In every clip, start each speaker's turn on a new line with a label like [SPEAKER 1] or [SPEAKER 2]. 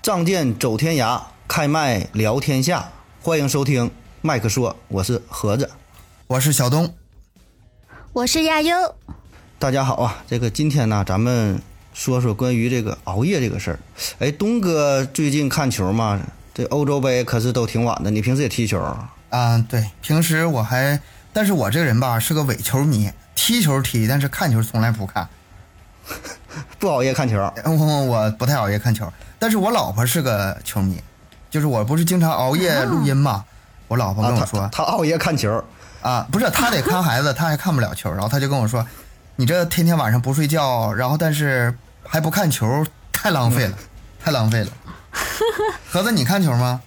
[SPEAKER 1] 仗剑走天涯，开麦聊天下。欢迎收听麦克说，我是盒子。
[SPEAKER 2] 我是小东，
[SPEAKER 3] 我是亚优，
[SPEAKER 1] 大家好啊，这个今天呢，咱们说说关于这个熬夜这个事儿。哎，东哥最近看球吗？这欧洲杯可是都挺晚的，你平时也踢球啊？
[SPEAKER 2] 啊，对，平时我还，但是我这个人吧是个伪球迷，踢球踢，但是看球从来不看。呃
[SPEAKER 1] 不熬夜看球，啊
[SPEAKER 2] 我我不太熬夜看球，但是我老婆是个球迷，就是我不是经常熬夜录音嘛，我老婆
[SPEAKER 1] 啊，
[SPEAKER 2] 跟我
[SPEAKER 1] 他
[SPEAKER 2] 说
[SPEAKER 1] 他他熬夜看球，
[SPEAKER 2] 啊，不是她得看孩子，她还看不了球，然后她就跟我说，你这天天晚上不睡觉，然后但是还不看球，太浪费了，太浪费了。盒子，你看球吗？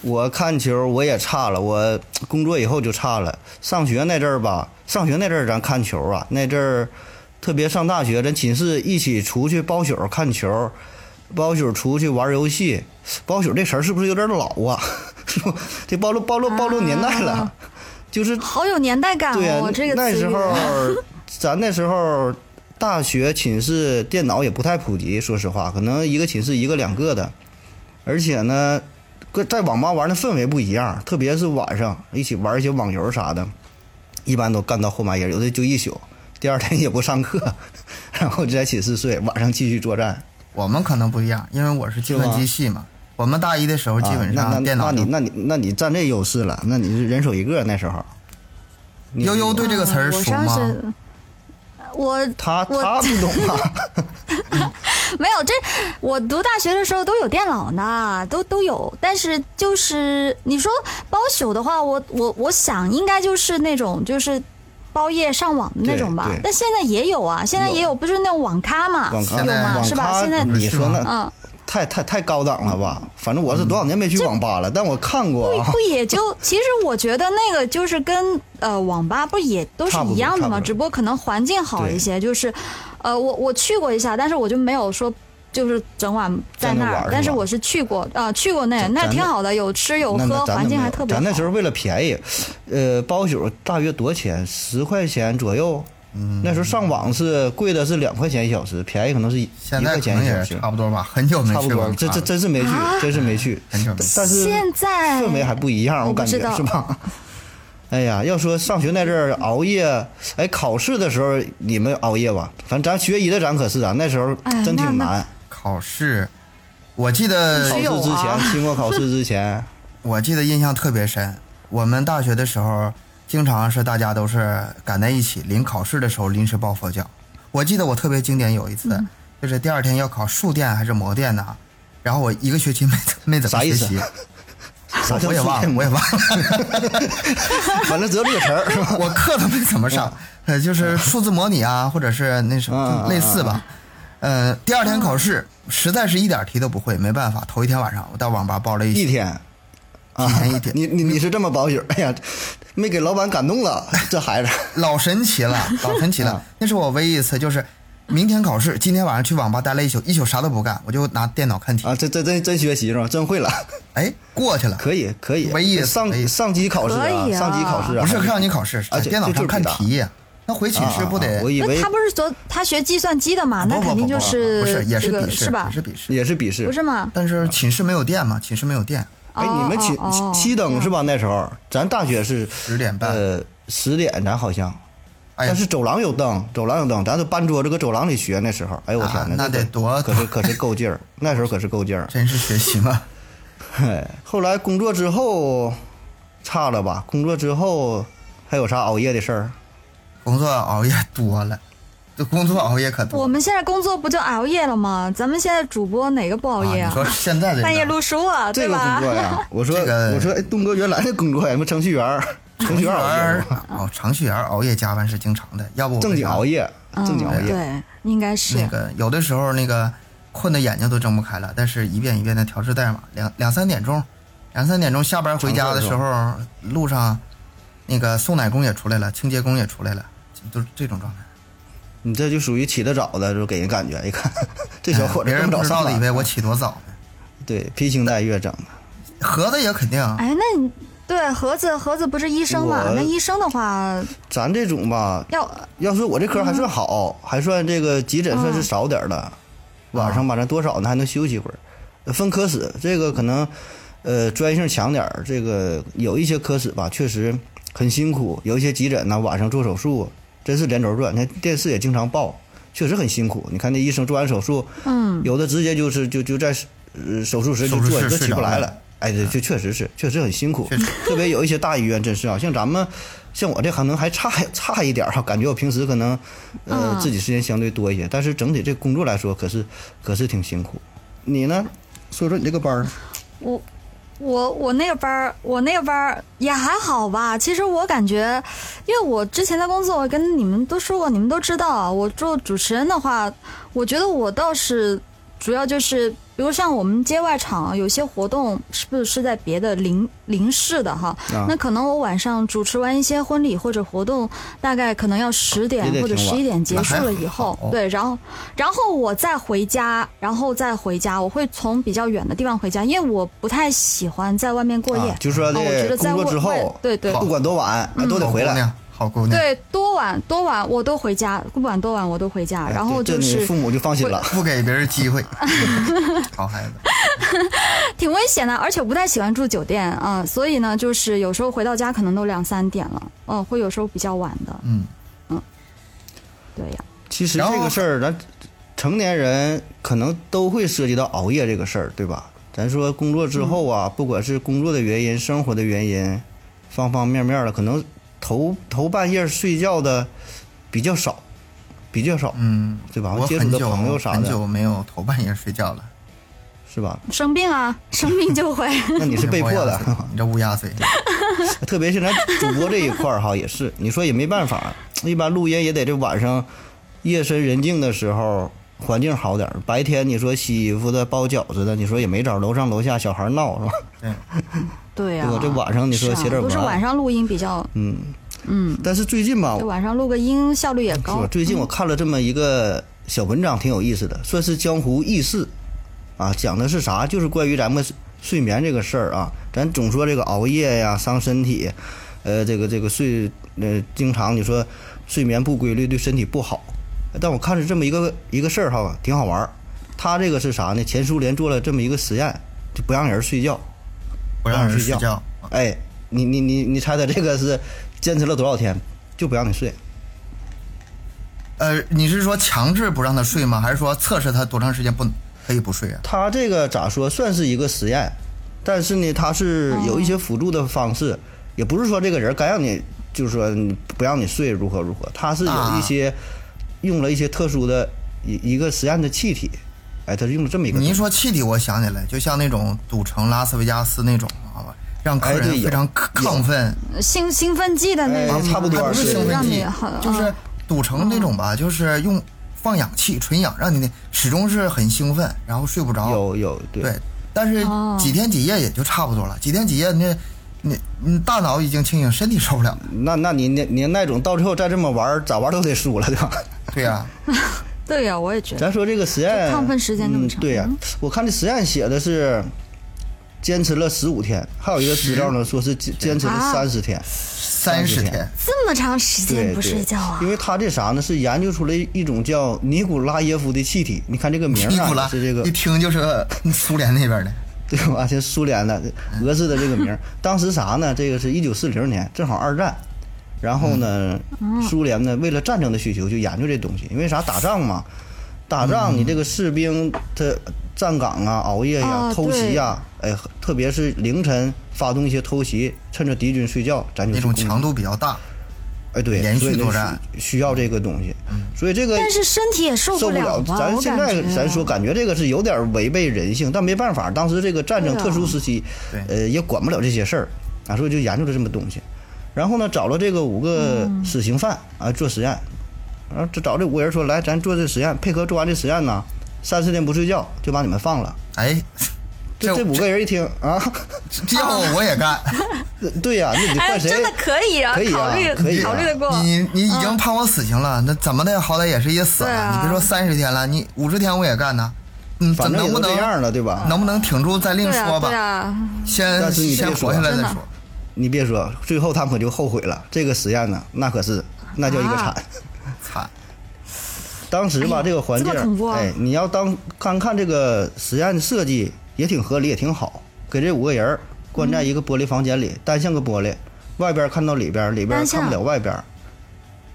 [SPEAKER 1] 我看球我也差了，我工作以后就差了。上学那阵儿吧，上学那阵儿咱看球啊，那阵儿特别上大学，咱寝室一起出去包宿看球，包宿出去玩游戏。包宿这词儿是不是有点老啊？ 是不这暴露暴露暴露年代了，
[SPEAKER 3] 啊
[SPEAKER 1] 就是
[SPEAKER 3] 好有年代感
[SPEAKER 1] 对呀、
[SPEAKER 3] 哦！这个
[SPEAKER 1] 那
[SPEAKER 3] 词
[SPEAKER 1] 时
[SPEAKER 3] 语
[SPEAKER 1] 候， 咱那时候大学寝室电脑也不太普及，说实话，可能一个寝室一个两个的，而且呢，搁在网吧玩的氛围不一样，特别是晚上一起玩一些网游啥的，一般都干到后半夜，有的就一宿，第二天也不上课， 然后就在寝室睡，晚上继续作战。
[SPEAKER 2] 我们可能不一样，因为我是计算
[SPEAKER 1] 是吗
[SPEAKER 2] 机系嘛，我们大一的时候基本
[SPEAKER 1] 啊、
[SPEAKER 2] 上
[SPEAKER 1] 那
[SPEAKER 2] 电
[SPEAKER 1] 那
[SPEAKER 2] 脑
[SPEAKER 1] 那
[SPEAKER 2] 就
[SPEAKER 1] 你那你那你占这优势了，那你是人手一个那时候。你
[SPEAKER 2] 悠悠对这个词儿
[SPEAKER 3] 我
[SPEAKER 2] 熟
[SPEAKER 3] 上
[SPEAKER 2] 吗？
[SPEAKER 3] 学，我
[SPEAKER 1] 他
[SPEAKER 3] 我
[SPEAKER 1] 他不懂 啊。
[SPEAKER 3] 没有这，我读大学的时候都有电脑呢，都都有。但是就是你说包宿的话，我我我想应该就是那种就是包夜上网的那种吧
[SPEAKER 1] 对对。
[SPEAKER 3] 但现在也有啊，现在也有，不是那种网咖嘛，
[SPEAKER 1] 网咖
[SPEAKER 3] 有
[SPEAKER 2] 啊
[SPEAKER 3] 嘛，
[SPEAKER 1] 网
[SPEAKER 3] 是吧？
[SPEAKER 1] 咖
[SPEAKER 3] 现在
[SPEAKER 1] 你说那
[SPEAKER 3] 嗯，
[SPEAKER 1] 太太太高档了吧？反正我是多少年没去网吧了，但我看过啊
[SPEAKER 3] 不。也就其实我觉得那个就是跟呃网吧不也都是
[SPEAKER 1] 差不多
[SPEAKER 3] 一样的
[SPEAKER 1] 差不
[SPEAKER 3] 嘛，
[SPEAKER 1] 多
[SPEAKER 3] 只不过可能环境好一些。就是，呃，我我去过一下，但是我就没有说就是整晚在那
[SPEAKER 1] 在那玩是
[SPEAKER 3] 儿
[SPEAKER 1] 吧，
[SPEAKER 3] 但是我是去过啊、去过那
[SPEAKER 1] 咱
[SPEAKER 3] 那
[SPEAKER 1] 咱
[SPEAKER 3] 挺好的，有吃有
[SPEAKER 1] 那那
[SPEAKER 3] 喝，
[SPEAKER 1] 咱
[SPEAKER 3] 环
[SPEAKER 1] 就
[SPEAKER 3] 境
[SPEAKER 1] 没
[SPEAKER 3] 还
[SPEAKER 1] 有
[SPEAKER 3] 特别
[SPEAKER 1] 咱
[SPEAKER 3] 好。
[SPEAKER 1] 那时候为了便宜，呃，包宿大约多少钱？十块钱左右。
[SPEAKER 2] 嗯
[SPEAKER 1] 那时候上网是贵的是两块钱一小时，便宜可能是一
[SPEAKER 2] 现
[SPEAKER 1] 一
[SPEAKER 2] 在
[SPEAKER 1] 块
[SPEAKER 2] 可
[SPEAKER 1] 钱
[SPEAKER 2] 能
[SPEAKER 1] 一小
[SPEAKER 2] 也
[SPEAKER 1] 时，
[SPEAKER 2] 差不多吧，很久没
[SPEAKER 1] 差不
[SPEAKER 2] 去
[SPEAKER 1] 多
[SPEAKER 2] 网。
[SPEAKER 1] 这
[SPEAKER 2] 咖
[SPEAKER 1] 这
[SPEAKER 2] 了啊
[SPEAKER 1] 真是没去，真是没去。
[SPEAKER 2] 很久没去。
[SPEAKER 1] 但是
[SPEAKER 3] 现在
[SPEAKER 1] 氛围还不一样，
[SPEAKER 3] 哎我
[SPEAKER 1] 我
[SPEAKER 3] 不
[SPEAKER 1] 感觉
[SPEAKER 3] 知道
[SPEAKER 1] 是吧？ 哎呀，要说上学那阵儿熬夜，哎，考试的时候你们熬夜吧？反正咱学医的咱可是啊，那时候
[SPEAKER 3] 哎
[SPEAKER 1] 真
[SPEAKER 3] 那
[SPEAKER 1] 挺
[SPEAKER 3] 那
[SPEAKER 1] 难。
[SPEAKER 2] 考试，我记得
[SPEAKER 1] 考
[SPEAKER 3] 只
[SPEAKER 1] 试
[SPEAKER 3] 有
[SPEAKER 1] 之前
[SPEAKER 3] 啊，
[SPEAKER 1] 期末考试之 前，
[SPEAKER 2] 我记得印象特别深，我们大学的时候，经常是大家都是赶在一起，临考试的时候临时抱佛脚。我记得我特别经典有一次，
[SPEAKER 1] 嗯
[SPEAKER 2] 就是第二天要考数电还是模电呢，然后我一个学期没没怎
[SPEAKER 1] 啥
[SPEAKER 2] 么
[SPEAKER 1] 意
[SPEAKER 2] 学
[SPEAKER 1] 思
[SPEAKER 2] 习，
[SPEAKER 1] 啥叫
[SPEAKER 2] 我也忘了，我也忘了。
[SPEAKER 1] 反正只有这个词儿是吧？
[SPEAKER 2] 我课都没怎么上，呃，就是数字模拟啊，或者是那什
[SPEAKER 1] 嗯嗯
[SPEAKER 2] 么
[SPEAKER 1] 嗯
[SPEAKER 2] 类似吧。呃，第二天考试，实在是一点题都不会，没办法。头一天晚上我到网吧包了一
[SPEAKER 1] 一
[SPEAKER 2] 宿，
[SPEAKER 1] 天啊
[SPEAKER 2] 一天一，天
[SPEAKER 1] 你你你是这么保守？哎呀，没给老板感动了，这孩子。
[SPEAKER 2] 老神奇了，老神奇了。
[SPEAKER 1] 嗯
[SPEAKER 2] 那是我唯一一次，就是明天考试，今天晚上去网吧待了一宿，一宿啥都不干，我就拿电脑看题。
[SPEAKER 1] 啊，这这真真学习是吧？真会了，
[SPEAKER 2] 哎，过去了，
[SPEAKER 1] 可以可以。
[SPEAKER 2] 没意思没意
[SPEAKER 1] 上
[SPEAKER 2] 思
[SPEAKER 1] 上机考试
[SPEAKER 3] 可
[SPEAKER 1] 啊，
[SPEAKER 3] 以啊
[SPEAKER 1] 上机考试啊，
[SPEAKER 2] 不是让你考试，
[SPEAKER 1] 而
[SPEAKER 2] 在
[SPEAKER 1] 且
[SPEAKER 2] 电脑
[SPEAKER 1] 这就是
[SPEAKER 2] 上看
[SPEAKER 1] 比较
[SPEAKER 2] 题。那回寝室不
[SPEAKER 1] 啊啊啊我
[SPEAKER 2] 得？
[SPEAKER 1] 以为啊
[SPEAKER 3] 那他不是昨他学计算机的嘛，
[SPEAKER 2] 不
[SPEAKER 3] 啊那
[SPEAKER 2] 不
[SPEAKER 3] 肯定
[SPEAKER 2] 不
[SPEAKER 3] 就
[SPEAKER 2] 不不是也
[SPEAKER 3] 这
[SPEAKER 2] 是
[SPEAKER 3] 个
[SPEAKER 2] 笔试，
[SPEAKER 3] 吧
[SPEAKER 2] 也？是笔试。
[SPEAKER 1] 也是笔试
[SPEAKER 3] 不。是吗？
[SPEAKER 2] 但是寝室没有电嘛，寝室没有电，
[SPEAKER 1] 哎，
[SPEAKER 3] 哦
[SPEAKER 1] 你们寝
[SPEAKER 3] 哦哦
[SPEAKER 1] 熄灯是
[SPEAKER 3] 哦
[SPEAKER 1] 吧？那时候咱大学是
[SPEAKER 2] 十点半。
[SPEAKER 1] 呃十点，咱好像，
[SPEAKER 2] 哎呀
[SPEAKER 1] 但是走廊有灯，走廊有灯，咱就搬桌子搁走廊里学那时候。哎呦我天
[SPEAKER 2] 啊
[SPEAKER 1] 哪，
[SPEAKER 2] 那得多
[SPEAKER 1] 可是可是够劲儿，那时候可是够 劲儿。
[SPEAKER 2] 真是学习 吗？
[SPEAKER 1] 哎，后来工作之后差了吧？工作之后还有啥熬夜的事儿？
[SPEAKER 3] 哦
[SPEAKER 2] 工作熬夜多了，这工作熬夜可多。
[SPEAKER 3] 我们现在工作不就熬夜了吗？咱们现在主播哪个不熬夜
[SPEAKER 2] 啊！
[SPEAKER 3] 啊
[SPEAKER 2] 你？说现在这
[SPEAKER 3] 半夜
[SPEAKER 2] 个
[SPEAKER 3] 录书啊，
[SPEAKER 1] 这
[SPEAKER 3] 对
[SPEAKER 1] 个
[SPEAKER 3] 吧
[SPEAKER 1] 工？作呀，我说
[SPEAKER 2] 这个
[SPEAKER 1] 我说，哎，东哥原来的工作呀，什么程序员儿，程序员儿熬夜
[SPEAKER 2] 儿
[SPEAKER 1] 吗，
[SPEAKER 2] 哦，程序员儿熬夜加班是经常的，要不我
[SPEAKER 1] 正经熬
[SPEAKER 2] 夜。
[SPEAKER 1] 夜，正经熬夜。
[SPEAKER 3] 嗯对，应该是
[SPEAKER 2] 那个有的时候那个困的眼睛都睁不开了，但是一遍一遍的调试代码，两两三点钟，两三点钟下班回家的时候，路上那个送奶工也出来了，清洁工也出来了，都是这种状态。
[SPEAKER 1] 你这就属于起得早的，就给人感觉一看， 这小伙子
[SPEAKER 2] 哎别人
[SPEAKER 1] 更
[SPEAKER 2] 不
[SPEAKER 1] 早
[SPEAKER 2] 知道
[SPEAKER 1] 上
[SPEAKER 2] 的以
[SPEAKER 1] 班。
[SPEAKER 2] 为我起多早呢，
[SPEAKER 1] 对，披星戴月整的。
[SPEAKER 2] 盒子也肯定
[SPEAKER 3] 哎，那你对盒子盒子不是医生嘛
[SPEAKER 1] 我？
[SPEAKER 3] 那医生的话
[SPEAKER 1] 咱这种吧，
[SPEAKER 3] 要
[SPEAKER 1] 要是我这科还算
[SPEAKER 2] 嗯
[SPEAKER 1] 好，还算这个急诊算是少点儿了。晚上吧，咱多少呢还能休息会儿。分科室，这个可能呃专业性强点儿，这个有一些科室吧，确实很辛苦，有一些急诊呐，晚上做手术真是连轴转，你看电视也经常报，确实很辛苦。你看那医生做完手术，
[SPEAKER 3] 嗯，
[SPEAKER 1] 有的直接就是就就在呃手术室就
[SPEAKER 2] 手术
[SPEAKER 1] 坐
[SPEAKER 2] 室
[SPEAKER 1] 都
[SPEAKER 2] 睡
[SPEAKER 1] 起不
[SPEAKER 2] 着
[SPEAKER 1] 来
[SPEAKER 2] 了啊
[SPEAKER 1] 了。哎，对，这确实是，确实很辛苦
[SPEAKER 2] 确实。
[SPEAKER 1] 特别有一些大医院，真是啊，像咱们，像我这可能还差差一点儿啊，感觉我平时可能，呃
[SPEAKER 3] 嗯，
[SPEAKER 1] 自己时间相对多一些，但是整体这工作来说，可是可是挺辛苦。你呢？说说你这个班儿，
[SPEAKER 3] 我我我那个班儿，我那个班儿也还好吧。其实我感觉，因为我之前的工作，我跟你们都说过，你们都知道啊。我做主持人的话，我觉得我倒是主要就是，比如像我们接外场有些活动，是不是是在别的邻邻市的哈？
[SPEAKER 1] 啊
[SPEAKER 3] 那可能我晚上主持完一些婚礼或者活动，大概可能要十点
[SPEAKER 1] 也得
[SPEAKER 3] 或者
[SPEAKER 1] 挺
[SPEAKER 3] 十
[SPEAKER 1] 晚
[SPEAKER 3] 一点结
[SPEAKER 2] 那
[SPEAKER 3] 束
[SPEAKER 2] 还
[SPEAKER 3] 了以后
[SPEAKER 2] 好，
[SPEAKER 3] 对，然后然后我再回家，然后再回家，我会从比较远的地方回家，因为我不太喜欢在外面过夜。
[SPEAKER 1] 啊就说
[SPEAKER 3] 啊我觉
[SPEAKER 1] 这
[SPEAKER 3] 得在
[SPEAKER 1] 工作之
[SPEAKER 3] 外
[SPEAKER 1] 后，
[SPEAKER 3] 对对
[SPEAKER 1] 不管多晚啊都得
[SPEAKER 2] 好
[SPEAKER 1] 回
[SPEAKER 2] 姑
[SPEAKER 1] 来。
[SPEAKER 2] 娘，好姑娘，
[SPEAKER 3] 对，多晚多晚我都回家，不管多晚我都回家。
[SPEAKER 1] 哎
[SPEAKER 3] 啊然后
[SPEAKER 1] 这
[SPEAKER 3] 就
[SPEAKER 1] 这你
[SPEAKER 3] 是
[SPEAKER 1] 父母就放心了。
[SPEAKER 2] 不给别人机 会，嗯好孩子。
[SPEAKER 3] 挺危险的，而且我不太喜欢住酒店啊、所以呢，就是有时候回到家可能都两三点了，嗯、会有时候比较晚的，
[SPEAKER 2] 嗯，
[SPEAKER 3] 对呀。
[SPEAKER 1] 其实
[SPEAKER 2] 然后
[SPEAKER 1] 这个事儿，咱成年人可能都会涉及到熬夜这个事儿，对吧？咱说工作之后
[SPEAKER 2] 嗯
[SPEAKER 1] 啊，不管是工作的原因、生活的原因，方方面面的，可能头头半夜睡觉的比较少，比较少，
[SPEAKER 2] 嗯，
[SPEAKER 1] 对吧？
[SPEAKER 2] 我
[SPEAKER 1] 接触
[SPEAKER 2] 很
[SPEAKER 1] 的
[SPEAKER 2] 久
[SPEAKER 1] 朋友啥
[SPEAKER 2] 很
[SPEAKER 1] 的，
[SPEAKER 2] 久没有头半夜睡觉了，
[SPEAKER 1] 是吧？
[SPEAKER 3] 生病啊，生病 就会。
[SPEAKER 1] 那你是被 迫的，
[SPEAKER 2] 你这乌 鸦嘴，
[SPEAKER 1] 特别是咱主播这一块儿哈，也是，你说也没办法，一般录音也得这晚上夜深人静的时候，环境好点儿。白天你说洗衣服的、包饺子的，你说也没招，楼上楼下小孩闹是吧？
[SPEAKER 2] 对，
[SPEAKER 3] 对呀、
[SPEAKER 1] 对
[SPEAKER 3] 啊
[SPEAKER 1] 吧这晚上你说
[SPEAKER 3] 是
[SPEAKER 1] 写点
[SPEAKER 3] 啊、不是
[SPEAKER 1] 文案
[SPEAKER 3] 晚上录音比较，
[SPEAKER 1] 嗯，
[SPEAKER 3] 嗯，
[SPEAKER 1] 但是最近吧，
[SPEAKER 3] 对
[SPEAKER 1] 我
[SPEAKER 3] 晚上录个音效率也高
[SPEAKER 1] 说。最近我看了这么一个小文章，挺有意思的，算是江湖轶事啊，讲的是啥？就是关于咱们睡眠这个事儿啊，咱总说这个熬夜呀伤身体，呃，这个这个睡呃，经常你说睡眠不规律对身体不好，但我看是这么一个一个事儿哈，挺好玩儿。他这个是啥呢？前苏联做了这么一个实验，就不让人睡觉，
[SPEAKER 2] 不让人睡
[SPEAKER 1] 睡
[SPEAKER 2] 觉
[SPEAKER 1] 觉。哎，你你你你猜猜这个是坚持了多少天，就不让你睡？
[SPEAKER 2] 呃，你是说强制不让他睡吗？还是说测试他多长时间不可以不睡啊？
[SPEAKER 1] 他这个咋说，算是一个实验，但是呢，他是有一些辅助的方式，也不是说这个人该让你，就是说你不让你睡如何如何，他是有一些、用了一些特殊的一一个实验的气体，哎，他是用了这么一个东
[SPEAKER 2] 你
[SPEAKER 1] 西。
[SPEAKER 2] 一说气体，我想起来，就像那种赌城拉斯维加斯那种啊，让客
[SPEAKER 1] 哎
[SPEAKER 2] 人
[SPEAKER 1] 对有
[SPEAKER 2] 非常亢
[SPEAKER 1] 有
[SPEAKER 2] 亢奋，嗯
[SPEAKER 3] 兴兴奋剂的那种
[SPEAKER 1] 哎
[SPEAKER 3] 吗，
[SPEAKER 1] 差不多
[SPEAKER 2] 还不是
[SPEAKER 1] 是
[SPEAKER 2] 兴奋
[SPEAKER 3] 让
[SPEAKER 2] 剂
[SPEAKER 3] 你很，
[SPEAKER 2] 就是
[SPEAKER 3] 嗯
[SPEAKER 2] 赌城那种吧，就是用放氧气、纯氧，让你那始终是很兴奋，然后睡不着。
[SPEAKER 1] 有有对
[SPEAKER 2] 对，但是
[SPEAKER 3] 哦
[SPEAKER 2] 几天几夜也就差不多了，几天几夜那。你你大脑已经清醒，身体受不了。
[SPEAKER 1] 那那你你你那种到最后再这么玩儿，咋玩儿都得输了，对吧？
[SPEAKER 2] 对呀、
[SPEAKER 3] 对呀、我也觉得
[SPEAKER 1] 咱说这个实验，
[SPEAKER 3] 就亢奋时间那么
[SPEAKER 1] 嗯
[SPEAKER 3] 长
[SPEAKER 1] 对呀、我看这实验写的是坚持了十五天，还有一个资料呢，说是坚坚持了
[SPEAKER 3] 啊
[SPEAKER 1] 三十天。
[SPEAKER 2] 三十
[SPEAKER 1] 30
[SPEAKER 2] 天，
[SPEAKER 3] 这么长时
[SPEAKER 1] 对
[SPEAKER 3] 间不睡觉啊
[SPEAKER 1] 对，因，为他这啥呢？是研究出来一种叫尼古拉耶夫的气体。你看这个名
[SPEAKER 2] 尼
[SPEAKER 1] 儿
[SPEAKER 2] 古
[SPEAKER 1] 啊，
[SPEAKER 2] 拉
[SPEAKER 1] 是这个
[SPEAKER 2] 一听就是 个苏联那边的，
[SPEAKER 1] 对吧？这苏联的俄式的这个名 儿。当时啥呢？这个是一九四零年，正好二战。然后呢，
[SPEAKER 3] 嗯
[SPEAKER 1] 苏联呢为了战争的需求就研究这东西，因为啥？打仗嘛，打
[SPEAKER 2] 嗯
[SPEAKER 1] 仗你这个士兵他站岗啊、熬夜呀、
[SPEAKER 3] 啊
[SPEAKER 1] 偷袭呀、哎，特别是凌晨发动一些偷袭，趁着敌军睡觉，咱就
[SPEAKER 2] 那
[SPEAKER 1] 去
[SPEAKER 2] 种
[SPEAKER 1] 攻
[SPEAKER 2] 强度比较大。
[SPEAKER 1] 哎对，
[SPEAKER 2] 连续
[SPEAKER 1] 所以呢
[SPEAKER 2] 作战嗯
[SPEAKER 1] 需需要这个东西，所以这个
[SPEAKER 3] 但是身体也受
[SPEAKER 1] 受不
[SPEAKER 3] 了
[SPEAKER 1] 了。
[SPEAKER 3] 吧？
[SPEAKER 1] 咱
[SPEAKER 3] 我
[SPEAKER 1] 现
[SPEAKER 3] 感
[SPEAKER 1] 在
[SPEAKER 3] 觉啊
[SPEAKER 1] 咱说，感觉这个是有点违背人性，但没办法，当时这个战争
[SPEAKER 3] 对啊
[SPEAKER 1] 特殊时期，
[SPEAKER 2] 对
[SPEAKER 1] 呃，也管不了这些事儿，啊，所以就研究了这么东西。然后呢，找了这个五个
[SPEAKER 3] 嗯
[SPEAKER 1] 死刑犯、啊做实验，然后就找这五个人说：“来，咱做这实验，配合做完这实验呢，三十天不睡觉就把你们放了。
[SPEAKER 2] 哎，
[SPEAKER 1] 这”
[SPEAKER 2] 这
[SPEAKER 1] 这五个人一听啊，
[SPEAKER 2] 这要我我也干。
[SPEAKER 1] 对呀、那你
[SPEAKER 3] 哎，
[SPEAKER 1] 换谁？
[SPEAKER 3] 真的可以啊，
[SPEAKER 1] 可以啊
[SPEAKER 3] 考虑
[SPEAKER 1] 可以啊
[SPEAKER 3] 考虑得过。嗯
[SPEAKER 2] 你你已经判我死刑了，那怎么的好歹也是也死了，
[SPEAKER 3] 对啊
[SPEAKER 2] 你别说三十天了，你五十天我也干呢。嗯，
[SPEAKER 1] 反
[SPEAKER 2] 怎
[SPEAKER 1] 正
[SPEAKER 2] 能
[SPEAKER 1] 也
[SPEAKER 2] 不
[SPEAKER 1] 都这
[SPEAKER 2] 能
[SPEAKER 1] 样了，对吧？
[SPEAKER 2] 能不能挺住再另
[SPEAKER 3] 对
[SPEAKER 2] 说
[SPEAKER 3] 啊，
[SPEAKER 2] 吧，
[SPEAKER 3] 对啊，
[SPEAKER 2] 先
[SPEAKER 1] 但是你别
[SPEAKER 2] 先活下来再
[SPEAKER 3] 说真的
[SPEAKER 2] 说。
[SPEAKER 1] 你别说，最后他们可就后悔了。这个实验呢，那可是那叫一个惨。
[SPEAKER 3] 啊
[SPEAKER 2] 惨，
[SPEAKER 1] 当时吧，
[SPEAKER 3] 哎呦
[SPEAKER 1] 这个环境
[SPEAKER 3] 这么恐怖
[SPEAKER 1] 儿，
[SPEAKER 3] 啊
[SPEAKER 1] 哎，你要当看看这个实验的设计，也挺合理，也挺好。给这五个人儿关在一个玻璃房间里，单向个玻璃，外边看到里边，里边
[SPEAKER 3] 单向
[SPEAKER 1] 看不了外边。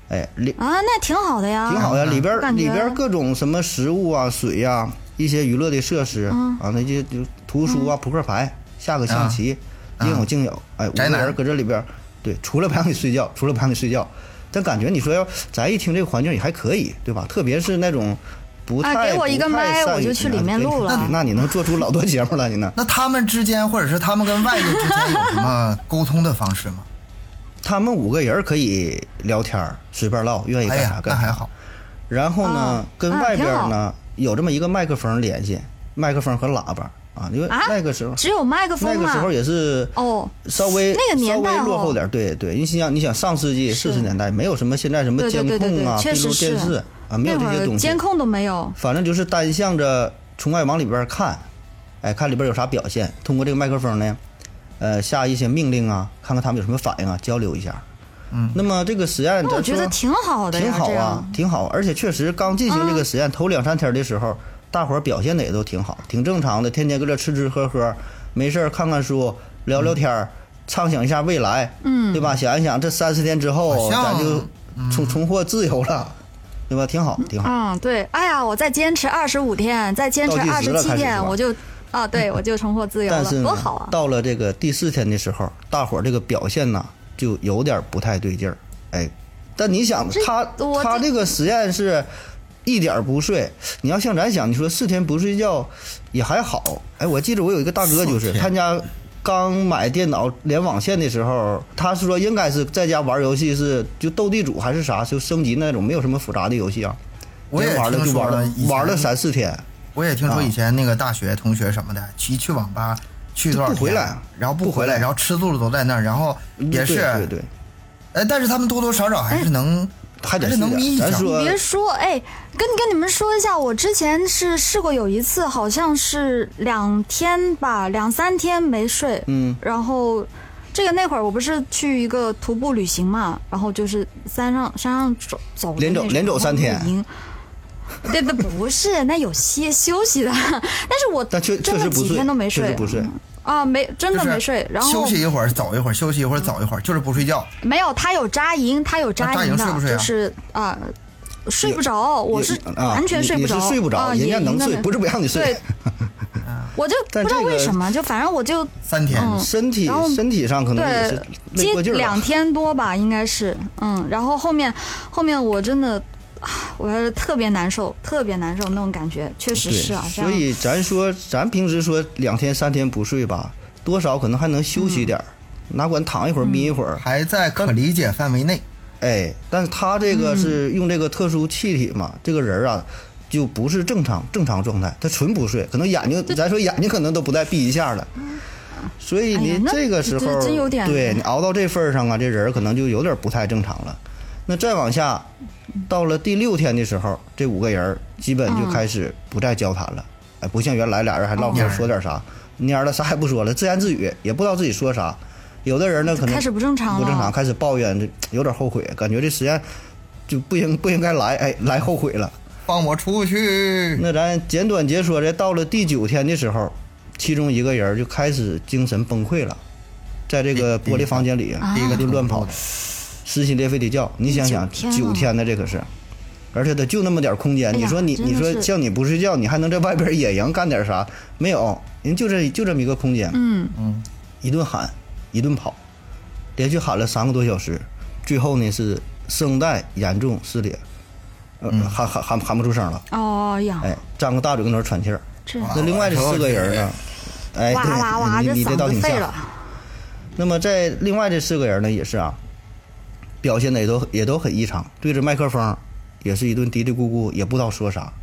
[SPEAKER 1] 哎，里
[SPEAKER 3] 啊，那挺好的呀，
[SPEAKER 1] 挺好呀，里边
[SPEAKER 3] 啊感觉
[SPEAKER 1] 里边各种什么食物啊、水呀、一些娱乐的设施、
[SPEAKER 3] 嗯
[SPEAKER 1] 啊，那就就图书啊、扑克牌、下个象棋，
[SPEAKER 2] 啊
[SPEAKER 1] 应有尽有。哎，五
[SPEAKER 2] 宅
[SPEAKER 1] 个
[SPEAKER 2] 男
[SPEAKER 1] 人搁这里边，对，除了不让你睡觉，除了不让你睡觉，但感觉你说要咱一听这个环境也还可以，对吧？特别是那种不太、
[SPEAKER 3] 啊给我一个
[SPEAKER 1] 不太善
[SPEAKER 3] 麦
[SPEAKER 1] 于
[SPEAKER 3] 我就去里面录了
[SPEAKER 1] 那你那你能做出老多节目来，你呢？
[SPEAKER 2] 那他们之间，或者是他们跟外界之间有什么沟通的方式 吗？
[SPEAKER 1] 他们五个人可以聊天儿，随便唠，愿意
[SPEAKER 2] 哎
[SPEAKER 1] 干
[SPEAKER 2] 呀
[SPEAKER 1] 啥，
[SPEAKER 2] 那
[SPEAKER 1] 干啥。
[SPEAKER 2] 还好，
[SPEAKER 1] 然后呢，
[SPEAKER 3] 啊
[SPEAKER 1] 跟
[SPEAKER 3] 啊
[SPEAKER 1] 外边
[SPEAKER 3] 挺好
[SPEAKER 1] 呢、有这么一个麦克风联系，麦克风和喇叭啊，因为
[SPEAKER 3] 啊
[SPEAKER 1] 那个时候、
[SPEAKER 3] 只有麦克
[SPEAKER 1] 那
[SPEAKER 3] 风
[SPEAKER 1] 个时
[SPEAKER 3] 嘛
[SPEAKER 1] 候。也是
[SPEAKER 3] 哦，
[SPEAKER 1] 稍微
[SPEAKER 3] 那个
[SPEAKER 1] 稍
[SPEAKER 3] 年代
[SPEAKER 1] 微落
[SPEAKER 3] 哦
[SPEAKER 1] 后点儿，对对，你想你想上世纪
[SPEAKER 3] 是
[SPEAKER 1] 四十年代没有什么现在什么
[SPEAKER 3] 对对
[SPEAKER 1] 监
[SPEAKER 3] 对对
[SPEAKER 1] 控啊、
[SPEAKER 3] 对确
[SPEAKER 1] 闭
[SPEAKER 3] 实
[SPEAKER 1] 路电
[SPEAKER 3] 是
[SPEAKER 1] 视啊，没有
[SPEAKER 3] 那
[SPEAKER 1] 这
[SPEAKER 3] 会
[SPEAKER 1] 些
[SPEAKER 3] 儿
[SPEAKER 1] 东西
[SPEAKER 3] 监，控都没有，
[SPEAKER 1] 反正就是单向着从外往里边看，哎，看里边有啥表现，通过这个麦克风呢，呃，下一些命令啊，看看他们有什么反应啊，交流一下。
[SPEAKER 2] 嗯，
[SPEAKER 1] 那么这个实验，
[SPEAKER 3] 那我
[SPEAKER 1] 咱
[SPEAKER 3] 觉
[SPEAKER 1] 说
[SPEAKER 3] 得挺好的呀，
[SPEAKER 1] 挺好
[SPEAKER 3] 这
[SPEAKER 1] 啊
[SPEAKER 3] 样，啊
[SPEAKER 1] 挺好。而且确实刚进行这个实验、头两三天的时候，大伙儿表现的也都挺好，挺正常的，天天搁这吃吃喝喝，没事儿看看书，聊
[SPEAKER 2] 嗯
[SPEAKER 1] 聊天儿，畅想一下未来，
[SPEAKER 3] 嗯，
[SPEAKER 1] 对吧？想一想这三十天之后，
[SPEAKER 2] 好像嗯
[SPEAKER 1] 咱就重重获自由了，对吧？挺好，挺好。
[SPEAKER 3] 嗯，对，哎呀，我再坚持二十五天，再坚持
[SPEAKER 1] 倒计
[SPEAKER 3] 二
[SPEAKER 1] 时
[SPEAKER 3] 十
[SPEAKER 1] 了
[SPEAKER 3] 七
[SPEAKER 1] 开始是
[SPEAKER 3] 天，
[SPEAKER 1] 吧
[SPEAKER 3] 我就啊，对我就重获自由
[SPEAKER 1] 但
[SPEAKER 3] 了，
[SPEAKER 1] 是
[SPEAKER 3] 多
[SPEAKER 1] 呢
[SPEAKER 3] 好啊！
[SPEAKER 1] 到了这个第四天的时候，大伙儿这个表现呢就有点不太对劲儿，哎，但你想
[SPEAKER 3] 这
[SPEAKER 1] 他
[SPEAKER 3] 我
[SPEAKER 1] 他
[SPEAKER 3] 这
[SPEAKER 1] 这个实验是。一点儿不睡，你要像咱想，你说四天不睡觉也还好。哎，我记得我有一个大哥，就是
[SPEAKER 2] 四天
[SPEAKER 1] 他家刚买电脑连网线的时候，他是说应该是在家玩游戏是就斗地主还是啥，就升级那种没有什么复杂的游戏啊。
[SPEAKER 2] 我也
[SPEAKER 1] 人玩了
[SPEAKER 2] 听
[SPEAKER 1] 就
[SPEAKER 2] 说
[SPEAKER 1] 玩
[SPEAKER 2] 了
[SPEAKER 1] 了
[SPEAKER 2] 以前
[SPEAKER 1] 玩了三四天，
[SPEAKER 2] 我也听说
[SPEAKER 1] 啊
[SPEAKER 2] 以前那个大学同学什么的，去去网吧去多少天啊
[SPEAKER 1] 不回来啊
[SPEAKER 2] 然后不
[SPEAKER 1] 不
[SPEAKER 2] 回
[SPEAKER 1] 回
[SPEAKER 2] 来，
[SPEAKER 1] 来嗯
[SPEAKER 2] 然后吃住的都在那儿，然后也是，
[SPEAKER 1] 对对对，
[SPEAKER 2] 哎，但是他们多多少少还是
[SPEAKER 3] 哎
[SPEAKER 2] 能，
[SPEAKER 1] 还得
[SPEAKER 2] 还是能
[SPEAKER 1] 睡
[SPEAKER 2] 眯一觉
[SPEAKER 1] 点。咱说
[SPEAKER 3] 你别说，哎，跟跟你们说一下，我之前是试过有一次，好像是两天吧，两三天没睡，
[SPEAKER 1] 嗯，
[SPEAKER 3] 然后这个那会儿我不是去一个徒步旅行嘛，然后就是山上山上走走的
[SPEAKER 1] 连走
[SPEAKER 3] 那种
[SPEAKER 1] 连走三天。
[SPEAKER 3] 然后 露营对不不是，那有歇休息的， 但是我
[SPEAKER 1] 但确
[SPEAKER 3] 真
[SPEAKER 1] 确
[SPEAKER 3] 的
[SPEAKER 1] 实不
[SPEAKER 3] 几
[SPEAKER 1] 睡，
[SPEAKER 3] 天都没
[SPEAKER 1] 确
[SPEAKER 3] 睡
[SPEAKER 1] 实不睡。
[SPEAKER 3] 啊，没真的
[SPEAKER 2] 就是
[SPEAKER 3] 没睡，然后
[SPEAKER 2] 休息一会儿，走一会儿，休息一会儿，走一会儿，就是不睡觉。
[SPEAKER 3] 没有，他有扎营，他有
[SPEAKER 2] 那扎营
[SPEAKER 3] 营的，
[SPEAKER 2] 睡不睡啊
[SPEAKER 3] 就是啊、睡不着，我
[SPEAKER 1] 也
[SPEAKER 3] 是
[SPEAKER 1] 啊
[SPEAKER 3] 完全
[SPEAKER 1] 你
[SPEAKER 3] 睡不着，
[SPEAKER 1] 你是睡不
[SPEAKER 3] 啊
[SPEAKER 1] 着，人家能睡，不
[SPEAKER 3] 是？
[SPEAKER 1] 是不让你
[SPEAKER 3] 对
[SPEAKER 1] 睡。，
[SPEAKER 3] 我就不
[SPEAKER 1] 但
[SPEAKER 3] 知道
[SPEAKER 1] 这个
[SPEAKER 3] 为什么，就反正我就
[SPEAKER 2] 三天，
[SPEAKER 3] 嗯
[SPEAKER 1] 身体
[SPEAKER 3] 然后
[SPEAKER 1] 身体上可能也是
[SPEAKER 3] 对
[SPEAKER 1] 累
[SPEAKER 3] 接
[SPEAKER 1] 过劲儿
[SPEAKER 3] 两
[SPEAKER 1] 了。
[SPEAKER 3] 天多吧，应该是嗯，然后后面后面我真的。啊我还是特别难受，特别难受那种感觉，确实
[SPEAKER 1] 对，
[SPEAKER 3] 是啊。
[SPEAKER 1] 所
[SPEAKER 3] 这样
[SPEAKER 1] 以咱说，咱平时说两天三天不睡吧，多少可能还能休
[SPEAKER 3] 嗯
[SPEAKER 1] 息点儿，哪管躺一会儿眯一会儿。
[SPEAKER 2] 还在可理解范围内。
[SPEAKER 1] 哎，但是他这
[SPEAKER 3] 嗯
[SPEAKER 1] 个是用这个特殊气体嘛，这个人儿啊。就不是正常正常状态，他纯不睡，可能眼睛，咱说眼睛可能都不带闭一下的，所以
[SPEAKER 3] 哎呀
[SPEAKER 1] 你
[SPEAKER 3] 那
[SPEAKER 1] 这个时
[SPEAKER 3] 这
[SPEAKER 1] 候，
[SPEAKER 3] 真有点
[SPEAKER 1] 对你熬到这份儿上啊，这人儿可能就有点不太正常了。那再往下，到了第六天的时候，这五个人儿基本就开始不再交谈了，哎，不像原来俩人还唠嗑
[SPEAKER 2] 哦
[SPEAKER 1] 说点啥，蔫儿了啥也不说了，自言自语，也不知道自己说啥。有的人呢，可能
[SPEAKER 3] 开始不正常了，
[SPEAKER 1] 不正常，开始抱怨，这有点后悔，感觉这实验就不应 不应该来，哎，来后悔了。
[SPEAKER 2] 放我出
[SPEAKER 3] 嗯
[SPEAKER 2] 去！
[SPEAKER 1] 那咱简短截说，这到了第九天的时候，其中一个人就开始精神崩溃了，在这
[SPEAKER 3] 哎
[SPEAKER 1] 个玻璃房间里
[SPEAKER 2] 第一个
[SPEAKER 1] 就乱跑，撕心裂肺的叫。你想想，
[SPEAKER 3] 啊九天啊
[SPEAKER 1] 九天的这可是，而且他就那么点空间，
[SPEAKER 3] 哎呀
[SPEAKER 1] 你说你
[SPEAKER 3] 真的
[SPEAKER 1] 你说
[SPEAKER 3] 是
[SPEAKER 1] 像你不睡觉，你还能在外边野营干点啥？没有，人就这就这么一个空间，
[SPEAKER 3] 嗯，
[SPEAKER 2] 嗯，
[SPEAKER 1] 一顿喊，一顿跑，连续喊了三个多小时，最后呢是声带严重撕裂，呃，喊喊喊喊不出声了。
[SPEAKER 3] 哦呀，
[SPEAKER 1] 哎，张个大嘴跟那儿喘气儿。
[SPEAKER 3] 这
[SPEAKER 2] 哇
[SPEAKER 1] 那另外这四个人呢？哎，
[SPEAKER 3] 哇哇哇，
[SPEAKER 1] 对，
[SPEAKER 3] 这
[SPEAKER 1] 你你这
[SPEAKER 3] 嗓
[SPEAKER 1] 倒
[SPEAKER 3] 子
[SPEAKER 1] 挺
[SPEAKER 3] 废
[SPEAKER 1] 像
[SPEAKER 3] 了。，
[SPEAKER 1] 那么在另外这四个人呢，也是啊，表现的也都也都很异常，对着麦克风也是一顿嘀嘀咕咕，也不知道说啥。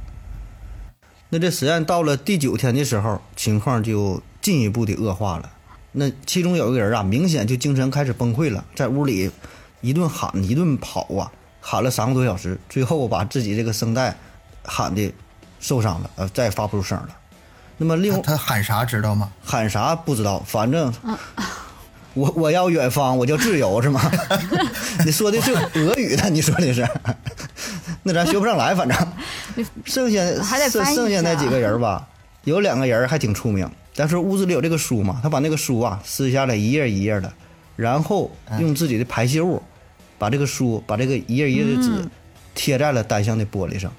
[SPEAKER 1] 那这实验到了第九天的时候，情况就进一步的恶化了。那其中有一个人啊，明显就精神开始崩溃了，在屋里一顿喊，一顿跑啊，喊了三个多小时，最后把自己这个声带喊的受伤了，呃，再也发不出声了。那么另
[SPEAKER 2] 他他喊啥知道吗？
[SPEAKER 1] 喊啥不知道，反正
[SPEAKER 3] 嗯
[SPEAKER 1] 我我要远方，我叫自由是吗？ 你说的是俄语的，你说的是， 那咱学不上来，反正剩下
[SPEAKER 3] 还得
[SPEAKER 1] 剩
[SPEAKER 3] 翻译一下
[SPEAKER 1] 剩下那几个人吧，有两个人还挺出名，但是屋子里有这个书嘛，他把那个书啊撕下来一页一页的，然后
[SPEAKER 2] 嗯
[SPEAKER 1] 用自己的排泄物把这个书把这个一页一页的
[SPEAKER 3] 嗯
[SPEAKER 1] 纸贴在了单向的玻 璃上，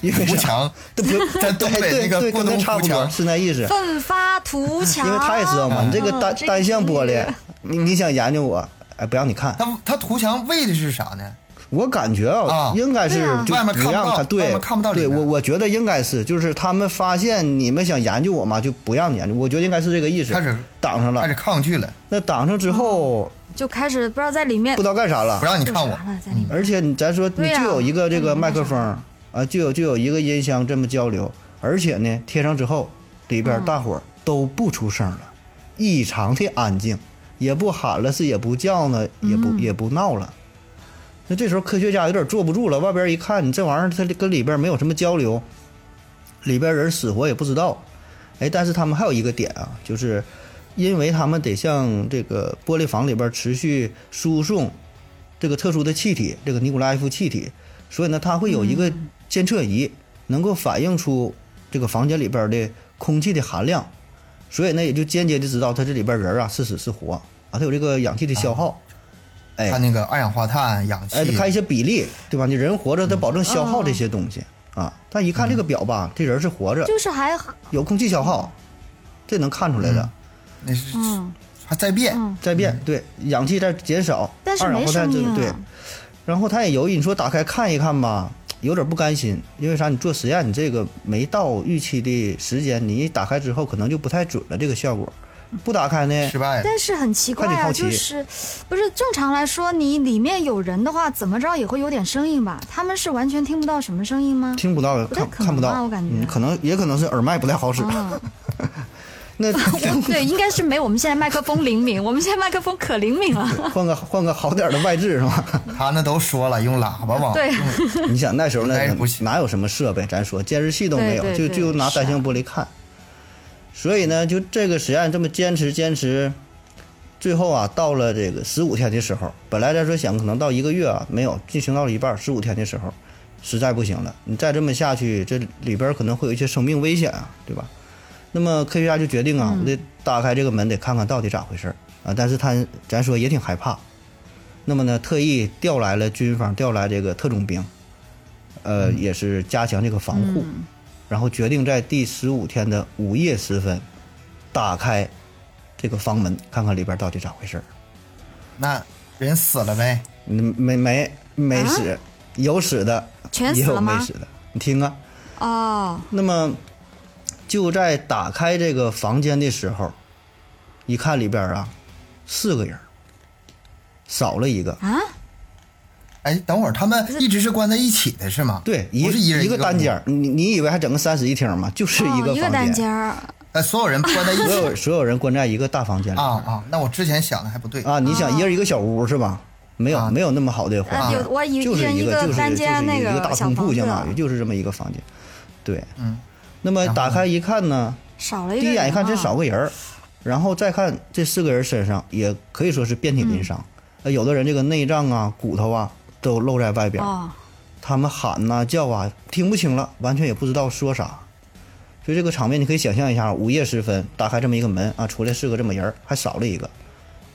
[SPEAKER 1] 因为
[SPEAKER 2] 图
[SPEAKER 1] 啥？
[SPEAKER 2] 强，
[SPEAKER 1] 对不，
[SPEAKER 2] 咱东 北
[SPEAKER 1] 对
[SPEAKER 2] 那个
[SPEAKER 1] 对，
[SPEAKER 2] 过
[SPEAKER 1] 跟他
[SPEAKER 2] 冬
[SPEAKER 1] 差
[SPEAKER 2] 图
[SPEAKER 1] 不多，
[SPEAKER 2] 强，
[SPEAKER 1] 是那意思。
[SPEAKER 3] 奋发图强。
[SPEAKER 1] 因为他也知道嘛，你
[SPEAKER 2] 嗯
[SPEAKER 1] 这个单
[SPEAKER 3] 嗯这
[SPEAKER 1] 单向玻
[SPEAKER 3] 这
[SPEAKER 1] 璃
[SPEAKER 3] 个，
[SPEAKER 1] 你你想研究我，哎，不让你看。
[SPEAKER 2] 他他图强为的是啥呢？
[SPEAKER 1] 我感觉
[SPEAKER 2] 啊
[SPEAKER 1] 应该是
[SPEAKER 3] 对啊
[SPEAKER 1] 就
[SPEAKER 2] 外面看
[SPEAKER 1] 不
[SPEAKER 2] 不
[SPEAKER 1] 让
[SPEAKER 2] 到
[SPEAKER 1] 看，
[SPEAKER 2] 外
[SPEAKER 1] 对，
[SPEAKER 2] 面看不到里
[SPEAKER 1] 对
[SPEAKER 2] 面
[SPEAKER 1] 我我觉得应该是，就是他们发现你们想研究我嘛，就不让你研究。我觉得应该是这个意思
[SPEAKER 2] 开始，
[SPEAKER 1] 挡上
[SPEAKER 2] 开
[SPEAKER 1] 了
[SPEAKER 2] 始。抗拒了，
[SPEAKER 1] 那挡上之后，
[SPEAKER 3] 就开始不知道在里面
[SPEAKER 1] 不知道干啥了
[SPEAKER 2] 啊不。让你
[SPEAKER 3] 做
[SPEAKER 2] 看我
[SPEAKER 3] 啥。了，在里面。
[SPEAKER 1] 而且你咱说，你
[SPEAKER 3] 对呀
[SPEAKER 1] 就有一个这个
[SPEAKER 3] 嗯
[SPEAKER 1] 麦克风啊，就有就有一个音箱这么交流，而且呢，贴上之后，里边大伙儿都不出声了，异常的安静，也不喊了，是也不叫呢，也不也不闹了。那这时候科学家有点坐不住了，外边一看，你这玩意儿它跟里边没有什么交流，里边人死活也不知道。哎，但是他们还有一个点啊，就是因为他们得向这个玻璃房里边持续输送这个特殊的气体，这个尼古拉耶夫气体，所以呢，它会有一个监测仪，能够反映出这个房间里边的空气的含量，所以呢，也就间接的知道它这里边人啊是死是活啊，它有这个氧气的消耗，哎，
[SPEAKER 2] 他那个二氧化碳、氧气
[SPEAKER 1] 哎，，看一些比例，对吧？你人活着，他保证消耗这些东西、啊。但一看这个表吧，这人是活着，
[SPEAKER 3] 就是还
[SPEAKER 1] 有空气消耗，这能看出来的。
[SPEAKER 2] 那是
[SPEAKER 3] 嗯，
[SPEAKER 2] 还在变，
[SPEAKER 1] 在变，对，氧气在减少，
[SPEAKER 3] 但是
[SPEAKER 1] 二氧
[SPEAKER 3] 没
[SPEAKER 1] 化碳
[SPEAKER 3] 声
[SPEAKER 1] 这
[SPEAKER 3] 音
[SPEAKER 1] 个
[SPEAKER 3] 啊。
[SPEAKER 1] 对。然后他也犹豫，你说打开看一看吧，有点不甘心，因为啥？你做实验，你这个没到预期的时间，你一打开之后可能就不太准了，这个效果。不打开呢
[SPEAKER 2] 失，败了。
[SPEAKER 3] 但是很奇怪
[SPEAKER 1] 快点
[SPEAKER 3] 啊，
[SPEAKER 1] 好奇
[SPEAKER 3] 就是不是正常来说，你里面有人的话，怎么着也会有点声音吧？他们是完全听不到什么声音吗？
[SPEAKER 1] 听不到，
[SPEAKER 3] 不太
[SPEAKER 1] 看
[SPEAKER 3] 可能
[SPEAKER 1] 看不
[SPEAKER 3] 吧
[SPEAKER 1] 到，
[SPEAKER 3] 我感觉
[SPEAKER 1] 嗯，可能也可能是耳麦不太好使。
[SPEAKER 3] 啊，
[SPEAKER 1] 那
[SPEAKER 3] 我对，应该是没我们现在麦克风灵 敏，我们现在麦克风可灵敏了。
[SPEAKER 1] 换个换个好点儿的外置是吧？
[SPEAKER 2] 他那都说了，用喇叭
[SPEAKER 1] 哦
[SPEAKER 2] 往
[SPEAKER 3] 对，
[SPEAKER 1] 你想那时候
[SPEAKER 2] 应该
[SPEAKER 1] 那
[SPEAKER 2] 是不行
[SPEAKER 1] 哪有什么设备？咱说监视器都没有，
[SPEAKER 3] 对对对啊
[SPEAKER 1] 就就拿单向玻璃看。所以呢，就这个实验这么坚持坚持，最后啊，到了这个十五天的时候，本来咱说想可能到一个月啊，没有进行到了一半，十五天的时候，实在不行了，你再这么下去，这里边可能会有一些生命危险啊，对吧？那么科学家就决定
[SPEAKER 3] 嗯
[SPEAKER 1] 啊，我得打开这个门，得看看到底咋回事儿啊。但是他咱说也挺害怕，那么呢，特意调来了军方，调来这个特种兵，呃，
[SPEAKER 3] 嗯
[SPEAKER 1] 也是加强这个防护，然后决定在第十五天的午夜时分打开这个房门，看看里边到底咋回事儿。
[SPEAKER 2] 那人死了呗，
[SPEAKER 1] 嗯，没没没死，有死的，
[SPEAKER 3] 啊全
[SPEAKER 1] 也
[SPEAKER 3] 死
[SPEAKER 1] 有
[SPEAKER 3] 了
[SPEAKER 1] 没
[SPEAKER 3] 吗
[SPEAKER 1] 死的。你听啊，
[SPEAKER 3] 哦，
[SPEAKER 1] 那么就在打开这个房间的时候，一看里边啊，四个人儿，少了一个。
[SPEAKER 3] 啊，
[SPEAKER 2] 哎，等会儿他们一直是关在一起的是吗？
[SPEAKER 1] 对，一
[SPEAKER 2] 不是一人
[SPEAKER 1] 个单间
[SPEAKER 2] 间
[SPEAKER 1] 儿，你你以为还整个三室一厅吗？就是
[SPEAKER 3] 哦
[SPEAKER 1] 一个
[SPEAKER 3] 一个单
[SPEAKER 1] 房
[SPEAKER 3] 间，儿，
[SPEAKER 2] 哎，所有人关 在一
[SPEAKER 1] 所
[SPEAKER 2] 起
[SPEAKER 1] 有所有人关在一个大房间里
[SPEAKER 2] 啊啊！那我之前想的还不对，
[SPEAKER 1] 啊！你想一人一个小屋是吧？没有
[SPEAKER 2] 啊
[SPEAKER 1] 没有那么好的环
[SPEAKER 3] 呃，
[SPEAKER 1] 境
[SPEAKER 3] 有，我一
[SPEAKER 1] 啊就是
[SPEAKER 3] 人
[SPEAKER 1] 一个就是
[SPEAKER 3] 单间
[SPEAKER 1] 就是
[SPEAKER 3] 那
[SPEAKER 1] 一个大
[SPEAKER 3] 小
[SPEAKER 1] 通
[SPEAKER 3] 房
[SPEAKER 1] 铺，
[SPEAKER 3] 子
[SPEAKER 1] 相
[SPEAKER 3] 啊
[SPEAKER 1] 当于就是这么一个房间。对，
[SPEAKER 2] 嗯。
[SPEAKER 1] 那么
[SPEAKER 2] 然后
[SPEAKER 1] 打
[SPEAKER 2] 呢
[SPEAKER 1] 开一看呢，
[SPEAKER 3] 少了一
[SPEAKER 1] 第
[SPEAKER 3] 个
[SPEAKER 1] 一
[SPEAKER 3] 人啊。
[SPEAKER 1] 眼一看真少个人儿，然后再看这四个人身上也可以说是遍体鳞伤，呃，有的人这个内脏啊、骨头啊都露在外边儿，
[SPEAKER 3] 哦，
[SPEAKER 1] 他们喊呐、叫啊，听不清了，完全也不知道说啥。所以这个场面你可以想象一下，午夜时分打开这么一个门啊，出来四个这么人儿，还少了一个，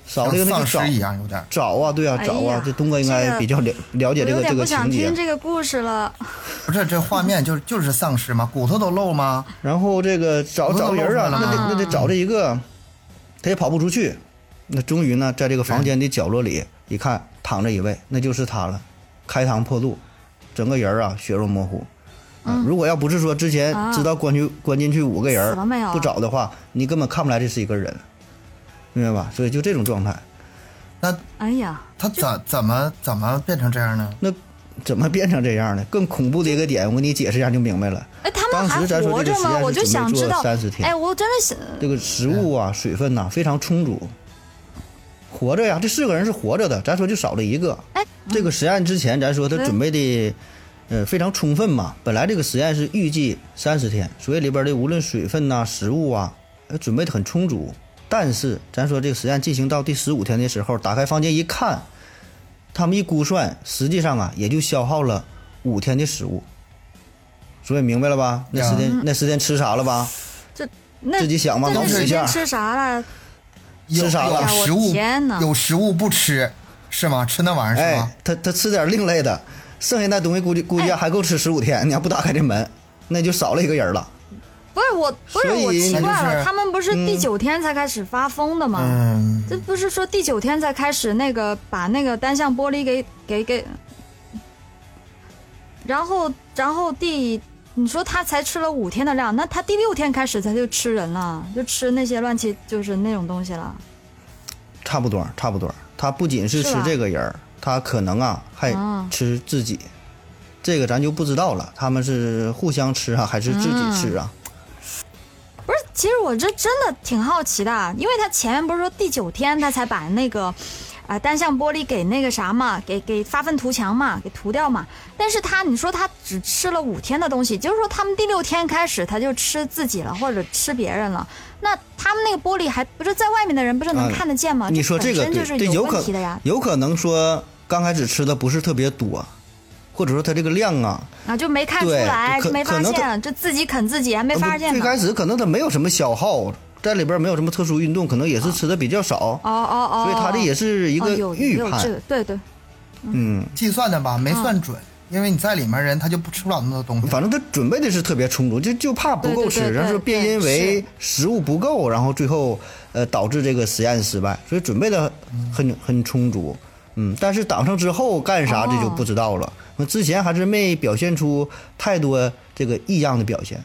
[SPEAKER 1] 少了一个
[SPEAKER 2] 像
[SPEAKER 1] 那
[SPEAKER 2] 丧
[SPEAKER 1] 个找
[SPEAKER 2] 尸一样，有点儿。
[SPEAKER 1] 找啊，对啊
[SPEAKER 3] 哎呀
[SPEAKER 1] 找啊，这东哥应
[SPEAKER 3] 这
[SPEAKER 1] 该
[SPEAKER 3] 个
[SPEAKER 1] 比较了了
[SPEAKER 3] 我
[SPEAKER 1] 解这
[SPEAKER 3] 有
[SPEAKER 1] 个这
[SPEAKER 3] 点
[SPEAKER 1] 个
[SPEAKER 3] 不想
[SPEAKER 1] 情啊节
[SPEAKER 3] 听。这个故事了。
[SPEAKER 2] 不是这画面 就是就是丧尸吗？骨头都露吗？
[SPEAKER 1] 然后这个找
[SPEAKER 2] 骨头
[SPEAKER 1] 找人儿啊，
[SPEAKER 2] 露出来
[SPEAKER 1] 那
[SPEAKER 2] 了
[SPEAKER 1] 得
[SPEAKER 3] 吗
[SPEAKER 1] 那得找这一个，他也跑不出去。那终于呢，在这个房间的角落里一看，躺着一位，那就是他了，开膛破肚，整个人儿啊血肉模糊。啊如果要不是说之前
[SPEAKER 3] 嗯啊
[SPEAKER 1] 知道关去关进去五个人
[SPEAKER 3] 死了没有啊
[SPEAKER 1] 儿，不找的话，你根本看不来这是一个人，明白吧？所以就这种状态，
[SPEAKER 2] 那
[SPEAKER 3] 哎呀，
[SPEAKER 2] 他怎怎么怎么变成这样呢？
[SPEAKER 1] 那怎么变成这样呢？更恐怖的一个点，我给你解释一下就明白了。
[SPEAKER 3] 哎，他们
[SPEAKER 1] 当
[SPEAKER 3] 还
[SPEAKER 1] 时咱说
[SPEAKER 3] 活
[SPEAKER 1] 这
[SPEAKER 3] 着
[SPEAKER 1] 个实
[SPEAKER 3] 吗？
[SPEAKER 1] 验
[SPEAKER 3] 我
[SPEAKER 1] 是
[SPEAKER 3] 就
[SPEAKER 1] 准备
[SPEAKER 3] 想知
[SPEAKER 1] 做
[SPEAKER 3] 道
[SPEAKER 1] 30。天
[SPEAKER 3] 哎，我真的想，
[SPEAKER 1] 这个食物啊、水分呐、非常充足，活着呀，这四个人是活着的，咱说就少了一个。
[SPEAKER 3] 哎，
[SPEAKER 1] 这个实验之前咱说他
[SPEAKER 3] 嗯
[SPEAKER 1] 准备的，呃，非常充分嘛。本来这个实验是预计三十天，所以里边的无论水分呐、食物啊，呃准备的很充足。但是咱说这个实验进行到第十五天的时候，打开房间一看，他们一估算，实际上啊也就消耗了五天的食物。所以明白了吧？那
[SPEAKER 2] 呀
[SPEAKER 1] 十天那十天吃啥了吧？
[SPEAKER 3] 这那
[SPEAKER 1] 自己想吧
[SPEAKER 3] 这
[SPEAKER 1] 脑补
[SPEAKER 3] 段
[SPEAKER 1] 一
[SPEAKER 3] 时
[SPEAKER 1] 下
[SPEAKER 3] 间吃啥了？
[SPEAKER 1] 吃
[SPEAKER 2] 有
[SPEAKER 1] 啥了
[SPEAKER 2] 有
[SPEAKER 3] 哎呀我
[SPEAKER 2] 食物
[SPEAKER 3] 天哪
[SPEAKER 2] 有食物不吃是吗？吃那玩意儿是吗
[SPEAKER 1] 哎？，他他吃点另类的，剩下那东西估计估计
[SPEAKER 3] 哎
[SPEAKER 1] 还够吃十五天。你要不打开这门，那就少了一个人了。
[SPEAKER 3] 不是我，不是
[SPEAKER 1] 所以
[SPEAKER 3] 我奇
[SPEAKER 1] 那嗯
[SPEAKER 2] 就
[SPEAKER 3] 怪
[SPEAKER 2] 是
[SPEAKER 3] 了，他们不是第九天才开始发疯
[SPEAKER 1] 哎
[SPEAKER 3] 的吗？
[SPEAKER 2] 嗯，
[SPEAKER 3] 这不是说第九天才开始那个把那个单向玻璃给给给，然后然后第你说他才吃了五天的量，那他第六天开始他就吃人了，就吃那些乱七就是那种东西了。
[SPEAKER 1] 差不多，差不多。他不仅是
[SPEAKER 3] 是
[SPEAKER 1] 吃
[SPEAKER 3] 吧
[SPEAKER 1] 这个人儿，他可能啊还
[SPEAKER 3] 啊
[SPEAKER 1] 吃自己，这个咱就不知道了。他们是互相吃啊，还是自己吃
[SPEAKER 3] 嗯
[SPEAKER 1] 啊？
[SPEAKER 3] 不是，其实我这真的挺好奇的，因为他前面不是说第九天他才把那个，啊、单向玻璃给那个啥嘛，给给发愤图强嘛，给涂掉嘛。但是他你说他只吃了五天的东西，就是说他们第六天开始他就吃自己了，或者吃别人了。那他们那个玻璃还不是在外面的人不是能
[SPEAKER 1] 嗯
[SPEAKER 3] 看得见吗？
[SPEAKER 1] 你说这个
[SPEAKER 3] 本身就是
[SPEAKER 1] 对，有
[SPEAKER 3] 问
[SPEAKER 1] 可
[SPEAKER 3] 题的呀，
[SPEAKER 1] 有可能说刚开始吃的不是特别多，或者说他这个量啊，
[SPEAKER 3] 啊就没看出
[SPEAKER 1] 对
[SPEAKER 3] 来，
[SPEAKER 1] 可
[SPEAKER 3] 就没
[SPEAKER 1] 可
[SPEAKER 3] 发
[SPEAKER 1] 能
[SPEAKER 3] 现，啊这自己啃自己啊还没
[SPEAKER 1] 呃不
[SPEAKER 3] 发现
[SPEAKER 1] 最
[SPEAKER 3] 呢。
[SPEAKER 1] 开始可能他没有什么消耗，在里边没有什么特殊运动，可能也是吃的比较少，
[SPEAKER 3] 哦哦哦，
[SPEAKER 1] 所以他这也是一
[SPEAKER 3] 一
[SPEAKER 1] 个预
[SPEAKER 3] 有
[SPEAKER 1] 判。
[SPEAKER 3] 这个对对。
[SPEAKER 1] 嗯，
[SPEAKER 2] 计算的吧，没
[SPEAKER 3] 嗯
[SPEAKER 2] 算准，因为你在里面人他就不吃不了那么多东西。
[SPEAKER 1] 反正他准备的是特别充足，就就怕不够吃，
[SPEAKER 3] 对对对对
[SPEAKER 1] 然后说别因为
[SPEAKER 3] 是
[SPEAKER 1] 食物不够，然后最后呃导致这个实验失败，所以准备的很很充足。嗯，但是挡上之后干啥
[SPEAKER 3] 哦
[SPEAKER 1] 这就不知道了。那之前还是没表现出太多这个异样的表现。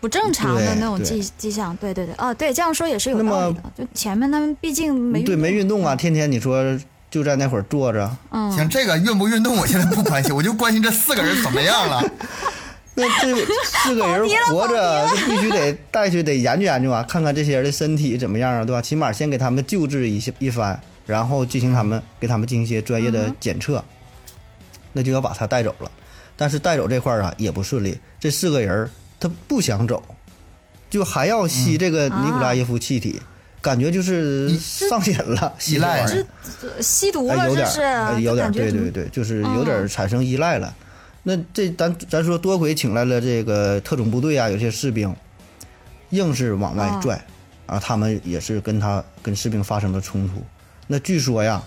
[SPEAKER 3] 不正常的
[SPEAKER 1] 对
[SPEAKER 3] 那种
[SPEAKER 1] 对
[SPEAKER 3] 迹迹象，对对对，哦，对，这样说也是有
[SPEAKER 1] 那
[SPEAKER 3] 道理
[SPEAKER 1] 么
[SPEAKER 3] 的。就前面他们毕竟没
[SPEAKER 1] 对，没运动啊，天天你说就在那会儿坐着，
[SPEAKER 3] 嗯，
[SPEAKER 2] 行，这个运不运动我现在不关心， 我就关心这四个人怎么样 了。
[SPEAKER 1] 那这四个人活着就必须得带去得研究研究啊，看看这些人的身体怎么样啊，对吧？起码先给他们救治一些一番，然后进行他们给他们进行一些专业的检测，那就要把他带走了。但是带走这块儿啊也不顺利，这四个人儿他不想走，就还要吸这个尼古拉耶夫气体，感觉就是上瘾了，吸
[SPEAKER 2] 依
[SPEAKER 1] 这玩意
[SPEAKER 2] 赖
[SPEAKER 1] 儿。
[SPEAKER 3] 这这吸毒
[SPEAKER 1] 哎，
[SPEAKER 3] 了，
[SPEAKER 1] 有
[SPEAKER 3] 这
[SPEAKER 1] 点儿，
[SPEAKER 3] 是
[SPEAKER 1] 哎有
[SPEAKER 3] 就
[SPEAKER 1] 点儿，
[SPEAKER 3] 感觉
[SPEAKER 1] 对
[SPEAKER 3] 怎么哦
[SPEAKER 1] 对对，就是有点儿产生依赖了。那这咱咱说多亏请来了这个特种部队啊，有些士兵，硬是往外
[SPEAKER 3] 哦
[SPEAKER 1] 拽，啊，他们也是跟他跟士兵发生了冲突。那据说呀，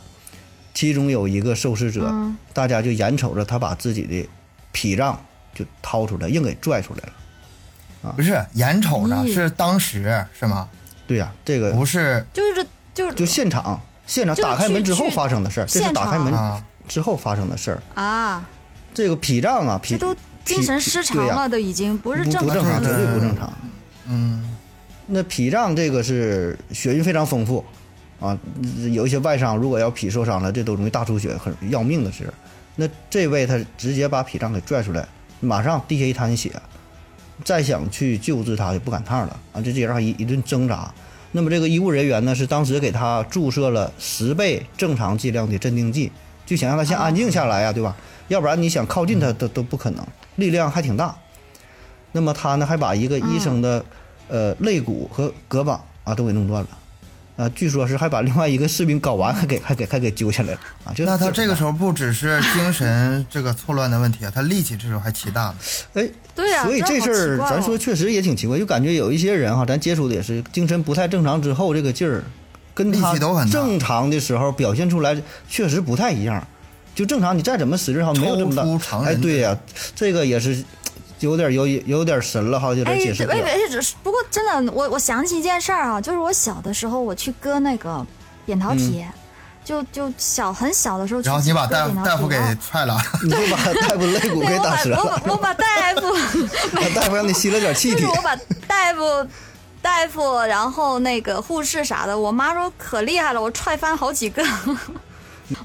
[SPEAKER 1] 其中有一个受试者，
[SPEAKER 3] 嗯
[SPEAKER 1] 大家就眼瞅着他把自己的脾脏就掏出来，硬给拽出来了。
[SPEAKER 2] 不是眼瞅着，
[SPEAKER 3] 咦
[SPEAKER 2] 是当时是吗？
[SPEAKER 1] 对呀、这个
[SPEAKER 2] 不是
[SPEAKER 3] 就是就是
[SPEAKER 1] 就现场现场
[SPEAKER 3] 就是
[SPEAKER 1] 打开门
[SPEAKER 3] 去
[SPEAKER 1] 之后
[SPEAKER 3] 去
[SPEAKER 1] 发生的事儿，这是
[SPEAKER 3] 现
[SPEAKER 1] 打开
[SPEAKER 3] 场
[SPEAKER 1] 门
[SPEAKER 2] 啊，
[SPEAKER 1] 之后发生的事儿。
[SPEAKER 3] 啊，
[SPEAKER 1] 这个脾脏啊，脾
[SPEAKER 3] 这都
[SPEAKER 1] 脾
[SPEAKER 3] 精神失常
[SPEAKER 1] 对呀
[SPEAKER 3] 了，都已经不是
[SPEAKER 1] 不
[SPEAKER 3] 正
[SPEAKER 1] 不正
[SPEAKER 3] 常
[SPEAKER 1] 常，
[SPEAKER 3] 的
[SPEAKER 1] 绝
[SPEAKER 2] 的
[SPEAKER 1] 对不正常。
[SPEAKER 2] 嗯，
[SPEAKER 1] 那脾脏这个是血运非常丰富啊，有一些外伤，如果要脾受伤了，这都容易大出血，很要命的事儿。那这位他直接把脾脏给拽出来，马上地下一滩血，再想去救治他也不赶趟了啊！这这人还一一顿挣扎。那么这个医务人员呢，是当时给他注射了十倍正常剂量的镇定剂，就想让他先安静下来呀、对吧？要不然你想靠近
[SPEAKER 2] 嗯
[SPEAKER 1] 他都都不可能，力量还挺大。那么他呢，还把一个医生
[SPEAKER 2] 嗯
[SPEAKER 1] 的、呃肋骨和胳膊啊都给弄断了，啊，据说是还把另外一个士兵睾丸还给还给还给揪下来了啊！这
[SPEAKER 2] 那他这个时
[SPEAKER 1] 候，
[SPEAKER 2] 候不只是精神这个错乱的问题啊， 他力气这时候还奇大呢。
[SPEAKER 1] 哎，
[SPEAKER 3] 对呀
[SPEAKER 1] 所以
[SPEAKER 3] 这
[SPEAKER 1] 这
[SPEAKER 3] 好
[SPEAKER 1] 事儿
[SPEAKER 3] 奇怪哦
[SPEAKER 1] 咱说确实也挺奇怪，就感觉有一些人哈，咱接触的也是精神不太正常之后，这个劲儿跟
[SPEAKER 2] 力
[SPEAKER 1] 他
[SPEAKER 2] 气都很大
[SPEAKER 1] 正常的时候表现出来确实不太一样。就正常，你再怎么使劲哈，没有这么大
[SPEAKER 2] 超出常。人
[SPEAKER 1] 哎，对呀、这个也是有点有有点神了哈，有
[SPEAKER 3] 哎，
[SPEAKER 1] 点解释不
[SPEAKER 3] 哎
[SPEAKER 1] 了。
[SPEAKER 3] 哎这是不过真的，我我想起一件事儿啊，就是我小的时候我去割那个扁
[SPEAKER 1] 嗯
[SPEAKER 3] 桃体，就就小很小的时候去
[SPEAKER 2] 然后你把
[SPEAKER 3] 割
[SPEAKER 2] 大
[SPEAKER 3] 扁桃
[SPEAKER 2] 大
[SPEAKER 3] 体
[SPEAKER 2] 夫给
[SPEAKER 3] 然后
[SPEAKER 2] 踹了，
[SPEAKER 1] 你就把大夫肋骨
[SPEAKER 3] 对
[SPEAKER 1] 给
[SPEAKER 3] 我
[SPEAKER 1] 打
[SPEAKER 3] 把
[SPEAKER 1] 折了，
[SPEAKER 3] 我把我把大夫。啊
[SPEAKER 1] 大夫让你吸了点气
[SPEAKER 3] 就
[SPEAKER 1] 体
[SPEAKER 3] 是。我把大夫、大夫，然后那个护士啥的，我妈说可厉害了，我踹翻好几个。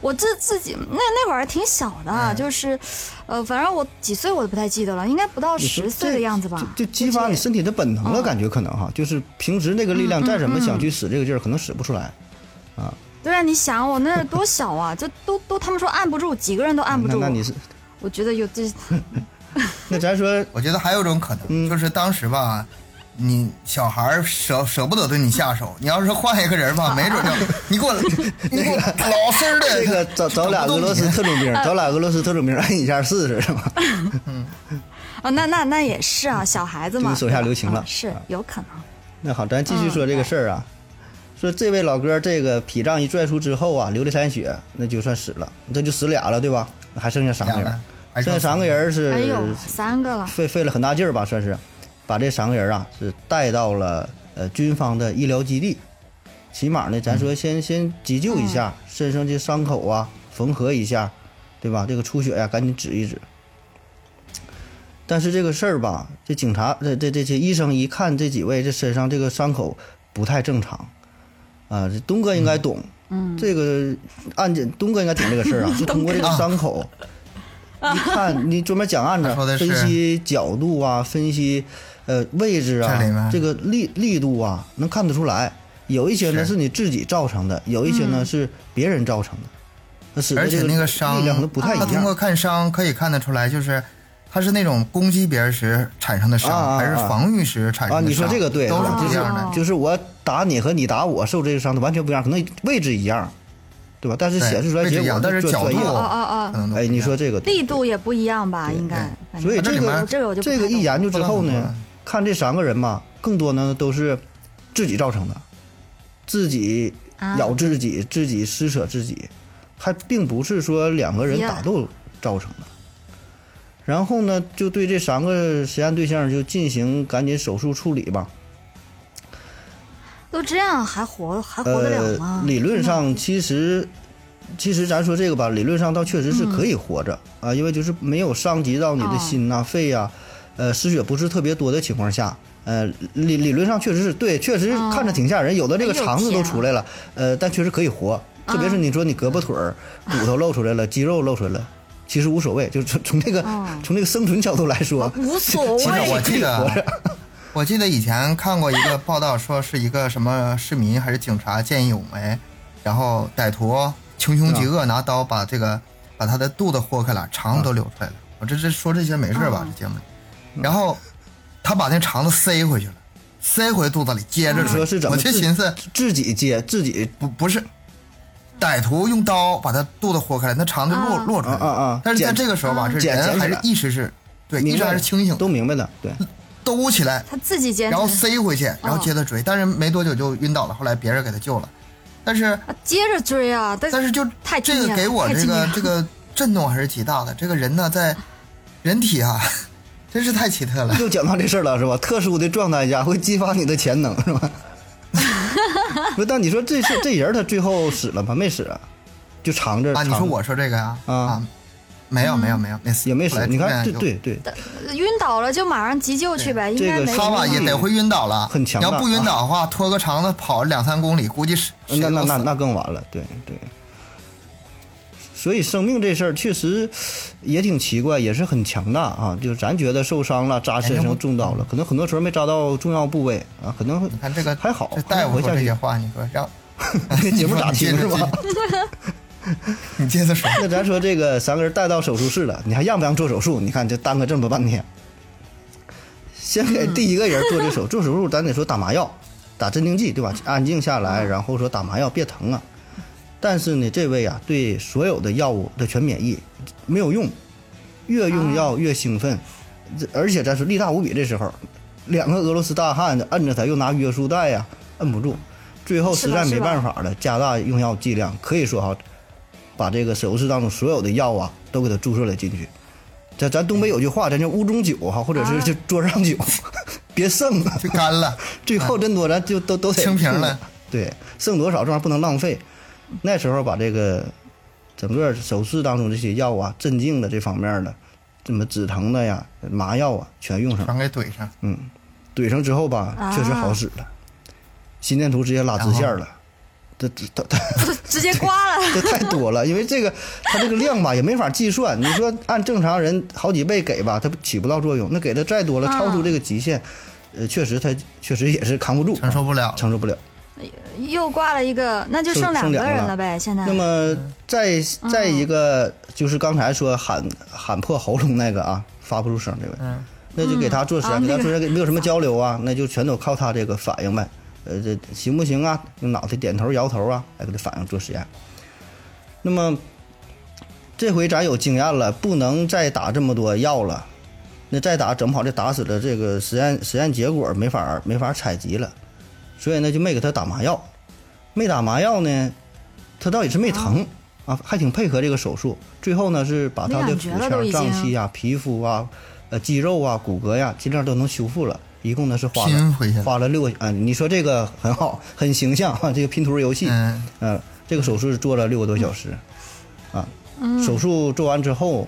[SPEAKER 3] 我自自己那那会儿还挺小的，
[SPEAKER 1] 哎
[SPEAKER 3] 就是，呃，反正我几岁我都不太记得了，应该不到
[SPEAKER 1] 你说
[SPEAKER 3] 十岁
[SPEAKER 1] 这
[SPEAKER 3] 的样子吧。嗯
[SPEAKER 1] 就就激发你身体的本能了，感觉可能哈，就是平时那个力量再怎么想去使这个劲儿，可能使不出来。
[SPEAKER 3] 对啊，你想我那多小啊，就都都他们说按不住，几个人都按不
[SPEAKER 1] 那
[SPEAKER 3] 住。
[SPEAKER 1] 那你是，
[SPEAKER 3] 我觉得有这
[SPEAKER 1] 那咱说嗯
[SPEAKER 2] 我觉得还有一种可能，就是当时吧，你小孩儿舍舍不得对你下手，你要是换一个人吧，没准就 你给我，你给我老实 儿的，
[SPEAKER 1] 这个 找找俩俄罗斯特种兵，找俩俄罗斯特种兵摁一下试试是吧？
[SPEAKER 3] 哦，那那那也是啊，小孩子嘛，
[SPEAKER 1] 就是手下留情了啊
[SPEAKER 3] 嗯是有可能。
[SPEAKER 1] 那好，咱继续说这个事儿啊。说这位老哥，这个脾脏一拽出之后啊，流了三血，那就算死了，这就死俩了，对吧？还剩下三个
[SPEAKER 2] 俩
[SPEAKER 1] 人
[SPEAKER 2] 了，还
[SPEAKER 1] 剩
[SPEAKER 2] 剩
[SPEAKER 1] 下三个人是
[SPEAKER 3] 哎呦，三个了，
[SPEAKER 1] 费费了很大劲儿吧，算是把这三个人啊是带到了呃军方的医疗基地，起码呢，咱说先、先急救一下，身上这伤口啊缝合一下，对吧？这个出血呀、赶紧止一止。但是这个事儿吧，这警察这这这这医生一看这几位这身上这个伤口不太正常，啊、这东哥应该懂，嗯，这个案件东哥应该懂这个事儿啊，就通过这个伤口。一看你专门讲案子
[SPEAKER 2] 他说，的是
[SPEAKER 1] 分析角度啊，分析呃位置
[SPEAKER 2] 这里
[SPEAKER 1] 啊
[SPEAKER 2] 面，
[SPEAKER 1] 这个力力度啊，能看得出来。有一些呢
[SPEAKER 2] 是
[SPEAKER 1] 是你自己造成的，有一些呢是别人造成的，它使得
[SPEAKER 2] 而且
[SPEAKER 1] 这
[SPEAKER 2] 那
[SPEAKER 1] 个
[SPEAKER 2] 个伤
[SPEAKER 1] 力量都不太一啊
[SPEAKER 2] 他通过
[SPEAKER 1] 样。
[SPEAKER 2] 看伤可以看得出来，就是他是那种攻击别人时产生的伤，
[SPEAKER 1] 啊啊啊
[SPEAKER 2] 还是防御时产生
[SPEAKER 1] 啊，
[SPEAKER 2] 的伤。
[SPEAKER 1] 你说这个对，
[SPEAKER 2] 都是
[SPEAKER 1] 就
[SPEAKER 2] 不一
[SPEAKER 1] 是
[SPEAKER 2] 样的。
[SPEAKER 3] 哦
[SPEAKER 1] 就是我打你和你打我受这个伤的完全不一样，可能位置一样，对吧？但是
[SPEAKER 2] 对
[SPEAKER 1] 显示出来
[SPEAKER 2] 位置
[SPEAKER 1] 结
[SPEAKER 2] 一
[SPEAKER 1] 果
[SPEAKER 2] 样但是
[SPEAKER 1] 专
[SPEAKER 2] 角
[SPEAKER 1] 专业
[SPEAKER 2] 度
[SPEAKER 3] 哦
[SPEAKER 1] 了。
[SPEAKER 3] 哦
[SPEAKER 2] 可
[SPEAKER 3] 哦，
[SPEAKER 2] 能都不
[SPEAKER 1] 哎，
[SPEAKER 2] 一样
[SPEAKER 1] 你说这个对
[SPEAKER 3] 力度也不一样吧？应该，
[SPEAKER 1] 哎
[SPEAKER 3] 反正
[SPEAKER 1] 所以这
[SPEAKER 2] 这里
[SPEAKER 1] 个
[SPEAKER 2] 面
[SPEAKER 3] 这个我就不
[SPEAKER 1] 这个
[SPEAKER 3] 太懂
[SPEAKER 1] 一研究之后
[SPEAKER 2] 不能
[SPEAKER 1] 呢
[SPEAKER 2] 懂，
[SPEAKER 1] 看这三个人嘛，更多呢都是自己造成的，自己
[SPEAKER 3] 啊
[SPEAKER 1] 咬自己，自己撕扯自己，还并不是说两个人
[SPEAKER 3] 呀
[SPEAKER 1] 打斗造成的。然后呢，就对这三个实验对象就进行赶紧手术处理吧。
[SPEAKER 3] 都这样还活还活得了
[SPEAKER 1] 呃
[SPEAKER 3] 吗，？
[SPEAKER 1] 理论上其实，其实咱说这个吧，理论上倒确实是可以活着、啊，因为就是没有伤及到你的
[SPEAKER 3] 嗯哦
[SPEAKER 1] 心呐、肺呀、呃，失血不是特别多的情况下，呃，理理论上确实是对，确实
[SPEAKER 3] 哦
[SPEAKER 1] 看着挺吓人，有的这个
[SPEAKER 3] 哎呦
[SPEAKER 1] 肠子都
[SPEAKER 3] 天啊
[SPEAKER 1] 出来了，呃，但确实可以活，特别是你说你胳膊腿儿、
[SPEAKER 3] 啊
[SPEAKER 1] 骨头露出来了，肌肉露出来了。其实无所谓，就是从从这个、
[SPEAKER 3] 哦
[SPEAKER 1] 从这个生存角度来说，
[SPEAKER 3] 无所
[SPEAKER 2] 其实
[SPEAKER 3] 谓，
[SPEAKER 2] 我记
[SPEAKER 1] 活着
[SPEAKER 2] 得， 我记得以前看过一个报道，说是一个什么市民还是警察见义勇为，然后歹徒穷凶极恶，拿刀把这个把他的肚子豁开了，肠子都流出来了。我这这说这些没事吧？
[SPEAKER 1] 嗯
[SPEAKER 2] 这节目里，然后他把那肠子塞回去了，塞回肚子里接着
[SPEAKER 1] 你说
[SPEAKER 2] 吃。
[SPEAKER 1] 是怎么
[SPEAKER 2] 我就
[SPEAKER 1] 自
[SPEAKER 2] 寻思，
[SPEAKER 1] 自己接自己
[SPEAKER 2] 不不是，歹徒用刀把他肚子豁开了，那肠子落
[SPEAKER 3] 啊
[SPEAKER 2] 落出来了。
[SPEAKER 1] 啊啊啊
[SPEAKER 2] 但是在
[SPEAKER 1] 捡
[SPEAKER 2] 这个时候吧，是
[SPEAKER 1] 捡捡
[SPEAKER 2] 人
[SPEAKER 1] 起
[SPEAKER 2] 还是
[SPEAKER 1] 来
[SPEAKER 2] 意识是，对，意
[SPEAKER 1] 明
[SPEAKER 2] 识
[SPEAKER 1] 白
[SPEAKER 2] 还
[SPEAKER 1] 的
[SPEAKER 2] 是清醒的，
[SPEAKER 1] 都明白的，对。
[SPEAKER 2] 兜起来。
[SPEAKER 3] 他自己坚持
[SPEAKER 2] 然后塞回去，然后接着追，但是没多久就晕倒了。后来别人给他救了，但是
[SPEAKER 3] 啊接着追啊！但
[SPEAKER 2] 但是就
[SPEAKER 3] 太
[SPEAKER 2] 这
[SPEAKER 3] 敬业
[SPEAKER 2] 个
[SPEAKER 3] 了
[SPEAKER 2] 给我
[SPEAKER 3] 太
[SPEAKER 2] 这
[SPEAKER 3] 敬业
[SPEAKER 2] 个
[SPEAKER 3] 了
[SPEAKER 2] 这个震动还是极大的。这个人呢，在人体啊，真是太奇特了。
[SPEAKER 1] 又讲到这事儿了是吧？特殊的状态下会激发你的潜能是吧？不，但你说这事这人他最后死了吗？没死啊，就藏着
[SPEAKER 2] 啊，你说
[SPEAKER 1] 藏着
[SPEAKER 2] 我说这个呀？
[SPEAKER 1] 啊
[SPEAKER 2] 啊，没有没有没有，没死
[SPEAKER 1] 也没
[SPEAKER 2] 后
[SPEAKER 1] 死，
[SPEAKER 2] 来
[SPEAKER 1] 你
[SPEAKER 2] 住
[SPEAKER 1] 看
[SPEAKER 2] 院
[SPEAKER 1] 这
[SPEAKER 2] 就
[SPEAKER 1] 对对，
[SPEAKER 3] 呃晕倒了就马上急救去呗，应该
[SPEAKER 1] 这个
[SPEAKER 3] 没
[SPEAKER 1] 是
[SPEAKER 2] 他
[SPEAKER 3] 什
[SPEAKER 2] 吧
[SPEAKER 3] 么
[SPEAKER 2] 也
[SPEAKER 1] 嗯
[SPEAKER 2] 得会晕倒了，
[SPEAKER 1] 很强
[SPEAKER 2] 你
[SPEAKER 1] 大
[SPEAKER 2] 要不晕倒的话，拖个肠子跑两三公里，估计是谁
[SPEAKER 1] 那
[SPEAKER 2] 都
[SPEAKER 1] 那那
[SPEAKER 2] 死
[SPEAKER 1] 那更完了，对对。所以生命这事儿确实也挺奇怪，也是很强大啊！就是咱觉得受伤了、扎身
[SPEAKER 2] 哎那
[SPEAKER 1] 上
[SPEAKER 2] 不
[SPEAKER 1] 中刀了，可能很多时候没扎到重要部位啊，可能
[SPEAKER 2] 你看这个
[SPEAKER 1] 还好
[SPEAKER 2] 这大夫
[SPEAKER 1] 还能活
[SPEAKER 2] 说
[SPEAKER 1] 下
[SPEAKER 2] 这
[SPEAKER 1] 去
[SPEAKER 2] 些话，你说让
[SPEAKER 1] 节目咋听是吧？
[SPEAKER 2] 你接着说，
[SPEAKER 1] 那咱说这个三个人带到手术室了，你还让不让做手术？你看这耽搁这么半天，先给第一个人做这手做手术，咱得说打麻药，打镇定剂对吧？安静下来，然后说打麻药别疼啊。但是呢，这位啊对所有的药物的全免疫，没有用，越用药越兴奋，这而且咱说力大无比。这时候，两个俄罗斯大汉摁着他，又拿约束带呀、摁不住，最后实在没办法了，加大用药剂量，可以说哈，把这个手术室当中所有的药啊都给他注射了进去。咱咱东北有句话，咱叫屋中酒哈，或者是
[SPEAKER 3] 啊
[SPEAKER 1] 就桌上酒， 别剩啊了。
[SPEAKER 2] 就干了。
[SPEAKER 1] 最后真多，咱就都都得
[SPEAKER 2] 清瓶了。
[SPEAKER 1] 对，剩多少这玩意儿不能浪费。那时候把这个整个手术当中这些药啊、镇静的这方面的，什么止疼的呀、麻药啊，全用上了。
[SPEAKER 2] 全给怼上。
[SPEAKER 1] 嗯，怼上之后吧，
[SPEAKER 3] 啊
[SPEAKER 1] 确实好使了。心电图直接拉直线了，这这它它
[SPEAKER 3] 直接刮了，
[SPEAKER 1] 这太多了，因为这个它这个量吧也没法计算。你说按正常人好几倍给吧，它起不到作用；那给的再多了，
[SPEAKER 3] 啊
[SPEAKER 1] 超出这个极限，呃，确实它确实也是扛不住，
[SPEAKER 2] 承受不了了
[SPEAKER 1] 承受不了。
[SPEAKER 3] 又挂了一个，那就
[SPEAKER 1] 剩
[SPEAKER 3] 剩两个
[SPEAKER 1] 剩两
[SPEAKER 3] 人
[SPEAKER 1] 个
[SPEAKER 3] 了呗。现在
[SPEAKER 1] 那么再
[SPEAKER 3] 嗯
[SPEAKER 1] 再一个，就是刚才说喊喊破喉咙那个啊，发不出声这位，
[SPEAKER 2] 嗯
[SPEAKER 1] 那就给他做实验，
[SPEAKER 3] 嗯啊
[SPEAKER 1] 给他
[SPEAKER 3] 那个
[SPEAKER 1] 做实验没有什么交流啊，那就全都靠他这个反应呗。呃，这行不行啊？用脑袋点头摇头啊，来给他反应做实验。那么这回咱有经验了，不能再打这么多药了。那再打整不好这打死了，这个实验实验结果没法儿没法儿采集了，所以呢就没给他打麻药。没打麻药呢，他倒也是没疼啊，还挺配合这个手术。最后呢是把他的
[SPEAKER 3] 没
[SPEAKER 1] 腹
[SPEAKER 3] 感觉了都
[SPEAKER 1] 腔、
[SPEAKER 3] 已经
[SPEAKER 1] 脏器啊、皮肤啊、呃肌肉啊、骨骼呀、尽量都能修复了。一共呢是花了
[SPEAKER 2] 拼回去了。
[SPEAKER 1] 花了六个啊，你说这个很好，很形象啊，这个拼图游戏，
[SPEAKER 2] 嗯，
[SPEAKER 1] 嗯，这个手术是做了六个多小时，啊，
[SPEAKER 3] 嗯
[SPEAKER 1] 手术做完之后，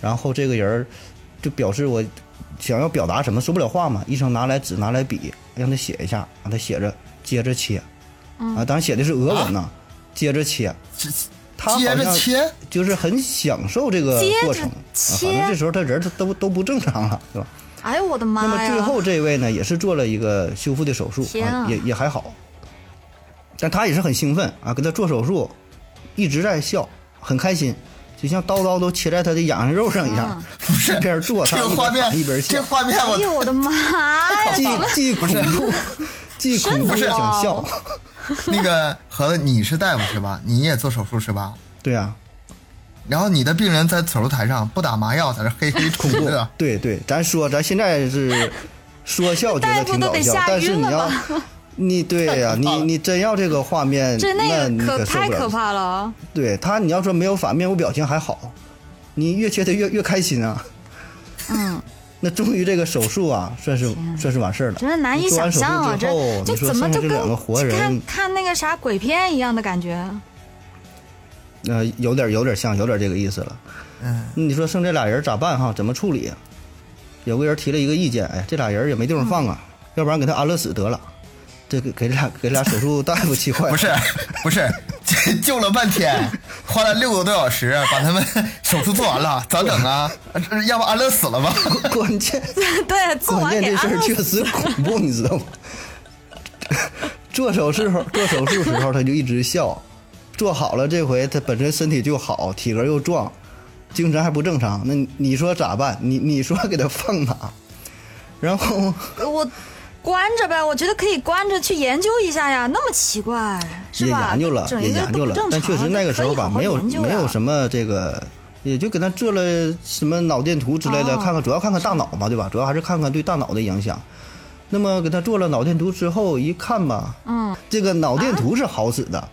[SPEAKER 1] 然后这个人儿就表示我想要表达什么，说不了话嘛。医生拿来纸，拿来笔，让他写一下，让他写着，接着切，
[SPEAKER 3] 嗯
[SPEAKER 1] 啊，当然写的是俄文呐，接着切，
[SPEAKER 2] 这
[SPEAKER 1] 他好
[SPEAKER 2] 接着
[SPEAKER 1] 像
[SPEAKER 2] 切，
[SPEAKER 1] 就是很享受这个
[SPEAKER 3] 接着
[SPEAKER 1] 过程，啊，
[SPEAKER 3] 切
[SPEAKER 1] 反正这时候他人儿他都都不正常了，对吧？
[SPEAKER 3] 哎呦我的
[SPEAKER 1] 那
[SPEAKER 3] 妈
[SPEAKER 1] 么
[SPEAKER 3] 呀！
[SPEAKER 1] 最后这位呢，也是做了一个修复的手术，
[SPEAKER 3] 天
[SPEAKER 1] 啊
[SPEAKER 3] 啊
[SPEAKER 1] 也也还好，但他也是很兴奋啊，给他做手术，一直在笑，很开心，就像刀刀都切在他的痒痒肉上一样
[SPEAKER 3] 啊，
[SPEAKER 1] 不是一边做
[SPEAKER 2] 这
[SPEAKER 1] 他
[SPEAKER 2] 个
[SPEAKER 1] 一
[SPEAKER 2] 画
[SPEAKER 1] 边
[SPEAKER 2] 面
[SPEAKER 1] 打一边，
[SPEAKER 2] 这
[SPEAKER 1] 笑，
[SPEAKER 2] 画面
[SPEAKER 3] 哎
[SPEAKER 2] 我
[SPEAKER 3] 呦我的妈呀！
[SPEAKER 1] 既既恐 怖，既恐怖
[SPEAKER 3] 真的
[SPEAKER 1] 又
[SPEAKER 3] 哦
[SPEAKER 1] 想笑，
[SPEAKER 2] 那个和你是大夫是吧？你也做手术是吧？
[SPEAKER 1] 对啊，
[SPEAKER 2] 然后你的病人在手术台上不打麻药，在这嘿嘿
[SPEAKER 1] 恐
[SPEAKER 2] 吐
[SPEAKER 1] 怖
[SPEAKER 2] 的，，
[SPEAKER 1] 对对，咱说咱现在是说笑觉得挺搞笑，
[SPEAKER 3] 大夫都得吓
[SPEAKER 1] 但是
[SPEAKER 3] 晕
[SPEAKER 1] 你
[SPEAKER 3] 了
[SPEAKER 1] 要
[SPEAKER 3] 吧。
[SPEAKER 1] 你对呀、 你你真要这个画面，
[SPEAKER 3] 这
[SPEAKER 1] 那
[SPEAKER 3] 那
[SPEAKER 1] 你
[SPEAKER 3] 个可
[SPEAKER 1] 可受
[SPEAKER 3] 太
[SPEAKER 1] 不了
[SPEAKER 3] 可怕了，
[SPEAKER 1] 对他，你要说没有反面无表情还好，你越切他越越开心啊。
[SPEAKER 3] 嗯，
[SPEAKER 1] 那终于这个手术啊，算是
[SPEAKER 3] 天
[SPEAKER 1] 算是完事儿了。
[SPEAKER 3] 真的难以想象啊！
[SPEAKER 1] 做完手术之后
[SPEAKER 3] 这
[SPEAKER 1] 你说
[SPEAKER 3] 怎么
[SPEAKER 1] 剩下
[SPEAKER 3] 就
[SPEAKER 1] 这
[SPEAKER 3] 跟
[SPEAKER 1] 两个活人
[SPEAKER 3] 看看那个啥鬼片一样的感觉？
[SPEAKER 1] 呃，有点有点像，有点这个意思了。
[SPEAKER 2] 嗯，
[SPEAKER 1] 你说剩这俩人咋办哈？怎么处理？有个人提了一个意见，哎，这俩人也没地方放啊，
[SPEAKER 3] 嗯
[SPEAKER 1] 要不然给他安乐死得了。这给给俩给俩手术大夫气坏了。
[SPEAKER 2] 不是不是，这救了半天，花了六个多小时把他们手术做 完了，咋整啊？ 这要不安乐死了吧？
[SPEAKER 1] 关键
[SPEAKER 3] 对，做
[SPEAKER 1] 关
[SPEAKER 3] 完
[SPEAKER 1] 键
[SPEAKER 3] 给
[SPEAKER 1] 这事
[SPEAKER 3] 安
[SPEAKER 1] 儿
[SPEAKER 3] 乐
[SPEAKER 1] 确
[SPEAKER 3] 死。
[SPEAKER 1] 实恐怖，你知道吗？做手术后，做手术时候他就一直笑，做好了这回他本身身体就好，体格又壮，精神还不正常，那你你说咋办？你你说给他放哪？然后
[SPEAKER 3] 我关着呗，我觉得可以关着去研究一下呀，那么奇怪是
[SPEAKER 1] 也
[SPEAKER 3] 吧？
[SPEAKER 1] 研究了，
[SPEAKER 3] 整
[SPEAKER 1] 也
[SPEAKER 3] 一个
[SPEAKER 1] 研究了
[SPEAKER 3] 都不正，
[SPEAKER 1] 但
[SPEAKER 3] 常
[SPEAKER 1] 确实那个时候吧，没有
[SPEAKER 3] 可以好好研究呀
[SPEAKER 1] 没有什么这个，也就给他做了什么脑电图之类的，
[SPEAKER 3] 哦
[SPEAKER 1] 看看主要看看大脑嘛，对吧？主要还是看看对大脑的影响。那么给他做了脑电图之后，一看吧，
[SPEAKER 3] 嗯
[SPEAKER 1] 这个脑电图是好使的，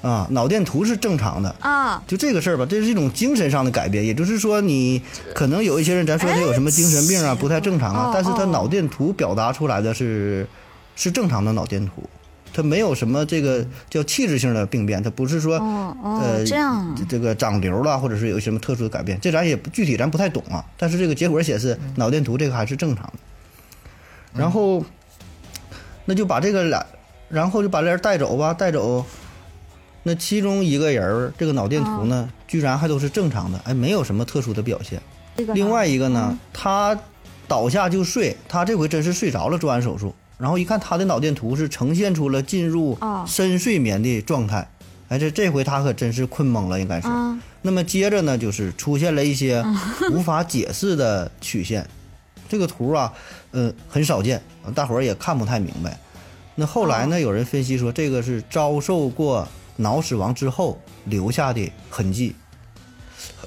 [SPEAKER 1] 啊脑电图是正常的。
[SPEAKER 3] 啊，
[SPEAKER 1] 就这个事儿吧，这是一种精神上的改变，也就是说，你可能有一些人，咱说他有什么精神病啊，
[SPEAKER 3] 哎
[SPEAKER 1] 不太正常啊
[SPEAKER 3] 哦，
[SPEAKER 1] 但是他
[SPEAKER 3] 哦
[SPEAKER 1] 脑电图表达出来的是是正常的脑电图，他没有什么这个叫器质性的病变，他不是说
[SPEAKER 3] 哦哦
[SPEAKER 1] 呃，
[SPEAKER 3] 这样
[SPEAKER 1] 这这个长瘤了，或者是有什么特殊的改变，这咱也不具体咱不太懂啊。但是这个结果显
[SPEAKER 3] 嗯
[SPEAKER 1] 示脑电图这个还是正常的，然后那就把这个俩，然后就把这人带走吧，带走。那其中一个人儿这个脑电图
[SPEAKER 3] 嗯
[SPEAKER 1] 呢，居然还都是正常的，哎，没有什么特殊的表现。
[SPEAKER 3] 这个呢嗯
[SPEAKER 1] 另外一个呢，他倒下就睡，他这回真是睡着了，做完手术，然后一看他的脑电图是呈现出了进入
[SPEAKER 3] 哦
[SPEAKER 1] 深睡眠的状态，哎，这这回他可真是困懵了，应该是。
[SPEAKER 3] 啊
[SPEAKER 1] 那么接着呢，就是出现了一些
[SPEAKER 3] 嗯
[SPEAKER 1] 无法解释的曲线，这个图啊，呃，很少见，大伙儿也看不太明白。那后来
[SPEAKER 3] 哦
[SPEAKER 1] 呢，有人分析说，这个是遭受过脑死亡之后留下的痕迹。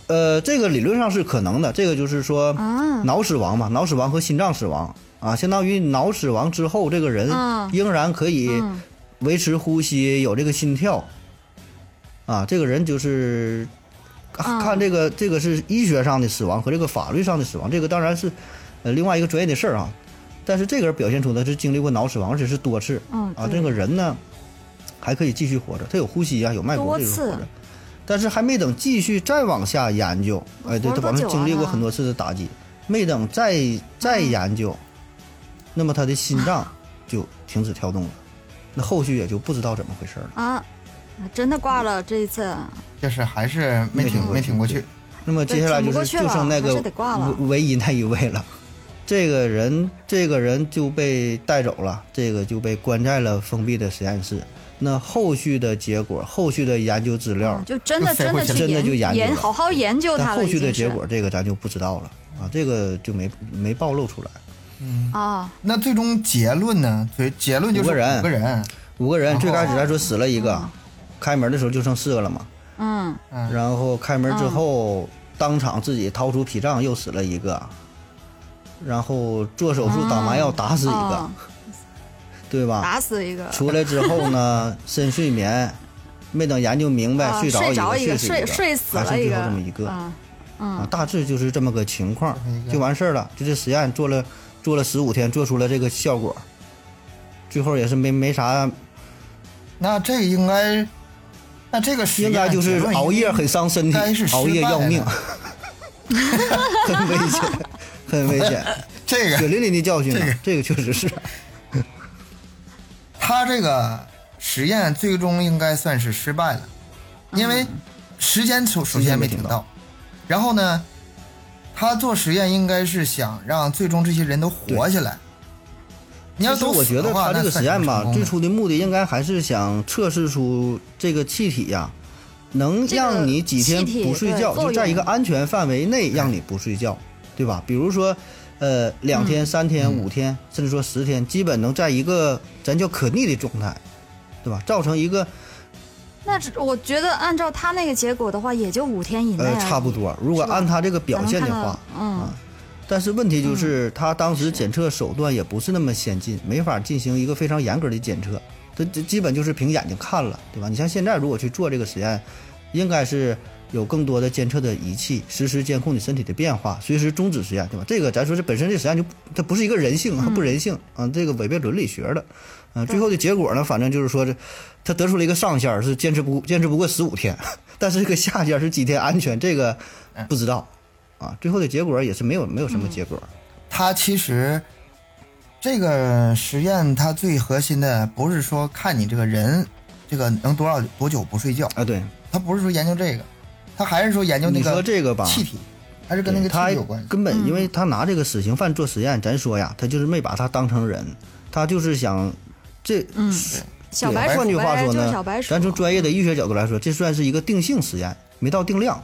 [SPEAKER 1] 呃，这个理论上是可能的，这个就是说
[SPEAKER 3] 啊
[SPEAKER 1] 脑死亡嘛，脑死亡和心脏死亡啊，相当于脑死亡之后，这个人
[SPEAKER 3] 嗯
[SPEAKER 1] 仍然可以
[SPEAKER 3] 嗯
[SPEAKER 1] 维持呼吸，有这个心跳，啊，这个人就是啊
[SPEAKER 3] 嗯
[SPEAKER 1] 看这个这个是医学上的死亡和这个法律上的死亡，这个当然是呃另外一个专业的事儿啊。但是这个人表现出的是经历过脑死亡，而且是多次
[SPEAKER 3] 嗯
[SPEAKER 1] 啊，
[SPEAKER 3] 对
[SPEAKER 1] 这个人呢还可以继续活着，他有呼吸啊，有脉搏
[SPEAKER 3] 多
[SPEAKER 1] 这种活
[SPEAKER 3] 次
[SPEAKER 1] 着。但是还没等继续再往下研究，哎，对，
[SPEAKER 3] 活
[SPEAKER 1] 他
[SPEAKER 3] 了多
[SPEAKER 1] 往上
[SPEAKER 3] 久
[SPEAKER 1] 经历
[SPEAKER 3] 啊
[SPEAKER 1] 过
[SPEAKER 3] 他
[SPEAKER 1] 很多次的打击，没等再再研究，那么他的心脏就停止跳动了，
[SPEAKER 3] 嗯
[SPEAKER 1] 那后续也就不知道怎么回事了。
[SPEAKER 3] 啊，真的挂了这一次，
[SPEAKER 2] 就是还是没挺没挺过去。
[SPEAKER 1] 那么接下来就
[SPEAKER 3] 对挺不过
[SPEAKER 1] 是
[SPEAKER 3] 去
[SPEAKER 1] 就
[SPEAKER 3] 了
[SPEAKER 1] 剩那
[SPEAKER 3] 还
[SPEAKER 1] 个
[SPEAKER 3] 是得挂了
[SPEAKER 1] 唯唯一那一位了。这个人，这个人就被带走了，这个就被关在了封闭的实验室。那后续的结果，后续的研究资料，
[SPEAKER 3] 哦就真的
[SPEAKER 2] 那谁
[SPEAKER 3] 真
[SPEAKER 2] 会
[SPEAKER 3] 的
[SPEAKER 2] 去
[SPEAKER 3] 去
[SPEAKER 1] 真的就研
[SPEAKER 3] 研
[SPEAKER 1] 究了
[SPEAKER 3] 好好研究
[SPEAKER 1] 但
[SPEAKER 3] 它了，
[SPEAKER 1] 后续
[SPEAKER 3] 已
[SPEAKER 1] 的
[SPEAKER 3] 经
[SPEAKER 1] 结
[SPEAKER 3] 是
[SPEAKER 1] 果，这个咱就不知道了。啊，这个就没没暴露出来。
[SPEAKER 3] 哦，
[SPEAKER 2] 那最终结论呢？结结论就是
[SPEAKER 1] 五个人
[SPEAKER 2] 五个人，
[SPEAKER 1] 五个人
[SPEAKER 2] 哦
[SPEAKER 1] 最开始来说死了一个，开门的时候就剩四个了嘛。
[SPEAKER 3] 嗯
[SPEAKER 2] 嗯，
[SPEAKER 1] 然后开门之后，当场自己掏出脾脏又死了一个，然后做手术打麻药打死一个
[SPEAKER 3] 哦，
[SPEAKER 1] 对吧？
[SPEAKER 3] 打死一个，啊
[SPEAKER 1] 出来之后呢， 深睡眠，没等研究明白，
[SPEAKER 3] 啊
[SPEAKER 1] 着
[SPEAKER 3] 睡着
[SPEAKER 1] 一
[SPEAKER 3] 一
[SPEAKER 1] 个，
[SPEAKER 3] 个，
[SPEAKER 1] 死一
[SPEAKER 3] 睡
[SPEAKER 1] 个，
[SPEAKER 3] 睡死
[SPEAKER 1] 还
[SPEAKER 3] 了
[SPEAKER 1] 剩
[SPEAKER 3] 一
[SPEAKER 1] 最
[SPEAKER 3] 个
[SPEAKER 1] 后这么一个。
[SPEAKER 3] 嗯
[SPEAKER 1] 啊
[SPEAKER 3] 嗯，
[SPEAKER 1] 大致就是这么个情况
[SPEAKER 2] 这么一，个
[SPEAKER 1] 就完事儿了。就这实验做了做了十五天，做出了这个效果，最后也是没没啥，
[SPEAKER 2] 那这应该，那这个实
[SPEAKER 1] 应
[SPEAKER 2] 验
[SPEAKER 1] 该就是
[SPEAKER 2] 结论
[SPEAKER 1] 熬夜很伤身体
[SPEAKER 2] 应该是，失败
[SPEAKER 1] 熬夜要 命
[SPEAKER 2] 了，
[SPEAKER 1] 很危险，很危险。
[SPEAKER 2] 这个
[SPEAKER 1] 血淋淋的教训
[SPEAKER 2] 这个
[SPEAKER 1] 啊，这个确实是
[SPEAKER 2] 他这个实验最终应该算是失败了，因为时间首首先没
[SPEAKER 1] 嗯时间没
[SPEAKER 2] 挺
[SPEAKER 1] 挺
[SPEAKER 2] 到，然后呢，他做实验应该是想让最终这些人都活下来。你要
[SPEAKER 1] 其实
[SPEAKER 2] 都
[SPEAKER 1] 我
[SPEAKER 2] 死
[SPEAKER 1] 觉得
[SPEAKER 2] 的话，
[SPEAKER 1] 他这个
[SPEAKER 2] 那算
[SPEAKER 1] 实验
[SPEAKER 2] 是
[SPEAKER 1] 吧
[SPEAKER 2] 成功，的
[SPEAKER 1] 最初的目的应该还是想测试出这个气体呀、能
[SPEAKER 3] 这个
[SPEAKER 1] 让你几天
[SPEAKER 3] 气体
[SPEAKER 1] 不睡
[SPEAKER 3] 对
[SPEAKER 1] 觉，
[SPEAKER 3] 作
[SPEAKER 1] 就在一
[SPEAKER 3] 用
[SPEAKER 1] 个安全范围内让
[SPEAKER 2] 哎
[SPEAKER 1] 你不睡觉，对吧？比如说，呃，两
[SPEAKER 2] 嗯
[SPEAKER 1] 天、三天、五天，甚至说十天，基本能在一个咱叫可逆的状态，对吧？造成一个
[SPEAKER 3] 那只我觉得按照他那个结果的话，也就五天以内
[SPEAKER 1] 呃
[SPEAKER 3] 而已
[SPEAKER 1] 差不多。如果
[SPEAKER 3] 是吧
[SPEAKER 1] 按他这个表
[SPEAKER 3] 咱们
[SPEAKER 1] 现
[SPEAKER 3] 看
[SPEAKER 1] 的
[SPEAKER 3] 到
[SPEAKER 1] 话，
[SPEAKER 3] 嗯
[SPEAKER 1] 啊，但是问题就是，他当时检测手段也不是那么先进，没法进行一个非常严格的检测，这这基本就是凭眼睛看了，对吧？你像现在如果去做这个实验，应该是有更多的监测的仪器，实时监控你身体的变化，随时终止实验，对吧？这个咱说这本身这实验就它不是一个人性啊，不人性啊，这个违背伦理学的。嗯，最后的结果呢，反正就是说这，他得出了一个上限儿是坚持不坚持不过十五天， 但是这个下限儿是几天安全，这个不知道啊。最后的结果也是没有没有什
[SPEAKER 3] 嗯
[SPEAKER 1] 么结果。
[SPEAKER 2] 他其实这个实验，它最核心的不是说看你这个人这个能多少多久不睡觉，
[SPEAKER 1] 啊，对，
[SPEAKER 2] 他不是说研究这个，他还是说研究那
[SPEAKER 1] 你说
[SPEAKER 2] 个
[SPEAKER 1] 这个吧，
[SPEAKER 2] 气体，还是跟那个
[SPEAKER 1] 对
[SPEAKER 2] 气
[SPEAKER 1] 他
[SPEAKER 2] 体有关系。
[SPEAKER 1] 根
[SPEAKER 3] 嗯
[SPEAKER 1] 本因为他拿这个死刑犯做实验，咱说呀，他就是没把他当成人，他就是想这。
[SPEAKER 3] 嗯，小
[SPEAKER 1] 对
[SPEAKER 3] 白鼠
[SPEAKER 1] 换句话
[SPEAKER 3] 呗
[SPEAKER 1] 说
[SPEAKER 3] 就是
[SPEAKER 1] 呢
[SPEAKER 3] 小白，鼠，嗯
[SPEAKER 1] 咱从专业的医学角度来说，这算是一个定性实验，没到定量。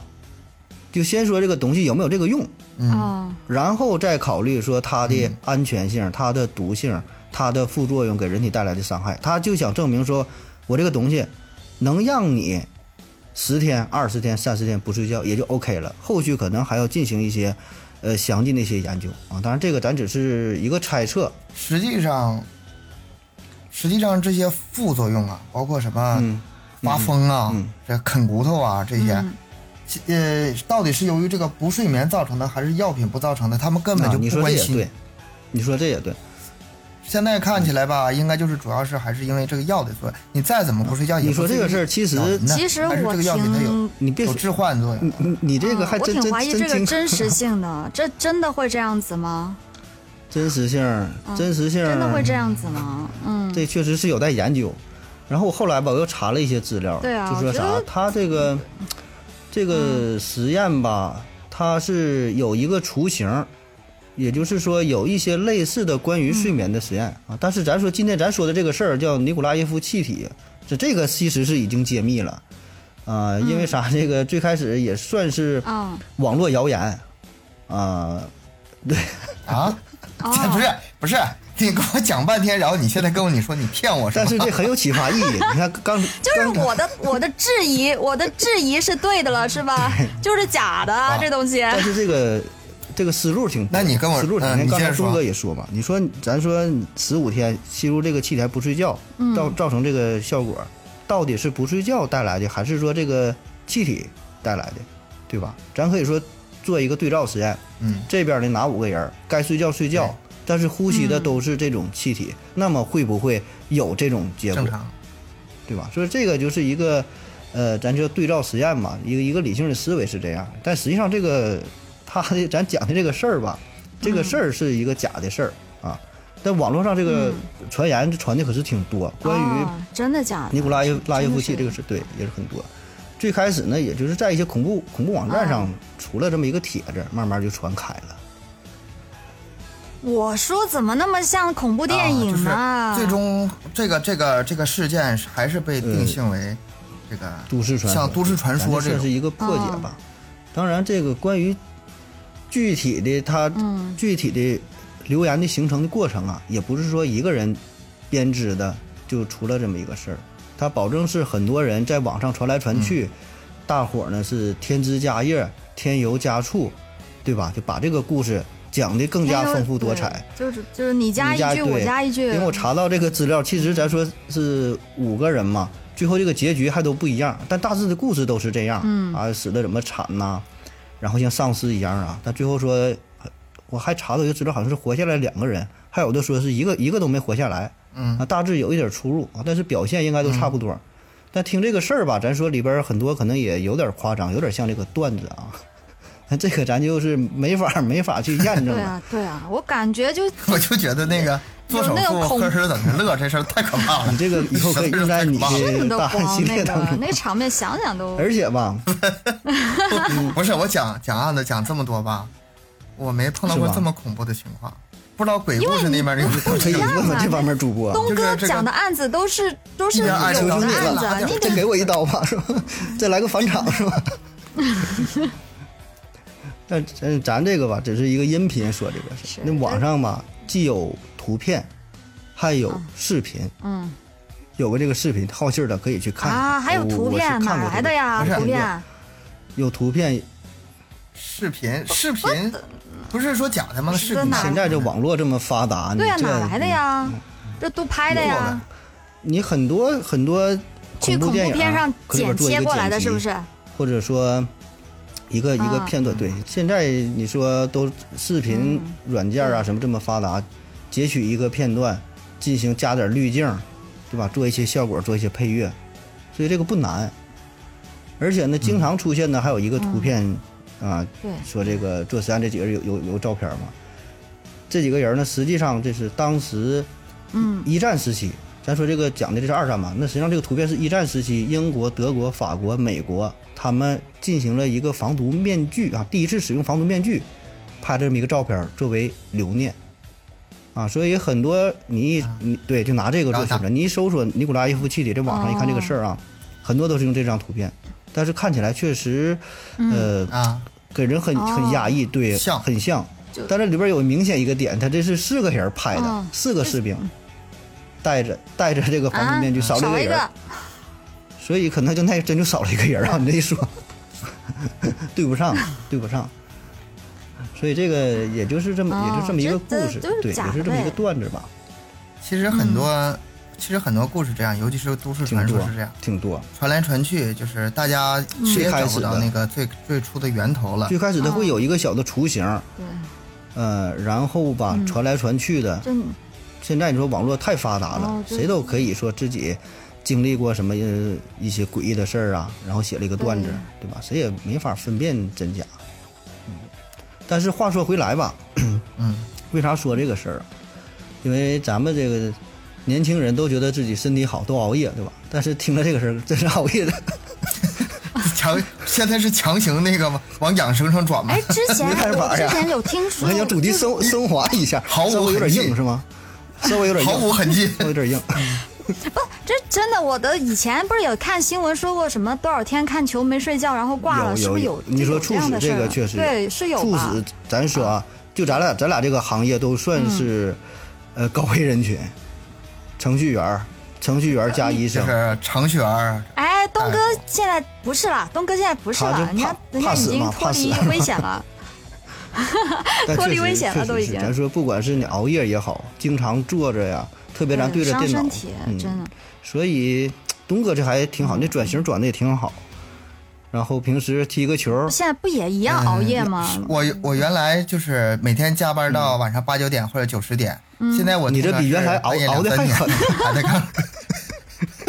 [SPEAKER 1] 就先说这个东西有没有这个用，
[SPEAKER 2] 嗯
[SPEAKER 3] 啊，
[SPEAKER 1] 然后再考虑说它的安全性、它的毒性、它的副作用给人体带来的伤害。他就想证明说，我这个东西能让你十天、二十天、三十天不睡觉也就 OK 了。后续可能还要进行一些呃详尽的一些研究啊。当然，这个咱只是一个猜测。
[SPEAKER 2] 实际上，实际上这些副作用啊，包括什么
[SPEAKER 1] 嗯，
[SPEAKER 2] 发疯啊、
[SPEAKER 1] 嗯
[SPEAKER 2] 这啃骨头啊这些。
[SPEAKER 3] 嗯
[SPEAKER 2] 其呃，到底是由于这个不睡眠造成的，还是药品不造成的？他们根本
[SPEAKER 1] 啊
[SPEAKER 2] 就
[SPEAKER 1] 你
[SPEAKER 2] 不
[SPEAKER 1] 说这
[SPEAKER 2] 关
[SPEAKER 1] 也
[SPEAKER 2] 心。
[SPEAKER 1] 对，你说这也对，
[SPEAKER 2] 现在看起来吧，应该就是主要是还是因为这个药的作用。你再怎么不睡觉，也
[SPEAKER 1] 你
[SPEAKER 2] 不
[SPEAKER 1] 说
[SPEAKER 2] 至
[SPEAKER 1] 这个
[SPEAKER 2] 于啊嗯
[SPEAKER 1] 事儿，其
[SPEAKER 2] 脑
[SPEAKER 1] 实
[SPEAKER 2] 门呢
[SPEAKER 3] 其实
[SPEAKER 2] 还是
[SPEAKER 3] 我
[SPEAKER 2] 这个
[SPEAKER 3] 挺
[SPEAKER 2] 药品它有
[SPEAKER 1] 你别
[SPEAKER 2] 有
[SPEAKER 1] 说，
[SPEAKER 2] 致幻作用
[SPEAKER 1] 你。你你这个还
[SPEAKER 3] 嗯我
[SPEAKER 1] 真
[SPEAKER 3] 挺
[SPEAKER 1] 真
[SPEAKER 3] 怀疑这
[SPEAKER 1] 真
[SPEAKER 3] 个
[SPEAKER 1] 经
[SPEAKER 3] 真实性 的，这真的会这样子吗？
[SPEAKER 1] 真实性儿，真实性儿，
[SPEAKER 3] 嗯真的会这样子吗？嗯，
[SPEAKER 1] 这确实是有待研究。然后我后来吧，我又查了一些资料，
[SPEAKER 3] 对啊
[SPEAKER 1] 就说
[SPEAKER 3] 我觉
[SPEAKER 1] 啥
[SPEAKER 3] 得，嗯
[SPEAKER 1] 他这个这个实验吧，它是有一个雏形，也就是说有一些类似的关于
[SPEAKER 3] 嗯
[SPEAKER 1] 睡眠的实验啊。但是咱说今天咱说的这个事儿叫尼古拉耶夫气体，这这个其实是已经揭秘了啊、因为啥？这个最开始也算是
[SPEAKER 3] 嗯，
[SPEAKER 1] 网络谣言啊、对，
[SPEAKER 2] 啊？这 不
[SPEAKER 3] 哦，
[SPEAKER 2] 是不是，你跟我讲半天，然后你现在跟我你说你骗我是
[SPEAKER 1] 但
[SPEAKER 2] 吧？
[SPEAKER 1] 是这很有启发 意义。你看刚
[SPEAKER 3] 就是
[SPEAKER 1] 刚才
[SPEAKER 3] 我的我的质疑，我的质疑是对的了，是吧？就是假的啊这东西，
[SPEAKER 1] 但是这个这个思路挺多，
[SPEAKER 2] 那你跟我
[SPEAKER 1] 思路挺多。
[SPEAKER 2] 嗯你
[SPEAKER 1] 刚
[SPEAKER 2] 接
[SPEAKER 1] 才
[SPEAKER 2] 着说
[SPEAKER 1] 朱哥也说嘛，你说咱说十五天吸入这个气体还不睡觉，造造成这个效果，到底是不睡觉带来的，还是说这个气体带来的，对吧？咱可以说做一个对照实验，
[SPEAKER 2] 嗯，
[SPEAKER 1] 这边的哪五个人该睡觉睡
[SPEAKER 2] 对
[SPEAKER 1] 觉，但是呼吸的都是这种气体，那么会不会有这种结果
[SPEAKER 2] 正？常。
[SPEAKER 1] 对吧？所以这个就是一个，呃，咱就对照实验嘛，一个一个理性的思维是这样，但实际上这个他的咱讲的这个事儿吧，这个事儿是一个假的事儿啊。但网络上这个传言传的可是挺多，关于
[SPEAKER 3] 嗯哦真的假的
[SPEAKER 1] 尼古拉耶拉耶夫气
[SPEAKER 3] 真的是
[SPEAKER 1] 这个事，对，也是很多。最开始呢，也就是在一些恐怖恐怖网站
[SPEAKER 3] 嗯
[SPEAKER 1] 上出了这么一个帖子，慢慢就传开了。
[SPEAKER 3] 我说怎么那么像恐怖电影
[SPEAKER 2] 啊
[SPEAKER 3] 呢？哎
[SPEAKER 2] 就是最终这个这个这个事件是还是被定性为这个
[SPEAKER 1] 都市传说，
[SPEAKER 2] 像都市传说
[SPEAKER 1] 咱这
[SPEAKER 2] 这
[SPEAKER 1] 算是
[SPEAKER 2] 种。
[SPEAKER 1] 一个破解吧。当然，这个关于具体的它
[SPEAKER 3] 嗯
[SPEAKER 1] 具体的留言的形成的过程啊，也不是说一个人编织的就出了这么一个事儿，它保证是很多人在网上传来传去，大伙儿呢是添枝加叶、添油加醋，对吧？就把这个故事讲的更
[SPEAKER 3] 哎
[SPEAKER 1] 加丰富多彩。，
[SPEAKER 3] 就是就是你加
[SPEAKER 1] 你加
[SPEAKER 3] 一句，我
[SPEAKER 1] 对
[SPEAKER 3] 加一句，
[SPEAKER 1] 因为我查到这个资料，其实咱说是五个人嘛，最后这个结局还都不一样，但大致的故事都是这样。
[SPEAKER 3] 嗯
[SPEAKER 1] 啊，死的怎么惨呐、然后像丧尸一样啊，但最后说，我还查到一个资料，好像是活下来两个人，还有的说是一个一个都没活下来。
[SPEAKER 2] 嗯
[SPEAKER 1] 啊，大致有一点出入啊，但是表现应该都差不多。但听这个事儿吧，咱说里边儿很多可能也有点夸张，有点像这个段子啊。那这个咱就是没法没法去验证
[SPEAKER 3] 对
[SPEAKER 1] 了。
[SPEAKER 3] 啊对啊，我感觉就
[SPEAKER 2] 我就觉得那个做手
[SPEAKER 3] 有那种
[SPEAKER 2] 术
[SPEAKER 3] 恐
[SPEAKER 2] 呵呵怎么乐这事儿太可怕了
[SPEAKER 1] 你。这个以后可 以用在你
[SPEAKER 2] 实
[SPEAKER 3] 真
[SPEAKER 1] 的
[SPEAKER 3] 的
[SPEAKER 1] 大
[SPEAKER 3] 慌
[SPEAKER 1] 汉系列
[SPEAKER 3] 那
[SPEAKER 1] 当
[SPEAKER 3] 个
[SPEAKER 1] 中。
[SPEAKER 3] 那个场面，想想都
[SPEAKER 1] 而且吧，
[SPEAKER 2] 不是我讲讲案子讲这么多吧，我没碰到过
[SPEAKER 1] 是吧
[SPEAKER 2] 这么恐怖的情况，不知道鬼故事那边儿有没有
[SPEAKER 1] 可以
[SPEAKER 2] 这样。
[SPEAKER 1] 问问
[SPEAKER 3] 啊
[SPEAKER 1] 这方面主播，
[SPEAKER 3] 东
[SPEAKER 2] 就是
[SPEAKER 3] 哥
[SPEAKER 2] 这个
[SPEAKER 3] 讲的案子都是都是
[SPEAKER 2] 一
[SPEAKER 3] 有的
[SPEAKER 2] 点二
[SPEAKER 3] 案
[SPEAKER 2] 十
[SPEAKER 1] 九
[SPEAKER 2] 个
[SPEAKER 1] 兄弟
[SPEAKER 3] 子
[SPEAKER 2] 了
[SPEAKER 3] 啊，你
[SPEAKER 1] 再
[SPEAKER 3] 得
[SPEAKER 1] 给我一刀吧，是吧？再来个返场，是 吧？但咱咱这个吧，只是一个音频说这个事
[SPEAKER 3] 是
[SPEAKER 1] 儿，那网上吧，既有图片，还有视频。
[SPEAKER 3] 嗯
[SPEAKER 1] 有个这个视频，好信儿的可以去看一看
[SPEAKER 3] 啊，还有
[SPEAKER 1] 我
[SPEAKER 3] 图
[SPEAKER 1] 我是
[SPEAKER 3] 片
[SPEAKER 1] 看过
[SPEAKER 3] 哪
[SPEAKER 1] 这
[SPEAKER 3] 来
[SPEAKER 1] 个
[SPEAKER 3] 的呀？
[SPEAKER 2] 不是
[SPEAKER 3] 图片
[SPEAKER 1] 有图片，
[SPEAKER 2] 视频视频，不是说假的吗？视
[SPEAKER 3] 在
[SPEAKER 2] 频啊
[SPEAKER 3] 哪
[SPEAKER 1] 现在这网络这么发达，
[SPEAKER 3] 对呀，啊
[SPEAKER 1] 你这嗯
[SPEAKER 3] 哪来的？呀？这都拍的
[SPEAKER 2] 有的
[SPEAKER 3] 呀，
[SPEAKER 1] 你很多很多
[SPEAKER 3] 去
[SPEAKER 1] 恐
[SPEAKER 3] 恐怖
[SPEAKER 1] 电影啊
[SPEAKER 3] 片上
[SPEAKER 1] 可以
[SPEAKER 3] 剪
[SPEAKER 1] 做一
[SPEAKER 3] 切
[SPEAKER 1] 个
[SPEAKER 3] 过来的，
[SPEAKER 1] 辑
[SPEAKER 3] 是不是？
[SPEAKER 1] 或者说一个一个
[SPEAKER 3] 啊
[SPEAKER 1] 片段。对，现在你说都视频软件啊什么这么发达，截取一个片段，进行加点滤镜，对吧？做一些效果，做一些配乐，所以这个不难。而且呢，经常出现的还有一个图片啊，
[SPEAKER 3] 对，
[SPEAKER 1] 说这个做实验这几个人有有有照片吗？这几个人呢，实际上这是当时
[SPEAKER 3] 嗯
[SPEAKER 1] 一战时期，咱说这个讲的这是二战嘛，那实际上这个图片是一战时期，英国、德国、法国、美国他们进行了一个防毒面具啊，第一次使用防毒面具，拍这么一个照片作为留念。啊，所以很多你一你对就拿这个做宣传，你一搜索尼古拉耶夫契里，这网上一看这个事儿啊，很多都是用这张图片，但是看起来确实，呃，
[SPEAKER 2] 啊，
[SPEAKER 1] 给人很很压抑，对，
[SPEAKER 2] 像
[SPEAKER 1] 很像
[SPEAKER 3] 哦就。
[SPEAKER 1] 但这里边有明显一个点，他这是四个人拍的，
[SPEAKER 3] 嗯
[SPEAKER 1] 四个士兵，戴着戴着这个防毒面具，
[SPEAKER 3] 啊
[SPEAKER 1] 少了
[SPEAKER 3] 少
[SPEAKER 1] 一
[SPEAKER 3] 一
[SPEAKER 1] 个人，
[SPEAKER 3] 个，
[SPEAKER 1] 所以可能就那真就少了一个 人啊！你这一说，对不上，对不上。所以这个也就是这么，
[SPEAKER 3] 哦
[SPEAKER 1] 也就这么一个故
[SPEAKER 3] 这
[SPEAKER 1] 事，
[SPEAKER 3] 这就是
[SPEAKER 1] 对，
[SPEAKER 3] 假
[SPEAKER 1] 也是这么一个
[SPEAKER 3] 呗
[SPEAKER 1] 段子吧，
[SPEAKER 2] 其实很多、其实很多故事这样，尤其是都市
[SPEAKER 1] 嗯挺
[SPEAKER 2] 传
[SPEAKER 1] 多
[SPEAKER 2] 说是这样，，啊
[SPEAKER 1] 挺多。
[SPEAKER 2] 传来传去，就是大家谁也
[SPEAKER 1] 最开
[SPEAKER 2] 找
[SPEAKER 1] 始
[SPEAKER 2] 不
[SPEAKER 1] 的
[SPEAKER 2] 到那个最最初的源头了。
[SPEAKER 1] 最开始
[SPEAKER 3] 哦
[SPEAKER 1] 它会有一个小的雏形，
[SPEAKER 3] 对，
[SPEAKER 1] 呃，然后吧、
[SPEAKER 3] 嗯
[SPEAKER 1] 传来传去的，
[SPEAKER 3] 就你
[SPEAKER 1] 现在你说网络太发达了，
[SPEAKER 3] 哦对
[SPEAKER 1] 谁都可以说自己经历过什么呃一些诡异的事儿啊，然后写了一个段子，对吧？谁也没法分辨真假。嗯，但是话说回来吧，
[SPEAKER 2] 嗯，
[SPEAKER 1] 为啥说这个事儿啊？因为咱们这个年轻人都觉得自己身体好，都熬夜，对吧？但是听了这个事儿，真是熬夜 的。
[SPEAKER 2] 强现在是强行那个吗？往养生上转吗
[SPEAKER 3] 哎，？之前
[SPEAKER 1] 没办法
[SPEAKER 3] 我之
[SPEAKER 1] 呀
[SPEAKER 3] 前有听
[SPEAKER 1] 我
[SPEAKER 3] 说，
[SPEAKER 1] 还想主题
[SPEAKER 3] 就
[SPEAKER 1] 升升华一下，
[SPEAKER 2] 毫无
[SPEAKER 1] 稍微有点
[SPEAKER 2] 痕
[SPEAKER 1] 硬
[SPEAKER 2] 迹
[SPEAKER 1] 是吗？稍微有点硬，
[SPEAKER 2] 毫无痕迹。
[SPEAKER 1] 稍微有点硬。
[SPEAKER 3] 不，这真的，我的以前不是有看新闻说过什么多少天看球没睡觉，然后挂了，
[SPEAKER 1] 有
[SPEAKER 3] 是不是
[SPEAKER 1] 有
[SPEAKER 3] 有？
[SPEAKER 1] 你说
[SPEAKER 3] 有
[SPEAKER 1] 猝
[SPEAKER 3] 这样
[SPEAKER 1] 死
[SPEAKER 3] 的事
[SPEAKER 1] 这
[SPEAKER 3] 儿
[SPEAKER 1] 个
[SPEAKER 3] 啊
[SPEAKER 1] 确实
[SPEAKER 3] 对，是有
[SPEAKER 1] 猝
[SPEAKER 3] 吧？
[SPEAKER 1] 死，咱说啊，就咱俩咱俩这个行业都算是、
[SPEAKER 3] 嗯
[SPEAKER 1] 呃高危人群，程序员儿、程序员儿加医
[SPEAKER 2] 就
[SPEAKER 1] 生，
[SPEAKER 2] 是程序员儿，
[SPEAKER 3] 哎，东哥
[SPEAKER 2] 哎呦
[SPEAKER 3] 现在不是啦，东哥现在不是
[SPEAKER 1] 他就怕
[SPEAKER 3] 了，人家人家
[SPEAKER 1] 怕
[SPEAKER 3] 已
[SPEAKER 1] 死
[SPEAKER 3] 经
[SPEAKER 1] 嘛
[SPEAKER 3] 脱
[SPEAKER 1] 怕
[SPEAKER 3] 离
[SPEAKER 1] 死
[SPEAKER 3] 危险 了。
[SPEAKER 1] 但
[SPEAKER 3] 脱
[SPEAKER 1] 确
[SPEAKER 3] 离
[SPEAKER 1] 实
[SPEAKER 3] 危险了
[SPEAKER 1] 确实
[SPEAKER 3] 都已
[SPEAKER 1] 是
[SPEAKER 3] 经嗯
[SPEAKER 1] 咱说不管是你熬夜也好，经常坐着呀，特别咱对着
[SPEAKER 3] 伤
[SPEAKER 1] 电脑
[SPEAKER 3] 身体，，
[SPEAKER 1] 嗯，
[SPEAKER 3] 真的。嗯
[SPEAKER 1] 所以东哥这还挺好，那转型转的也挺好。然后平时踢个球儿，
[SPEAKER 3] 现在不也一样熬夜吗？
[SPEAKER 2] 嗯
[SPEAKER 1] 嗯
[SPEAKER 2] 我我原来就是每天加班到晚上八九点或者九十点，现在我
[SPEAKER 1] 嗯你这
[SPEAKER 2] 通常
[SPEAKER 1] 比原来
[SPEAKER 2] 是
[SPEAKER 1] 熬
[SPEAKER 2] 半夜
[SPEAKER 1] 熬得
[SPEAKER 2] 两三
[SPEAKER 1] 还
[SPEAKER 2] 点 还在看。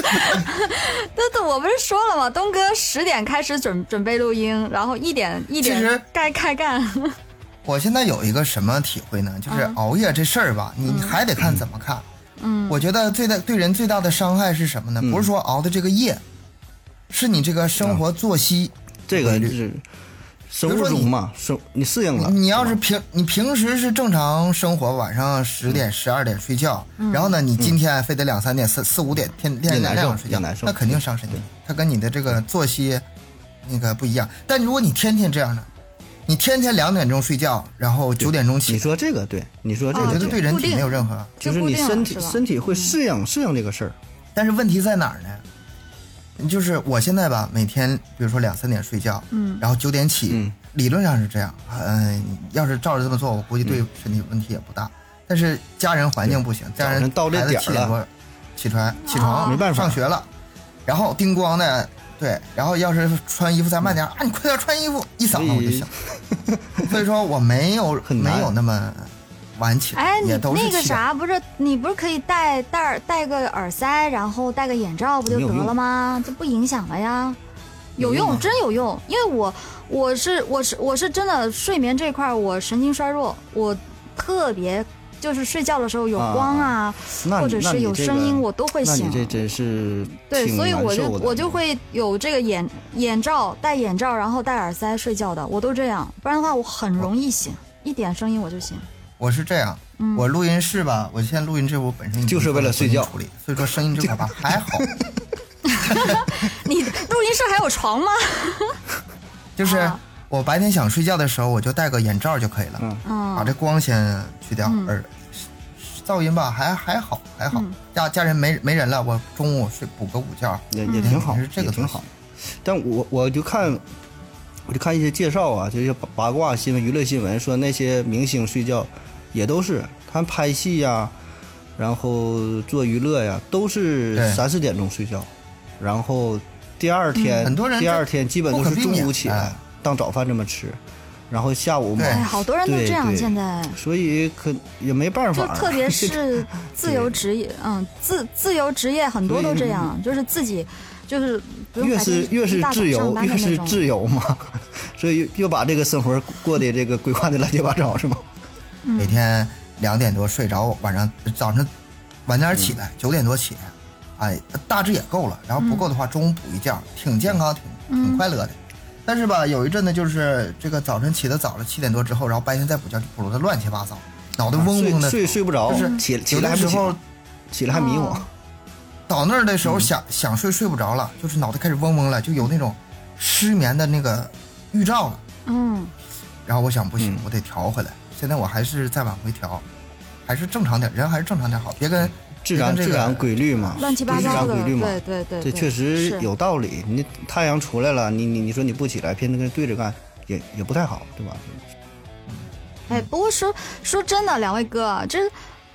[SPEAKER 3] 那那我不是说了吗？东哥十点开始准准备录音，然后一点一
[SPEAKER 2] 其实
[SPEAKER 3] 点该开干。
[SPEAKER 2] 我现在有一个什么体会呢？就是
[SPEAKER 3] 啊
[SPEAKER 2] 熬夜这事儿吧，你
[SPEAKER 3] 嗯
[SPEAKER 2] 你还得看怎么看。嗯，我觉得最大对人最大的伤害是什么呢？
[SPEAKER 1] 嗯
[SPEAKER 2] 不是说熬的这个夜，是你这个生活作息。
[SPEAKER 1] 这个
[SPEAKER 2] 规
[SPEAKER 1] 就
[SPEAKER 2] 律
[SPEAKER 1] 是生
[SPEAKER 2] 比如
[SPEAKER 1] 物
[SPEAKER 2] 说你
[SPEAKER 1] 钟嘛，生你适应
[SPEAKER 3] 嗯
[SPEAKER 1] 了。
[SPEAKER 2] 你要是
[SPEAKER 1] 嗯
[SPEAKER 2] 平你平时是正常生活，晚上十点十二点睡觉，
[SPEAKER 3] 嗯
[SPEAKER 2] 然后呢，你今天非得两三点四四五点天天
[SPEAKER 1] 嗯也
[SPEAKER 2] 天
[SPEAKER 1] 难
[SPEAKER 2] 亮
[SPEAKER 1] 受
[SPEAKER 2] 睡觉
[SPEAKER 1] 也难，受
[SPEAKER 2] 那肯定伤身体，它跟你的这个作息那个不一样。但如果你天天这样呢，你天天两点钟睡觉，然后九点钟
[SPEAKER 1] 你
[SPEAKER 2] 起，
[SPEAKER 1] 说这个对，你说这
[SPEAKER 2] 我
[SPEAKER 1] 个
[SPEAKER 2] 觉
[SPEAKER 3] 啊
[SPEAKER 2] 得
[SPEAKER 3] 就
[SPEAKER 2] 对人
[SPEAKER 3] 固
[SPEAKER 2] 体
[SPEAKER 3] 定
[SPEAKER 2] 没有任何。
[SPEAKER 1] 就是
[SPEAKER 3] 固
[SPEAKER 1] 你
[SPEAKER 3] 定了
[SPEAKER 1] 身体
[SPEAKER 3] 是吧嗯
[SPEAKER 1] 身体会适应适应这个事儿。
[SPEAKER 2] 但是问题在哪儿呢？就是我现在吧，每天比如说两三点睡觉，嗯，然后九点起，
[SPEAKER 1] 嗯
[SPEAKER 2] 理论上是这样，嗯、要是照着这么做，我估计对身体问题也不大。但是家人环境不行，
[SPEAKER 1] 嗯
[SPEAKER 2] 家
[SPEAKER 1] 早
[SPEAKER 2] 人
[SPEAKER 1] 上到这
[SPEAKER 2] 孩子
[SPEAKER 1] 点儿
[SPEAKER 2] 七点多起
[SPEAKER 3] 哦
[SPEAKER 2] 床起床，
[SPEAKER 1] 没办法
[SPEAKER 2] 上学了，然后叮咣的。对，然后要是穿衣服再慢
[SPEAKER 1] 嗯
[SPEAKER 2] 点儿、啊，你快点穿衣服，一嗓子我
[SPEAKER 1] 所
[SPEAKER 2] 就
[SPEAKER 1] 以
[SPEAKER 2] 醒。所以说我没有
[SPEAKER 1] 哎很难
[SPEAKER 2] 没有那么晚起来，
[SPEAKER 3] 哎，你
[SPEAKER 2] 也都是
[SPEAKER 3] 那个
[SPEAKER 2] 七点
[SPEAKER 3] 啥，不是你不是可以戴戴耳戴个耳塞，然后戴个眼罩不就
[SPEAKER 1] 没有
[SPEAKER 3] 得
[SPEAKER 1] 用
[SPEAKER 3] 了吗？这不影响了呀。有
[SPEAKER 1] 有用啊
[SPEAKER 3] 用，
[SPEAKER 1] 吗
[SPEAKER 3] 真有用，因为我我是我是我是真的睡眠这块儿我神经衰弱，我特别就是睡觉的时候有
[SPEAKER 1] 啊
[SPEAKER 3] 光啊，
[SPEAKER 1] 那
[SPEAKER 3] 或
[SPEAKER 1] 你
[SPEAKER 3] 者
[SPEAKER 1] 那
[SPEAKER 3] 是
[SPEAKER 1] 你
[SPEAKER 3] 有
[SPEAKER 1] 这
[SPEAKER 3] 声音，
[SPEAKER 1] 个
[SPEAKER 3] 我都会
[SPEAKER 1] 那你
[SPEAKER 3] 醒。
[SPEAKER 1] 这真是
[SPEAKER 3] 对，
[SPEAKER 1] 挺
[SPEAKER 3] 所以
[SPEAKER 1] 难
[SPEAKER 3] 我就
[SPEAKER 1] 受的
[SPEAKER 3] 我就会有这个眼眼罩戴眼罩，然后戴耳塞睡觉的，我都这样，不然的话我很容易醒，一点声音我就醒。
[SPEAKER 2] 我是这样，
[SPEAKER 3] 嗯
[SPEAKER 2] 我录音室吧，我现在录音这屋本身已经
[SPEAKER 1] 就是为了睡觉
[SPEAKER 2] 做了混音处理，所以说声音这 块吧还好，
[SPEAKER 3] 你录音室还有床吗？
[SPEAKER 2] 就是
[SPEAKER 3] 啊
[SPEAKER 2] 我白天想睡觉的时候，我就戴个眼罩就可以了，
[SPEAKER 1] 嗯
[SPEAKER 3] 嗯，
[SPEAKER 2] 把这光先去掉，耳噪音吧还还好还好，
[SPEAKER 3] 嗯
[SPEAKER 2] 家家人没没人了，我中午睡补个午觉，
[SPEAKER 1] 也也挺好，
[SPEAKER 2] 是嗯这个
[SPEAKER 1] 也挺
[SPEAKER 2] 东西
[SPEAKER 1] 好。但我我就看，我就看一些介绍啊，就是八八卦新闻、娱乐新闻，说那些明星睡觉也都是他们拍戏呀、然后做娱乐呀、都是
[SPEAKER 2] 对
[SPEAKER 1] 三四点钟睡觉，然后第二天、
[SPEAKER 2] 嗯很多人
[SPEAKER 1] 第
[SPEAKER 2] 这
[SPEAKER 1] 二天基本
[SPEAKER 2] 不
[SPEAKER 1] 都
[SPEAKER 2] 可
[SPEAKER 1] 是
[SPEAKER 2] 避
[SPEAKER 1] 中
[SPEAKER 2] 免
[SPEAKER 1] 午起来
[SPEAKER 2] 哎
[SPEAKER 1] 当早饭这么吃，然后下午忙
[SPEAKER 2] 对
[SPEAKER 3] 哎，好多人都
[SPEAKER 1] 对
[SPEAKER 3] 这样，
[SPEAKER 1] 对
[SPEAKER 3] 现在
[SPEAKER 1] 所以可也没办
[SPEAKER 3] 就
[SPEAKER 1] 法，啊
[SPEAKER 3] 特别是自由职业，嗯，自自由职业很多都这样，就是自己就是不用
[SPEAKER 1] 越
[SPEAKER 3] 白天
[SPEAKER 1] 是越
[SPEAKER 3] 一
[SPEAKER 1] 是
[SPEAKER 3] 大早
[SPEAKER 1] 自
[SPEAKER 3] 上
[SPEAKER 1] 由，
[SPEAKER 3] 班的
[SPEAKER 1] 越
[SPEAKER 3] 那
[SPEAKER 1] 是
[SPEAKER 3] 种。
[SPEAKER 1] 自由嘛， 所以又把这个生活过得这个规划的乱七八糟，是吗？嗯
[SPEAKER 2] 每天两点多睡着，晚上早上晚点
[SPEAKER 1] 嗯
[SPEAKER 2] 起来，九、点多起来，哎，大致也够了。然后不够的话，
[SPEAKER 1] 嗯
[SPEAKER 2] 中午补一觉，挺健康，挺挺快乐的。但是吧，有一阵子就是这个早晨起得早了，七点多之后，然后白天再补觉，就补的乱七八糟，脑袋嗡嗡的。
[SPEAKER 1] 啊睡睡睡不着，
[SPEAKER 2] 就是
[SPEAKER 1] 起起
[SPEAKER 2] 有
[SPEAKER 1] 来嗯
[SPEAKER 2] 的
[SPEAKER 1] 还
[SPEAKER 2] 时
[SPEAKER 1] 不
[SPEAKER 2] 候
[SPEAKER 1] 醒，起来还迷
[SPEAKER 3] 嗯哦
[SPEAKER 1] 惘。
[SPEAKER 2] 到那儿的时候想、想睡睡不着了，就是脑袋开始嗡嗡了，就有那种失眠的那个预兆了。
[SPEAKER 3] 嗯，
[SPEAKER 2] 然后我想不行
[SPEAKER 1] 嗯，
[SPEAKER 2] 我得调回来。现在我还是再往回调，还是正常点，人还是正常点好，别跟
[SPEAKER 1] 自然
[SPEAKER 2] 别跟这
[SPEAKER 1] 自
[SPEAKER 2] 个
[SPEAKER 1] 然规律嘛，
[SPEAKER 3] 嗯乱七八
[SPEAKER 1] 自
[SPEAKER 3] 糟
[SPEAKER 1] 然
[SPEAKER 3] 的，
[SPEAKER 1] 规律嘛，
[SPEAKER 3] 对对对，
[SPEAKER 1] 这确实
[SPEAKER 3] 是
[SPEAKER 1] 有道理。你太阳出来了，你你你说你不起来，偏跟对着干，也也不太好，对吧？
[SPEAKER 3] 哎，不过说说真的，两位哥，这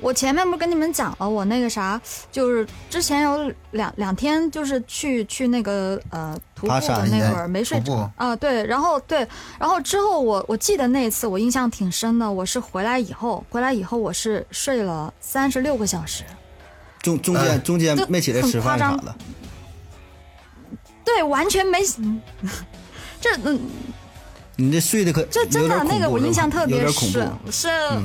[SPEAKER 3] 我前面不是跟你们讲了，我那个啥，就是之前有两两天，就是去去那个呃徒步
[SPEAKER 1] 爬
[SPEAKER 3] 的
[SPEAKER 2] 啊
[SPEAKER 1] 山哎
[SPEAKER 3] 那会儿没睡
[SPEAKER 2] 徒步
[SPEAKER 3] 着啊，对，然后对，然后之后我我记得那一次我印象挺深的，我是回来以后，回来以后我是睡了三十六个小时，
[SPEAKER 1] 中中间
[SPEAKER 2] 哎
[SPEAKER 1] 中间
[SPEAKER 3] 这
[SPEAKER 1] 没起来
[SPEAKER 3] 很
[SPEAKER 1] 吃
[SPEAKER 3] 夸
[SPEAKER 1] 饭啥
[SPEAKER 3] 张
[SPEAKER 1] 的，
[SPEAKER 3] 对，完全没， 这嗯
[SPEAKER 1] 你这睡的可
[SPEAKER 3] 这真
[SPEAKER 1] 有点
[SPEAKER 3] 的
[SPEAKER 1] 恐
[SPEAKER 3] 那个
[SPEAKER 1] 怖
[SPEAKER 3] 我
[SPEAKER 1] 有
[SPEAKER 3] 印象
[SPEAKER 1] 点
[SPEAKER 3] 特
[SPEAKER 1] 有
[SPEAKER 3] 别
[SPEAKER 1] 点恐怖嗯
[SPEAKER 3] 深，是。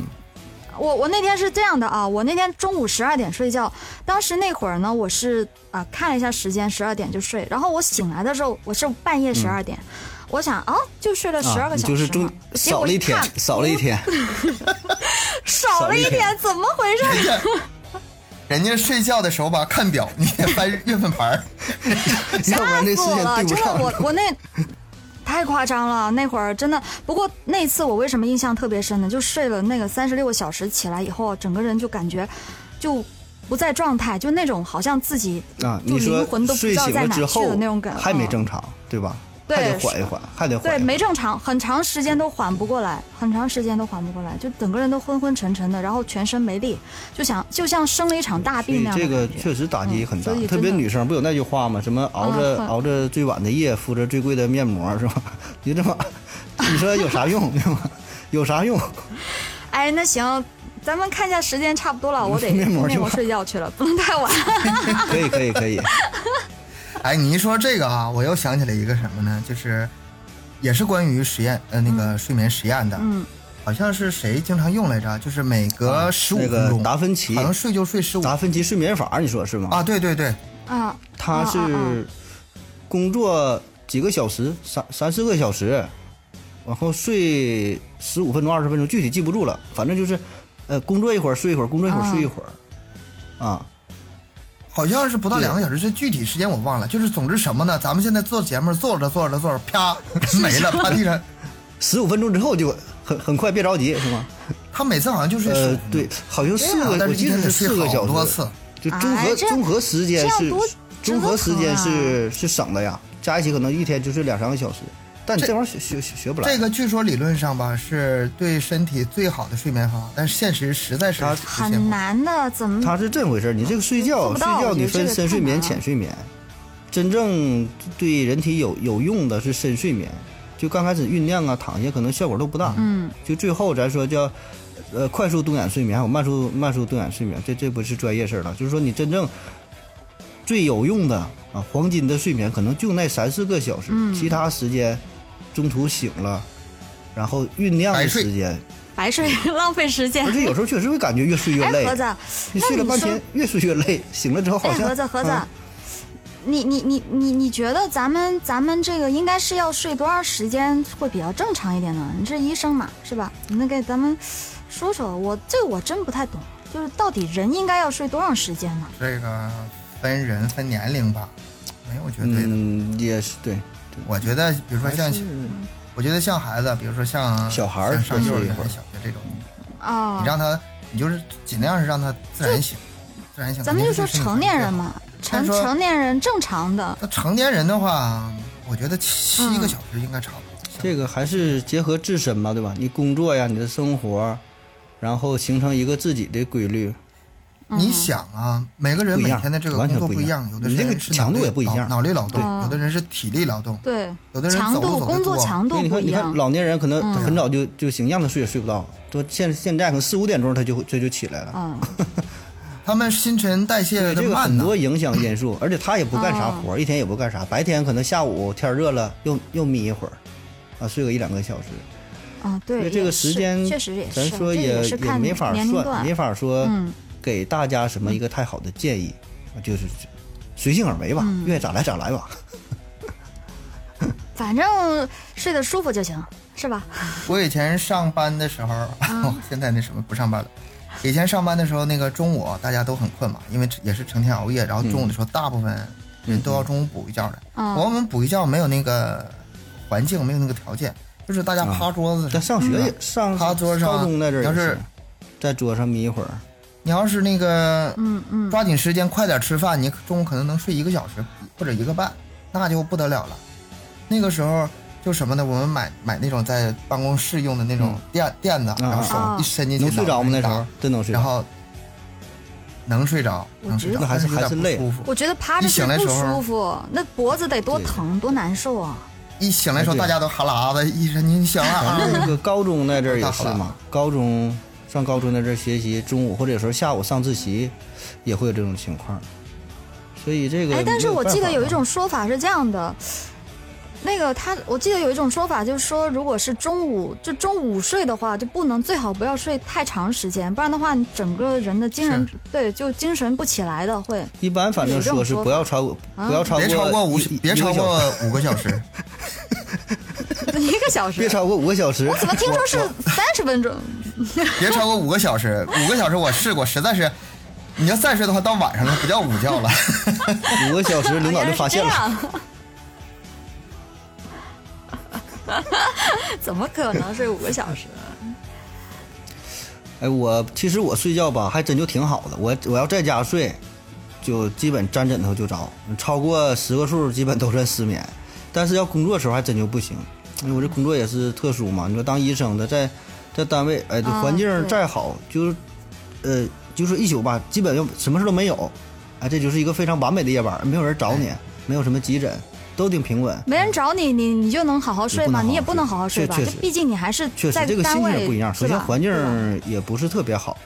[SPEAKER 3] 我我那天是这样的啊，我那天中午十二点睡觉，当时那会儿呢，我是啊、看了一下时间，十二点就睡，然后我醒来的时候我是半夜十二点，我想啊就睡了十二
[SPEAKER 1] 嗯啊，
[SPEAKER 3] 个
[SPEAKER 1] 你
[SPEAKER 3] 小时
[SPEAKER 1] 就
[SPEAKER 3] 嘛、
[SPEAKER 1] 是中
[SPEAKER 3] 结果
[SPEAKER 1] 少了一天
[SPEAKER 3] 看，嗯
[SPEAKER 1] 少了一天，
[SPEAKER 3] 少了一
[SPEAKER 1] 少了一
[SPEAKER 3] 天
[SPEAKER 1] 天，
[SPEAKER 3] 怎么回事？
[SPEAKER 2] 人家睡觉的时候吧，看表，你得翻月份牌儿。
[SPEAKER 1] 要不
[SPEAKER 3] 吓
[SPEAKER 1] 然这
[SPEAKER 3] 死
[SPEAKER 1] 时
[SPEAKER 3] 我
[SPEAKER 1] 间
[SPEAKER 3] 了！
[SPEAKER 1] 对不
[SPEAKER 3] 真的，
[SPEAKER 1] 上。
[SPEAKER 3] 我我那太夸张了，那会儿真的。不过那次我为什么印象特别深呢？就睡了那个三十六个小时，起来以后，整个人就感觉就不在状态，就那种好像自己
[SPEAKER 1] 啊，
[SPEAKER 3] 就
[SPEAKER 1] 你说
[SPEAKER 3] 灵魂都不
[SPEAKER 1] 睡
[SPEAKER 3] 知道
[SPEAKER 1] 醒
[SPEAKER 3] 在
[SPEAKER 1] 了
[SPEAKER 3] 哪
[SPEAKER 1] 之
[SPEAKER 3] 去
[SPEAKER 1] 后
[SPEAKER 3] 的那种感觉，
[SPEAKER 1] 还没
[SPEAKER 3] 嗯
[SPEAKER 1] 正常，对吧？
[SPEAKER 3] 对
[SPEAKER 1] 还得
[SPEAKER 3] 是
[SPEAKER 1] 缓一缓，还得
[SPEAKER 3] 对，
[SPEAKER 1] 缓一缓。
[SPEAKER 3] 没正常，很长时间都缓不过来，很长时间都缓不过来，就整个人都昏昏沉沉的，然后全身没力，就想就像生了一场大
[SPEAKER 1] 所
[SPEAKER 3] 病
[SPEAKER 1] 以
[SPEAKER 3] 那样
[SPEAKER 1] 这
[SPEAKER 3] 的
[SPEAKER 1] 个
[SPEAKER 3] 感觉
[SPEAKER 1] 确实打击很大
[SPEAKER 3] 嗯所以，
[SPEAKER 1] 特别
[SPEAKER 3] 真的
[SPEAKER 1] 女生不有那句话吗？什么熬着
[SPEAKER 3] 啊
[SPEAKER 1] 熬着最晚的夜，敷着最贵的面膜，是吧？ 你 这么，你说有啥用，对吗？ 有啥用？
[SPEAKER 3] 哎，那行，咱们看一下时间差不多了，我得
[SPEAKER 1] 嗯面膜去吧
[SPEAKER 3] 面膜睡觉去了，不能 太晚。
[SPEAKER 1] 可以，可以，可 以。
[SPEAKER 2] 哎，你一说这个啊，我又想起来一个什么呢？就是也是关于实验呃那个睡眠实验的，
[SPEAKER 3] 嗯，
[SPEAKER 2] 好像是谁经常用来着？就是每隔十五
[SPEAKER 1] 啊那
[SPEAKER 2] 分
[SPEAKER 1] 个
[SPEAKER 2] 钟，
[SPEAKER 1] 达芬奇
[SPEAKER 2] 好，像睡就睡十五
[SPEAKER 1] 达芬奇睡眠法，你说是吗？
[SPEAKER 2] 啊，对对对，
[SPEAKER 3] 啊，
[SPEAKER 1] 他
[SPEAKER 3] 啊啊
[SPEAKER 1] 是工作几个小时，三三四个小时，然后睡十五分钟、二十分钟，具体记不住了。反正就是，呃，工作一会儿睡一会儿，工作一会儿
[SPEAKER 3] 啊
[SPEAKER 1] 睡一会儿，啊，
[SPEAKER 2] 好像是不到
[SPEAKER 1] 对
[SPEAKER 2] 两个小时，这具体时间我 忘了。就是总之什么呢？咱们现在做节目，做着做着做着，啪没了，趴地上，
[SPEAKER 1] 十五分钟之后就很很快，别着急，是吗？
[SPEAKER 2] 他每次好像就是
[SPEAKER 1] 呃，对，好像四
[SPEAKER 2] 对啊
[SPEAKER 1] 个，
[SPEAKER 2] 但
[SPEAKER 1] 我
[SPEAKER 2] 是一
[SPEAKER 1] 记
[SPEAKER 2] 天
[SPEAKER 1] 得
[SPEAKER 2] 得
[SPEAKER 1] 是
[SPEAKER 2] 睡
[SPEAKER 1] 四个
[SPEAKER 2] 好
[SPEAKER 1] 小
[SPEAKER 2] 多
[SPEAKER 1] 时，
[SPEAKER 2] 次。
[SPEAKER 1] 就综
[SPEAKER 3] 哎
[SPEAKER 1] 合
[SPEAKER 3] 这
[SPEAKER 1] 综合时
[SPEAKER 3] 这
[SPEAKER 1] 间
[SPEAKER 3] 样
[SPEAKER 1] 是
[SPEAKER 3] 多
[SPEAKER 1] 综合时间
[SPEAKER 3] 值得
[SPEAKER 1] 是是省的呀，加一起可能一天就是两三个小时，但你这玩意儿学学学学不来
[SPEAKER 2] 这。个据说理论上吧是对身体最好的睡眠方法，但是现实实在是
[SPEAKER 1] 它
[SPEAKER 2] 实现
[SPEAKER 3] 很
[SPEAKER 2] 不了。
[SPEAKER 3] 难的，怎么
[SPEAKER 1] 它是这么回事儿，你这个睡
[SPEAKER 3] 嗯做
[SPEAKER 1] 觉
[SPEAKER 3] 不
[SPEAKER 1] 睡
[SPEAKER 3] 到
[SPEAKER 1] 觉
[SPEAKER 3] 我觉
[SPEAKER 1] 你
[SPEAKER 3] 得这
[SPEAKER 1] 分
[SPEAKER 3] 个
[SPEAKER 1] 深
[SPEAKER 3] 太
[SPEAKER 1] 睡眠、
[SPEAKER 3] 难了
[SPEAKER 1] 浅睡眠，真正对人体有有用的是深睡眠，就刚开始酝酿啊、躺下可能效果都不大，
[SPEAKER 3] 嗯，
[SPEAKER 1] 就最后咱说叫，呃，快速动眼睡眠还有慢速慢速动眼睡眠，这这不是专业事儿了，就是说你真正最有用的啊，黄金的睡眠可能就那三四个小时，
[SPEAKER 3] 嗯
[SPEAKER 1] 其他时间中途醒了，然后酝酿
[SPEAKER 2] 白
[SPEAKER 1] 的
[SPEAKER 2] 睡
[SPEAKER 1] 时间，
[SPEAKER 3] 白睡 浪费时间
[SPEAKER 1] 而？且有时候确实会感觉越睡越
[SPEAKER 3] 哎，
[SPEAKER 1] 累，
[SPEAKER 3] 盒子，
[SPEAKER 1] 你
[SPEAKER 3] 那
[SPEAKER 1] 睡了
[SPEAKER 3] 你
[SPEAKER 1] 半
[SPEAKER 3] 说
[SPEAKER 1] 天越睡越累，醒了之后好
[SPEAKER 3] 哎，
[SPEAKER 1] 像
[SPEAKER 3] 盒子，盒子
[SPEAKER 1] 嗯，
[SPEAKER 3] 你你你你你觉得咱们咱们这个应该是要睡多长时间会比较正常一点呢？你是医生嘛，是吧？你能给咱们说说？我这我真不太懂，就是到底人应该要睡多长时间呢？
[SPEAKER 2] 这个分人分年龄吧，没有绝对的。
[SPEAKER 1] 嗯，也是对，
[SPEAKER 2] 我觉得，比如说像
[SPEAKER 1] 还是
[SPEAKER 2] 我觉得像孩子，比如说像
[SPEAKER 1] 小孩儿
[SPEAKER 2] 像上
[SPEAKER 1] 多
[SPEAKER 2] 幼儿
[SPEAKER 1] 睡一
[SPEAKER 2] 园
[SPEAKER 1] 会、儿
[SPEAKER 2] 小学这种，
[SPEAKER 3] 啊、
[SPEAKER 1] 哦
[SPEAKER 2] 你让他，你就是尽量是让他自然醒，自然醒。
[SPEAKER 3] 咱们就
[SPEAKER 2] 肯定
[SPEAKER 3] 说
[SPEAKER 2] 是身体
[SPEAKER 3] 成年人
[SPEAKER 2] 最好。
[SPEAKER 3] 嘛，成
[SPEAKER 2] 但说
[SPEAKER 3] 成年人正常的，
[SPEAKER 2] 那成年人的话，我觉得七七
[SPEAKER 3] 嗯
[SPEAKER 2] 个小时应该差不多。
[SPEAKER 1] 这个还是结合自身吧，对吧？你工作呀，你的生活，然后形成一个自己的规律。
[SPEAKER 3] 嗯
[SPEAKER 2] 你想啊，每个人
[SPEAKER 1] 不一
[SPEAKER 2] 每
[SPEAKER 1] 样
[SPEAKER 2] 天的这个
[SPEAKER 1] 完全
[SPEAKER 2] 工作
[SPEAKER 1] 不
[SPEAKER 2] 不
[SPEAKER 1] 一
[SPEAKER 2] 一
[SPEAKER 1] 样
[SPEAKER 2] 样，有的
[SPEAKER 1] 你这个
[SPEAKER 2] 人是
[SPEAKER 1] 强
[SPEAKER 2] 脑
[SPEAKER 1] 度
[SPEAKER 2] 力
[SPEAKER 1] 也不一
[SPEAKER 2] 劳
[SPEAKER 1] 样
[SPEAKER 2] 脑力劳动，
[SPEAKER 3] 对
[SPEAKER 2] 有的人是体力劳动，
[SPEAKER 3] 对，
[SPEAKER 2] 有的人
[SPEAKER 3] 强
[SPEAKER 2] 走路
[SPEAKER 3] 度
[SPEAKER 2] 走
[SPEAKER 3] 工
[SPEAKER 2] 得
[SPEAKER 3] 作
[SPEAKER 2] 多。
[SPEAKER 3] 强
[SPEAKER 1] 所
[SPEAKER 3] 度
[SPEAKER 1] 以你
[SPEAKER 3] 不
[SPEAKER 1] 看，
[SPEAKER 3] 一
[SPEAKER 1] 你
[SPEAKER 3] 样嗯
[SPEAKER 1] 看。老年人可能很早就、就醒，让他睡也睡不到，都现现在可能四五点钟他就会这就起来了。
[SPEAKER 3] 嗯，
[SPEAKER 2] 他们新陈代谢
[SPEAKER 1] 对，
[SPEAKER 2] 的
[SPEAKER 1] 这个
[SPEAKER 2] 慢
[SPEAKER 1] 很
[SPEAKER 2] 呢
[SPEAKER 1] 多。影响因素，而且他也不干啥
[SPEAKER 3] 哦
[SPEAKER 1] 活，一天也不干啥，白天可能下午天热了又又眯一会儿，啊，睡个一两个小时。
[SPEAKER 3] 啊，
[SPEAKER 1] 所
[SPEAKER 3] 对，
[SPEAKER 1] 以这
[SPEAKER 3] 也
[SPEAKER 1] 个
[SPEAKER 3] 是
[SPEAKER 1] 时间，
[SPEAKER 3] 确实也是，
[SPEAKER 1] 咱说
[SPEAKER 3] 这个
[SPEAKER 1] 也
[SPEAKER 3] 也是看
[SPEAKER 1] 没法
[SPEAKER 3] 年龄段
[SPEAKER 1] 算，没法说
[SPEAKER 3] 嗯
[SPEAKER 1] 给大家什么一个太好的建议，啊就是随性而为吧，
[SPEAKER 3] 嗯
[SPEAKER 1] 愿意咋来咋来吧。
[SPEAKER 3] 反正睡得舒服就行，是吧？
[SPEAKER 2] 我以前上班的时候，
[SPEAKER 3] 嗯
[SPEAKER 2] 现在那什么不上班了。以前上班的时候，那个中午大家都很困嘛，因为也是成天熬夜，然后中午的时候大部分人都要中午补一觉的。
[SPEAKER 3] 嗯
[SPEAKER 2] 我们补一觉没有那个环境，没有那个条件，就是大家
[SPEAKER 1] 嗯
[SPEAKER 2] 趴桌子
[SPEAKER 1] 咱
[SPEAKER 2] 上。
[SPEAKER 1] 上学
[SPEAKER 3] 嗯
[SPEAKER 1] 也上
[SPEAKER 2] 趴桌上啊
[SPEAKER 1] 高中那阵儿也
[SPEAKER 2] 要是
[SPEAKER 1] 在桌上眯一会儿，
[SPEAKER 2] 你要是那个
[SPEAKER 3] 嗯嗯，
[SPEAKER 2] 抓紧时间快点吃饭，你中午可能能睡一个小时或者一个半，那就不得了了。那个时候就什么呢？我们买买那种在办公室用的那
[SPEAKER 1] 嗯
[SPEAKER 2] 种垫、垫子，然后
[SPEAKER 3] 啊
[SPEAKER 2] 手一伸进去，
[SPEAKER 1] 能睡着吗？那时
[SPEAKER 2] 脑袋
[SPEAKER 1] 候
[SPEAKER 2] 一
[SPEAKER 1] 真能睡
[SPEAKER 2] 打然
[SPEAKER 1] 着。
[SPEAKER 2] 后能睡着，
[SPEAKER 3] 我
[SPEAKER 2] 能睡着
[SPEAKER 3] 觉得，
[SPEAKER 1] 那还是
[SPEAKER 2] 但有点
[SPEAKER 1] 还是累
[SPEAKER 2] 不舒服。
[SPEAKER 3] 我觉得趴着
[SPEAKER 2] 一
[SPEAKER 3] 睡
[SPEAKER 2] 醒来
[SPEAKER 3] 不
[SPEAKER 2] 时候
[SPEAKER 3] 舒服，那脖子得多
[SPEAKER 1] 对
[SPEAKER 3] 疼，多难受啊！
[SPEAKER 2] 一醒来的时候，
[SPEAKER 1] 对
[SPEAKER 2] 大家都哈喇子，一声 你醒了
[SPEAKER 1] 咱
[SPEAKER 2] 啊
[SPEAKER 1] 们！那个高中那 阵儿也是
[SPEAKER 2] 大
[SPEAKER 1] 嘛，高中上高中那阵儿学习，中午或者有时候下午上自习，也会有这种情况。所以这个
[SPEAKER 3] 哎，但是
[SPEAKER 1] 没
[SPEAKER 3] 我
[SPEAKER 1] 办
[SPEAKER 3] 记得
[SPEAKER 1] 法
[SPEAKER 3] 有一
[SPEAKER 1] 嘛
[SPEAKER 3] 种说法是这样的，那个他，我记得有一种说法就是说，如果是中午就中午睡的话，就不能最好不要睡太长时间，不然的话，你整个人的精神对就精神不起来的会。
[SPEAKER 1] 一般反正说是不要超过，
[SPEAKER 3] 啊
[SPEAKER 1] 不要超过
[SPEAKER 2] 别
[SPEAKER 1] 一，
[SPEAKER 2] 超过五，
[SPEAKER 1] 一
[SPEAKER 2] 别超，过五个小时。
[SPEAKER 3] 一个小
[SPEAKER 1] 一个小时别
[SPEAKER 3] 时，
[SPEAKER 1] 超过五个小时
[SPEAKER 3] 我。怎么听说是三十分钟？
[SPEAKER 2] 别超过五个 小时，五个小时我试过，实在是，你要再睡的话，到晚上了不叫午觉了。
[SPEAKER 1] 五个小时，领导
[SPEAKER 3] 原
[SPEAKER 1] 就
[SPEAKER 3] 来
[SPEAKER 1] 发
[SPEAKER 3] 是哎这
[SPEAKER 1] 现了。
[SPEAKER 3] 样。怎么可能睡五个小时？啊
[SPEAKER 1] 哎，我其实我睡觉吧，还真就挺好的。我我要在家睡，就基本沾枕头就着，超过十个数基本都算失眠。但是要工作的时候还真就不行，因为我这工作也是特殊嘛。你说当医生的，在在单位，哎，对
[SPEAKER 3] 啊
[SPEAKER 1] 环境
[SPEAKER 3] 对
[SPEAKER 1] 再好，就是呃，就是一宿吧，基本就什么事都没有。哎，这就是一个非常完美的夜班，没有人找你，
[SPEAKER 3] 哎
[SPEAKER 1] 没有什么急诊，都挺平稳。
[SPEAKER 3] 没人找你，你你就能好好睡吗？你也
[SPEAKER 1] 也
[SPEAKER 3] 不
[SPEAKER 1] 不
[SPEAKER 3] 能
[SPEAKER 1] 能好
[SPEAKER 3] 好好
[SPEAKER 1] 好
[SPEAKER 3] 睡
[SPEAKER 1] 睡
[SPEAKER 3] 吧？
[SPEAKER 1] 确
[SPEAKER 3] 这
[SPEAKER 1] 确实
[SPEAKER 3] 毕竟你还是
[SPEAKER 1] 确实
[SPEAKER 3] 在，
[SPEAKER 1] 这个
[SPEAKER 3] 单
[SPEAKER 1] 心
[SPEAKER 3] 位
[SPEAKER 1] 情不一样。首
[SPEAKER 3] 是
[SPEAKER 1] 先
[SPEAKER 3] 吧
[SPEAKER 1] 环境
[SPEAKER 3] 对吧嗯
[SPEAKER 1] 儿也不是特别好，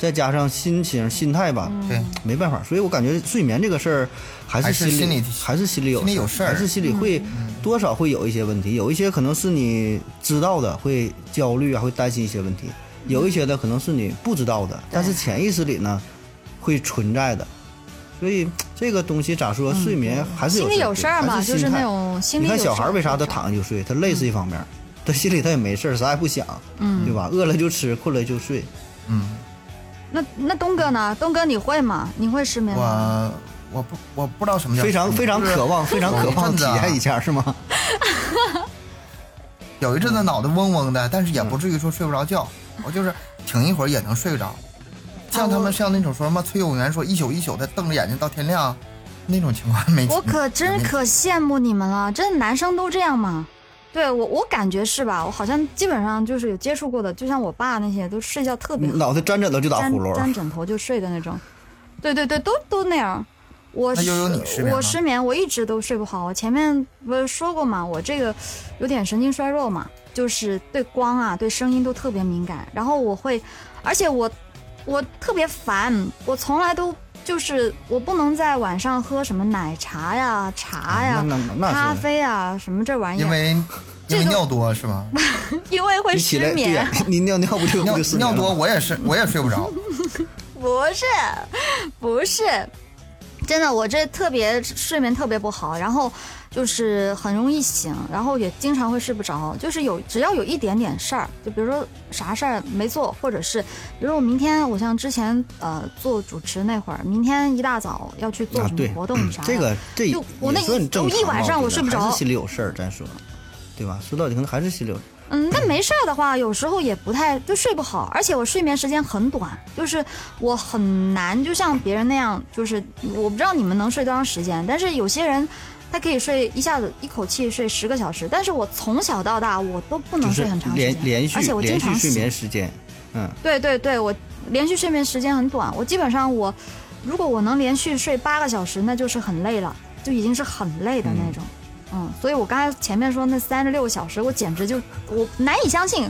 [SPEAKER 1] 再加上心情、心态吧，
[SPEAKER 2] 对，
[SPEAKER 1] 没办法。所以我感觉睡眠这个事儿，还
[SPEAKER 2] 还
[SPEAKER 1] 是
[SPEAKER 2] 是
[SPEAKER 1] 心
[SPEAKER 2] 心
[SPEAKER 1] 里
[SPEAKER 2] 里
[SPEAKER 1] 还是心里有
[SPEAKER 2] 心里有事儿嗯
[SPEAKER 1] 还是心里会多少会有一些问题。有一些可能是你知道的，会焦虑啊，会担心一些问题；有一些的可能是你不知道的，但是潜意识里呢会存在的。所以这个
[SPEAKER 2] 嗯
[SPEAKER 1] 东西咋说？睡眠还是
[SPEAKER 3] 心里有事儿嘛，
[SPEAKER 1] 还是
[SPEAKER 3] 就是
[SPEAKER 1] 心态
[SPEAKER 3] 那种心里
[SPEAKER 1] 你
[SPEAKER 3] 有
[SPEAKER 1] 看
[SPEAKER 3] 事
[SPEAKER 1] 小孩儿为啥
[SPEAKER 3] 的
[SPEAKER 1] 他躺着就睡？他累是一方面儿，他心里他也没事儿，啥也不想，
[SPEAKER 3] 嗯
[SPEAKER 1] 对吧？饿了就吃，困了就睡。
[SPEAKER 2] 嗯，
[SPEAKER 3] 那那东哥呢？东哥你会吗？你会失眠吗？
[SPEAKER 2] 我我不我不知道什么叫
[SPEAKER 1] 非常非常
[SPEAKER 2] 就是
[SPEAKER 1] 渴望，非常渴
[SPEAKER 2] 我
[SPEAKER 1] 望
[SPEAKER 2] 真
[SPEAKER 1] 体
[SPEAKER 2] 的啊
[SPEAKER 1] 验一下，是吗？
[SPEAKER 2] 有一阵子脑袋嗡嗡的，但是也不至于说睡不着觉，我就是挺一会儿也能睡着。像他
[SPEAKER 3] 我
[SPEAKER 2] 们像那种说什么崔永元说一宿一宿的瞪着眼睛到天亮，那种情况没见。
[SPEAKER 3] 我可真
[SPEAKER 2] 没
[SPEAKER 3] 可羡慕你们了，真的男生都这样吗？对我，我感觉是吧？我好像基本上就是有接触过的，就像我爸那些都睡觉特别 好，
[SPEAKER 1] 脑袋沾枕头就打
[SPEAKER 3] 沾
[SPEAKER 1] 呼噜。
[SPEAKER 3] 沾枕头就睡的那种。 对对对，都都那样。我
[SPEAKER 2] 那
[SPEAKER 3] 是
[SPEAKER 2] 悠悠你失眠
[SPEAKER 3] 我
[SPEAKER 2] 吗
[SPEAKER 3] 失眠，我一直都睡不好。我前面不是说过嘛，我这个有点神经衰弱嘛，就是对光啊、对声音都特别敏感。然后我会，而且我我特别烦，我从来都就是我不能在晚上喝什么奶茶呀、茶呀、
[SPEAKER 1] 啊那那那
[SPEAKER 3] 咖
[SPEAKER 1] 那是
[SPEAKER 3] 啡啊什么这玩意
[SPEAKER 2] 因
[SPEAKER 3] 儿，
[SPEAKER 2] 为
[SPEAKER 3] 这
[SPEAKER 2] 因为
[SPEAKER 3] 个
[SPEAKER 2] 尿多是吗？
[SPEAKER 3] 因为会
[SPEAKER 1] 你起
[SPEAKER 3] 失
[SPEAKER 1] 来对
[SPEAKER 3] 眠
[SPEAKER 1] 呀。，你尿尿不就
[SPEAKER 2] 尿
[SPEAKER 1] 不就失
[SPEAKER 2] 尿
[SPEAKER 1] 眠
[SPEAKER 2] 多
[SPEAKER 1] 了吗？
[SPEAKER 2] 我也是我也睡不着。
[SPEAKER 3] 不是， 不是，真的，我这特别睡眠特别不好，然后就是很容易醒，然后也经常会睡不着，就是有只要有一点点事儿，就比如说啥事儿没做，或者是比如我明天，我像之前呃做主持那会儿，明天一大早要去做
[SPEAKER 1] 啊
[SPEAKER 3] 什么
[SPEAKER 1] 对
[SPEAKER 3] 活动啥的，
[SPEAKER 1] 这个这
[SPEAKER 3] 就我那
[SPEAKER 1] 也算
[SPEAKER 3] 一
[SPEAKER 1] 正常
[SPEAKER 3] 我一晚上
[SPEAKER 1] 吧
[SPEAKER 3] 我
[SPEAKER 1] 觉得
[SPEAKER 3] 睡不着
[SPEAKER 1] 还是心里有事儿，咱说，对吧？说到底可能还是心里有事儿。
[SPEAKER 3] 嗯，那没事儿的话，有时候也不太就睡不好，而且我睡眠时间很短，就是我很难就像别人那样，就是我不知道你们能睡多长时间，但是有些人他可以睡一下子一口气睡十个小时，但是我从小到大我都不
[SPEAKER 1] 就
[SPEAKER 3] 能
[SPEAKER 1] 是
[SPEAKER 3] 睡很长时间，
[SPEAKER 1] 连连续
[SPEAKER 3] 而且我经
[SPEAKER 1] 连续
[SPEAKER 3] 常
[SPEAKER 1] 睡
[SPEAKER 3] 醒
[SPEAKER 1] 眠时间，嗯，
[SPEAKER 3] 对对对，我连续睡眠时间很短，我基本上我如果我能连续睡八个小时，那就是很累了，就已经是很累的那种。嗯所以我刚才前面说那三十六个小时，我简直就我难以相信，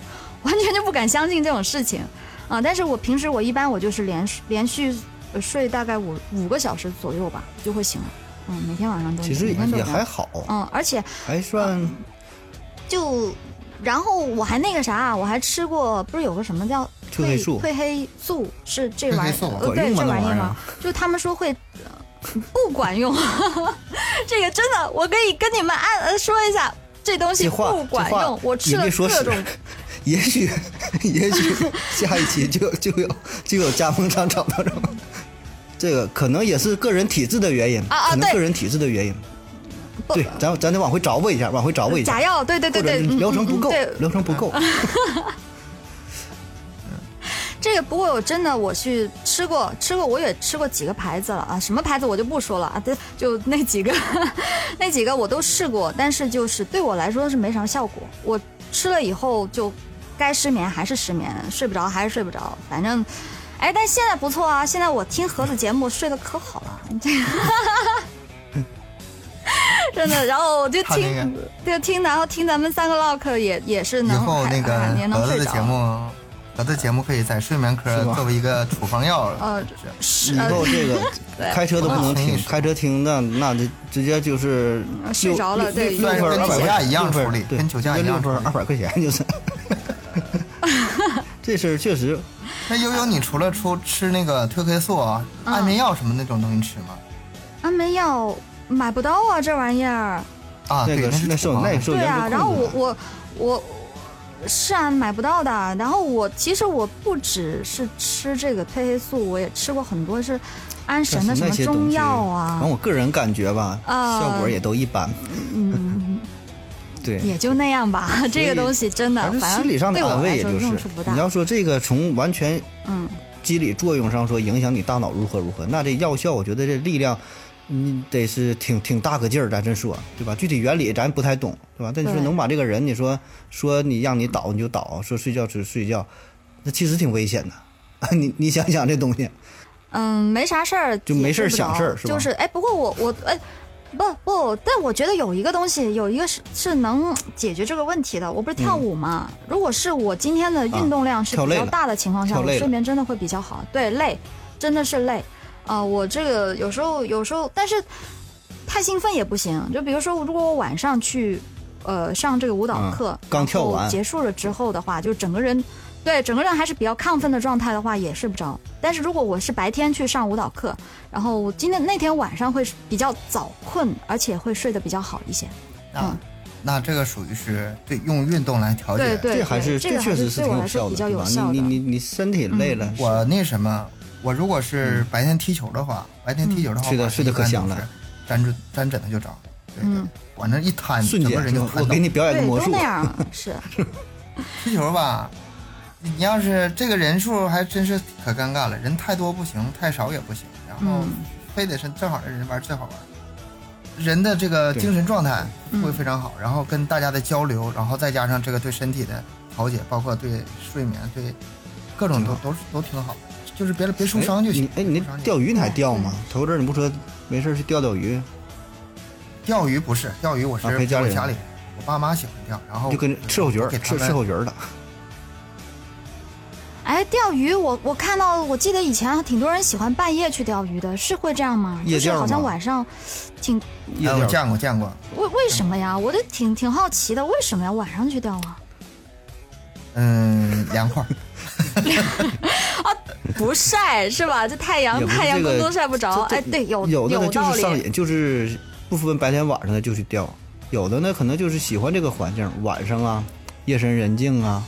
[SPEAKER 3] 完全就不敢相信这种事情啊、但是我平时我一般我就是连连续呃睡大概五五个小时左右吧，就会醒了。嗯，每天晚上都
[SPEAKER 1] 其实
[SPEAKER 3] 每
[SPEAKER 1] 也
[SPEAKER 3] 天都
[SPEAKER 1] 也
[SPEAKER 3] 这
[SPEAKER 1] 还
[SPEAKER 3] 样。
[SPEAKER 1] 好，
[SPEAKER 3] 嗯，而且
[SPEAKER 1] 还算
[SPEAKER 3] 就，然后我还那个啥，啊我还吃过，不是有个什么叫
[SPEAKER 1] 褪
[SPEAKER 3] 褪
[SPEAKER 1] 黑素
[SPEAKER 3] 褪黑素是这玩
[SPEAKER 2] 褪
[SPEAKER 3] 意
[SPEAKER 2] 黑素
[SPEAKER 3] 儿，呃
[SPEAKER 1] 管
[SPEAKER 3] 对
[SPEAKER 1] 用吗
[SPEAKER 3] 这
[SPEAKER 1] 那
[SPEAKER 3] 玩意
[SPEAKER 1] 玩
[SPEAKER 3] 儿
[SPEAKER 1] 意儿
[SPEAKER 3] 吗？就他们说会。呃不管用， 这个真的，我可以跟你们按呃说一下，这东西
[SPEAKER 1] 这话
[SPEAKER 3] 不管
[SPEAKER 1] 这话
[SPEAKER 3] 用。我吃
[SPEAKER 1] 也
[SPEAKER 3] 了
[SPEAKER 1] 别说
[SPEAKER 3] 各
[SPEAKER 1] 是
[SPEAKER 3] 种，
[SPEAKER 1] 也许也许下一期就就有就有加盟商找到咱们。这个可能也是个人体质的原因，
[SPEAKER 3] 啊啊
[SPEAKER 1] 可能
[SPEAKER 3] 对
[SPEAKER 1] 个人体质的原因。
[SPEAKER 3] 不
[SPEAKER 1] 对，咱咱得往回找补一下，往回找补一
[SPEAKER 3] 假
[SPEAKER 1] 下，
[SPEAKER 3] 药，对对对
[SPEAKER 1] 或者
[SPEAKER 3] 对，
[SPEAKER 1] 是疗程
[SPEAKER 3] 嗯嗯
[SPEAKER 1] 不
[SPEAKER 3] 嗯
[SPEAKER 1] 够
[SPEAKER 3] 对，
[SPEAKER 1] 疗程不够。
[SPEAKER 3] 这个不过我真的我去吃过，吃过我也吃过几个牌子了啊，什么牌子我就不说了啊，对，就那几个， 那几个我都试过，但是就是对我来说是没啥效果。我吃了以后就该失眠还是失眠，睡不着还是睡不着，反正，哎，但现在不错啊，现在我听盒子节目睡得可好了， 这个。真的，然后我就
[SPEAKER 2] 他那
[SPEAKER 3] 听，就听，然后听咱们三个唠嗑也也是
[SPEAKER 2] 以
[SPEAKER 3] 能，
[SPEAKER 2] 后
[SPEAKER 3] 还呃
[SPEAKER 2] 那个
[SPEAKER 3] 还也能
[SPEAKER 2] 盒
[SPEAKER 3] 睡
[SPEAKER 2] 子的
[SPEAKER 3] 着
[SPEAKER 2] 节目，盒子节目可以在睡眠科
[SPEAKER 1] 是吗
[SPEAKER 2] 作为一个处方药了。
[SPEAKER 3] 呃
[SPEAKER 2] 是
[SPEAKER 3] 是
[SPEAKER 1] 以
[SPEAKER 3] 呃
[SPEAKER 1] 后这个
[SPEAKER 3] 对
[SPEAKER 1] 开车都不能
[SPEAKER 2] 我
[SPEAKER 1] 听
[SPEAKER 2] 同意，
[SPEAKER 1] 开车听的那就直接就是六
[SPEAKER 3] 嗯睡着了
[SPEAKER 1] 六
[SPEAKER 3] 对
[SPEAKER 1] 六
[SPEAKER 2] 对
[SPEAKER 1] 分
[SPEAKER 2] 跟
[SPEAKER 1] 二
[SPEAKER 2] 酒驾
[SPEAKER 1] 百
[SPEAKER 2] 一样
[SPEAKER 1] 六分
[SPEAKER 2] 处理
[SPEAKER 1] 对
[SPEAKER 2] 跟酒驾
[SPEAKER 1] 直接
[SPEAKER 2] 一样
[SPEAKER 1] 六分
[SPEAKER 2] 处理
[SPEAKER 1] 二百块钱就是。 这事儿确实，
[SPEAKER 2] 那悠悠，你除了出吃那个褪黑素啊、
[SPEAKER 3] 嗯
[SPEAKER 2] 安眠药什么那种东西吃吗？
[SPEAKER 3] 安眠药买不到啊，这玩意儿。
[SPEAKER 2] 啊，
[SPEAKER 1] 那
[SPEAKER 2] 对，
[SPEAKER 1] 个
[SPEAKER 2] 是
[SPEAKER 1] 那
[SPEAKER 2] 处
[SPEAKER 1] 受
[SPEAKER 2] 方
[SPEAKER 1] 那
[SPEAKER 2] 药
[SPEAKER 1] 受
[SPEAKER 3] 对
[SPEAKER 1] 严格
[SPEAKER 3] 啊，
[SPEAKER 1] 控
[SPEAKER 3] 然后
[SPEAKER 1] 制
[SPEAKER 3] 我
[SPEAKER 1] 的
[SPEAKER 3] 我我是啊，买不到的。然后我其实我不只是吃这个褪黑素，我也吃过很多是安神的
[SPEAKER 1] 但是
[SPEAKER 3] 什
[SPEAKER 1] 那
[SPEAKER 3] 么
[SPEAKER 1] 些
[SPEAKER 3] 中
[SPEAKER 1] 东西
[SPEAKER 3] 药
[SPEAKER 1] 反
[SPEAKER 3] 啊
[SPEAKER 1] 正，我个人感觉吧，
[SPEAKER 3] 呃
[SPEAKER 1] 效果也都一般。
[SPEAKER 3] 嗯，
[SPEAKER 1] 对，
[SPEAKER 3] 也就那样吧。这个东西真的，
[SPEAKER 1] 反正
[SPEAKER 3] 反
[SPEAKER 1] 心
[SPEAKER 3] 正
[SPEAKER 1] 理上的
[SPEAKER 3] 对我
[SPEAKER 1] 安慰，
[SPEAKER 3] 来
[SPEAKER 1] 也
[SPEAKER 3] 说
[SPEAKER 1] 就是
[SPEAKER 3] 用处不大
[SPEAKER 1] 你。要说这个从完全
[SPEAKER 3] 嗯，
[SPEAKER 1] 机理作用上说影响你大脑如何如何，那这药效我觉得这力量，你得是挺挺大个劲儿，咱这说对吧？具体原理咱不太懂，对吧？但你说
[SPEAKER 3] 对
[SPEAKER 1] 能把这个人，你说说你让你倒你就倒，说睡觉就睡觉，那其实挺危险的。 你你想想这东西，
[SPEAKER 3] 嗯，没啥事儿，
[SPEAKER 1] 就没事儿
[SPEAKER 3] 也睡不着
[SPEAKER 1] 想事儿是吧
[SPEAKER 3] 就是哎，不过我我哎，不不，但我觉得有一个东西，有一个是是能解决这个问题的。我不是跳舞嘛，如果是我今天的运动量
[SPEAKER 1] 嗯啊
[SPEAKER 3] 是
[SPEAKER 1] 跳
[SPEAKER 3] 比
[SPEAKER 1] 累
[SPEAKER 3] 较
[SPEAKER 1] 了
[SPEAKER 3] 大的情况下，
[SPEAKER 1] 跳
[SPEAKER 3] 我
[SPEAKER 1] 累了
[SPEAKER 3] 睡眠真的会比较好。对，累，真的是累。啊、我这个有时候有时候，但是太兴奋也不行。就比如说，如果我晚上去呃上这个舞蹈
[SPEAKER 1] 嗯
[SPEAKER 3] 课，
[SPEAKER 1] 刚跳
[SPEAKER 3] 然后
[SPEAKER 1] 完
[SPEAKER 3] 结束了之后的话，就整个人对整个人还是比较亢奋的状态的话，也睡不着。但是如果我是白天去上舞蹈课，然后我今天那天晚上会比较早困，而且会睡得比较好一 些。
[SPEAKER 2] 啊，那这个属于是对用运动来调
[SPEAKER 3] 对
[SPEAKER 2] 节。
[SPEAKER 3] 对，
[SPEAKER 1] 这还是
[SPEAKER 3] 对这个
[SPEAKER 1] 确
[SPEAKER 3] 还
[SPEAKER 1] 实
[SPEAKER 3] 对
[SPEAKER 1] 挺
[SPEAKER 3] 我
[SPEAKER 1] 有
[SPEAKER 3] 来说
[SPEAKER 1] 效
[SPEAKER 3] 比
[SPEAKER 1] 的，
[SPEAKER 3] 较
[SPEAKER 1] 对
[SPEAKER 3] 有
[SPEAKER 1] 吧？
[SPEAKER 3] 效
[SPEAKER 1] 你
[SPEAKER 3] 的。嗯
[SPEAKER 1] 你你你身体累了，
[SPEAKER 2] 我那什么，我如果是白天踢球的话，白天踢球的话，
[SPEAKER 1] 嗯是的
[SPEAKER 2] 我
[SPEAKER 1] 是的可
[SPEAKER 2] 一般
[SPEAKER 1] 香
[SPEAKER 2] 都
[SPEAKER 1] 了
[SPEAKER 2] 是沾着沾枕头就着。对对，往那一摊，
[SPEAKER 1] 瞬
[SPEAKER 2] 整个
[SPEAKER 1] 间
[SPEAKER 2] 人就
[SPEAKER 1] 我
[SPEAKER 2] 瘫倒
[SPEAKER 1] 给你表演个
[SPEAKER 3] 对，
[SPEAKER 1] 魔
[SPEAKER 3] 都
[SPEAKER 1] 术
[SPEAKER 3] 那，样，是，
[SPEAKER 2] 踢球吧，你要是这个人数还真是可尴尬了，人太多不行，太少也不行，然后
[SPEAKER 3] 嗯
[SPEAKER 2] 非得是正好的人玩最好玩。人的这个
[SPEAKER 1] 对
[SPEAKER 2] 精神状态会非常好，然后跟大家的交流，然后再加上这个对身体的调节，包括对睡眠、对各种都都是都挺好的，就是别别受伤就行。
[SPEAKER 1] 哎，你哎你
[SPEAKER 2] 受伤
[SPEAKER 1] 那
[SPEAKER 2] 就行哎
[SPEAKER 1] 钓鱼你还钓吗？头阵儿你不说没事儿去钓钓鱼，
[SPEAKER 2] 钓鱼不是钓鱼，我是
[SPEAKER 1] 啊陪家里
[SPEAKER 2] 我
[SPEAKER 1] 人
[SPEAKER 2] 家里人，我爸妈喜欢钓，然后
[SPEAKER 1] 就跟伺候局儿
[SPEAKER 2] 哦给他
[SPEAKER 1] 伺
[SPEAKER 2] 们
[SPEAKER 1] 伺候局儿的，
[SPEAKER 3] 哎，钓鱼，我我看到，我记得以前挺多人喜欢半夜去钓鱼的，是会这样吗？
[SPEAKER 1] 夜
[SPEAKER 3] 就是
[SPEAKER 1] 钓
[SPEAKER 3] 好像
[SPEAKER 1] 吗
[SPEAKER 3] 晚上挺
[SPEAKER 1] 夜
[SPEAKER 2] 哎我
[SPEAKER 1] 钓
[SPEAKER 2] 见过见过，
[SPEAKER 3] 为为什么呀？我都挺挺好奇的，为什么要晚上去钓 啊？
[SPEAKER 2] 嗯，凉快儿。
[SPEAKER 3] 不晒是吧？这太阳
[SPEAKER 1] 也不是
[SPEAKER 3] 太阳
[SPEAKER 1] 这个
[SPEAKER 3] 公公晒不着。
[SPEAKER 1] 这
[SPEAKER 3] 哎，对，有
[SPEAKER 1] 有的呢就
[SPEAKER 3] 道
[SPEAKER 1] 是上
[SPEAKER 3] 理。
[SPEAKER 1] 瘾，就是不分白天晚上的就去钓，有的呢可能就是喜欢这个环境，晚上啊，夜深人静啊，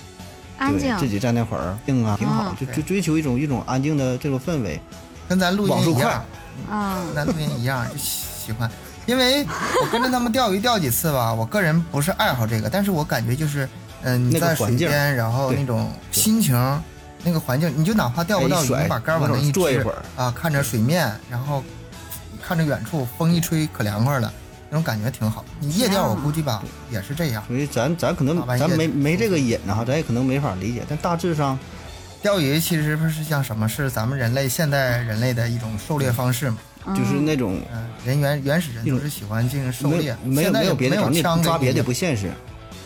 [SPEAKER 3] 安
[SPEAKER 1] 对
[SPEAKER 3] 静，
[SPEAKER 1] 自己在那会儿静啊，挺好，
[SPEAKER 3] 嗯
[SPEAKER 1] 就
[SPEAKER 2] 对
[SPEAKER 1] 就追求一种一种安静的这种氛围。
[SPEAKER 2] 跟咱录
[SPEAKER 1] 网
[SPEAKER 2] 音
[SPEAKER 1] 速
[SPEAKER 2] 一
[SPEAKER 1] 快
[SPEAKER 2] 样，
[SPEAKER 3] 嗯
[SPEAKER 2] 跟咱录音一样，就喜欢。因为我跟着他们钓鱼钓几次吧，我个人不是爱好这个，但是我感觉就是，嗯、你
[SPEAKER 1] 那个
[SPEAKER 2] 在
[SPEAKER 1] 环
[SPEAKER 2] 水
[SPEAKER 1] 境
[SPEAKER 2] 边，然后
[SPEAKER 1] 对
[SPEAKER 2] 那种心情，那个环境，你就哪怕钓不
[SPEAKER 1] 哎一
[SPEAKER 2] 到鱼，
[SPEAKER 1] 甩
[SPEAKER 2] 你把杆儿往那
[SPEAKER 1] 往那儿
[SPEAKER 2] 一
[SPEAKER 1] 坐一
[SPEAKER 2] 支
[SPEAKER 1] 会儿
[SPEAKER 2] 啊，看着水面，然后看着远处，风一吹可凉快了，那种感觉挺好。你夜钓我估计吧也是这样，
[SPEAKER 1] 所以咱咱可
[SPEAKER 2] 大
[SPEAKER 1] 能
[SPEAKER 2] 半夜
[SPEAKER 1] 咱
[SPEAKER 2] 的
[SPEAKER 1] 没没这个瘾啊，咱也可能没法理解，但大致上
[SPEAKER 2] 钓鱼其实不是像什么，是咱们人类现代人类的一种狩猎方式嘛。
[SPEAKER 1] 就是那种
[SPEAKER 2] 嗯、人原原始人
[SPEAKER 1] 一
[SPEAKER 2] 都
[SPEAKER 1] 种
[SPEAKER 2] 是喜欢进行狩
[SPEAKER 1] 嗯没
[SPEAKER 2] 猎
[SPEAKER 1] 有，没有
[SPEAKER 2] 现在
[SPEAKER 1] 没
[SPEAKER 2] 也
[SPEAKER 1] 有别的
[SPEAKER 2] 没
[SPEAKER 1] 你
[SPEAKER 2] 有枪
[SPEAKER 1] 抓
[SPEAKER 2] 给
[SPEAKER 1] 别的
[SPEAKER 2] 你
[SPEAKER 1] 也不现实，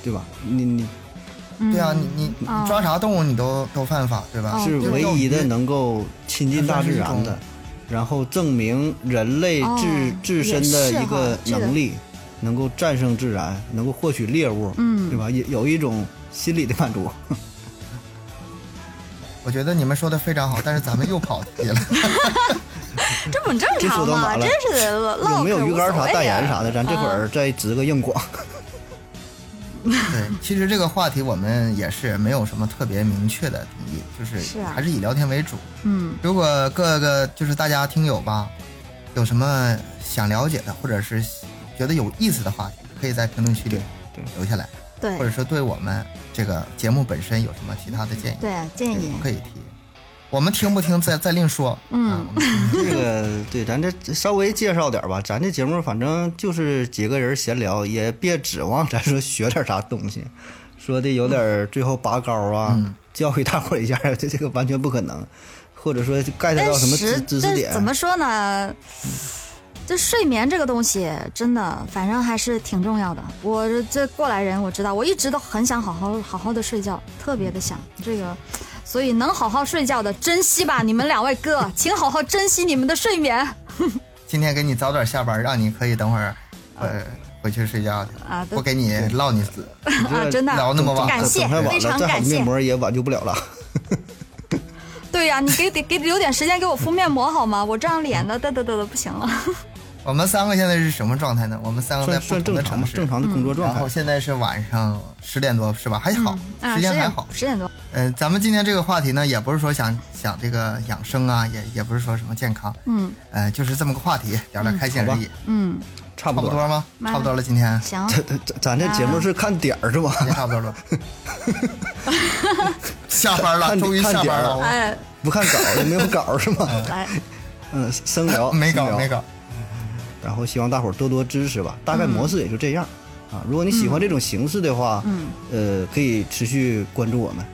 [SPEAKER 1] 对吧？你你
[SPEAKER 3] 嗯
[SPEAKER 2] 对啊，你你你
[SPEAKER 3] 哦
[SPEAKER 2] 抓啥动物你都都犯法，对吧？
[SPEAKER 3] 哦
[SPEAKER 1] 是
[SPEAKER 2] 就是
[SPEAKER 1] 唯一的
[SPEAKER 2] 钓鱼
[SPEAKER 1] 能够亲近大自然的，然后证明人类
[SPEAKER 3] 哦
[SPEAKER 1] 自自身的一个
[SPEAKER 3] 也是哈
[SPEAKER 1] 能力，能够战胜自然，能够获取猎物，
[SPEAKER 3] 嗯
[SPEAKER 1] 对吧？也有一种心理的满足。
[SPEAKER 2] 我觉得你们说的非常好，但是咱们又跑题 了。
[SPEAKER 3] 这不很正
[SPEAKER 1] 这
[SPEAKER 3] 常
[SPEAKER 1] 说到
[SPEAKER 3] 嘛，
[SPEAKER 1] 哪了
[SPEAKER 3] 真是的，唠
[SPEAKER 1] 有没有
[SPEAKER 3] 嗑
[SPEAKER 1] 鱼竿
[SPEAKER 3] 无所
[SPEAKER 1] 啥
[SPEAKER 3] 谓
[SPEAKER 1] 代言
[SPEAKER 3] 啊
[SPEAKER 1] 啥的？咱这会儿再植个硬广。
[SPEAKER 2] 对，其实这个话题我们也是没有什么特别明确的定义，就是
[SPEAKER 3] 是啊
[SPEAKER 2] 还是以聊天为主。
[SPEAKER 3] 嗯
[SPEAKER 2] 如果各个就是大家听友吧，有什么想了解的，或者是觉得有意思的话题，可以在评论区里
[SPEAKER 1] 对
[SPEAKER 2] 留下来，
[SPEAKER 3] 对
[SPEAKER 2] 或者说对我们这个节目本身有什么其他的建议，
[SPEAKER 3] 对建
[SPEAKER 2] 对
[SPEAKER 3] 议
[SPEAKER 2] 可以提。我们听不听再再另说。
[SPEAKER 3] 嗯
[SPEAKER 2] 啊我们听
[SPEAKER 1] 这个对，咱这稍微介绍点吧。咱这节目反正就是几个人闲聊，也别指望咱说学点啥东西，说的有点儿最后拔高啊，
[SPEAKER 3] 嗯
[SPEAKER 1] 教育大伙儿一下， 这这个完全不可能。或者说 get
[SPEAKER 3] 但
[SPEAKER 1] 到什么知
[SPEAKER 3] 是
[SPEAKER 1] 知识
[SPEAKER 3] 但
[SPEAKER 1] 点嗯
[SPEAKER 3] 怎，么说呢？这睡眠这个东西真的，反正还是挺重要的。我这过来人，我知道，我一直都很想好好好好的睡觉，特别的想这个，所以能好好睡觉的，珍惜吧，你们两位哥，请好好珍惜你们的睡眠
[SPEAKER 2] 今天给你早点下班，让你可以等会
[SPEAKER 1] 啊
[SPEAKER 2] 儿呃回去睡觉去，
[SPEAKER 3] 啊！
[SPEAKER 2] 不
[SPEAKER 3] 都
[SPEAKER 2] 给你唠你死。
[SPEAKER 1] 你这
[SPEAKER 3] 啊，真的
[SPEAKER 2] 聊那么晚
[SPEAKER 3] 感谢
[SPEAKER 1] 整太，晚
[SPEAKER 3] 非
[SPEAKER 1] 了，
[SPEAKER 3] 常
[SPEAKER 1] 再好
[SPEAKER 3] 感谢
[SPEAKER 1] 面。膜也挽救不了了。
[SPEAKER 3] 对呀、你给得给留点时间给我敷面膜好吗？我这张脸
[SPEAKER 1] 嗯
[SPEAKER 3] 呢，嘚嘚嘚的不行了。
[SPEAKER 2] 我们三个现在是什么状态呢？我们三个在
[SPEAKER 1] 算
[SPEAKER 2] 哦
[SPEAKER 1] 算
[SPEAKER 2] 不
[SPEAKER 1] 正
[SPEAKER 2] 同的
[SPEAKER 1] 常
[SPEAKER 2] 城
[SPEAKER 1] 吧，
[SPEAKER 2] 市，
[SPEAKER 1] 正常的工作状
[SPEAKER 2] 嗯然
[SPEAKER 1] 态嗯
[SPEAKER 2] 后。现在是晚上十点多是吧？还好，
[SPEAKER 3] 啊，
[SPEAKER 2] 时
[SPEAKER 3] 十
[SPEAKER 2] 间还
[SPEAKER 3] 点
[SPEAKER 2] 好。
[SPEAKER 3] 十点多，
[SPEAKER 2] 嗯、咱们今天这个话题呢，也不是说想想这个养生啊，也也不是说什么健康，
[SPEAKER 3] 嗯
[SPEAKER 2] 呃，就是这么个话题，聊聊开心而已，
[SPEAKER 3] 嗯，
[SPEAKER 1] 差
[SPEAKER 2] 差
[SPEAKER 1] 不
[SPEAKER 2] 不
[SPEAKER 1] 多。
[SPEAKER 2] 多吗？
[SPEAKER 3] 妈呀
[SPEAKER 2] 差不多了，今天
[SPEAKER 3] 行。
[SPEAKER 1] 咱咱咱这
[SPEAKER 3] 啊
[SPEAKER 1] 节目是看点儿是吧？
[SPEAKER 2] 也差不多了。下班了，
[SPEAKER 1] 看
[SPEAKER 2] 终于
[SPEAKER 1] 看
[SPEAKER 2] 下
[SPEAKER 1] 点
[SPEAKER 2] 班
[SPEAKER 1] 儿
[SPEAKER 2] 了。我
[SPEAKER 3] 哎，
[SPEAKER 1] 不看稿儿也没有稿儿是吗？
[SPEAKER 3] 来，
[SPEAKER 1] 嗯，生聊
[SPEAKER 2] 没
[SPEAKER 1] 生
[SPEAKER 2] 搞
[SPEAKER 1] 聊
[SPEAKER 2] 没搞，
[SPEAKER 1] 然后希望大伙儿多多支持
[SPEAKER 3] 嗯
[SPEAKER 1] 吧。大概模式也就这样、啊。如果你喜欢这种形式的话，
[SPEAKER 3] 嗯
[SPEAKER 1] 呃，可以持续关注我们，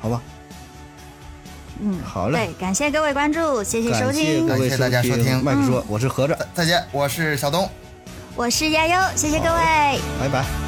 [SPEAKER 1] 好吧？
[SPEAKER 3] 嗯，
[SPEAKER 1] 好嘞
[SPEAKER 3] 对，，感谢各位关注，谢谢收
[SPEAKER 1] 感谢
[SPEAKER 3] 听，嗯
[SPEAKER 1] 各位
[SPEAKER 2] 感谢大家收听
[SPEAKER 1] 麦克说，我是盒子，
[SPEAKER 2] 再再见，我是小东。
[SPEAKER 3] 我是丫优，谢谢各位。
[SPEAKER 1] 拜拜。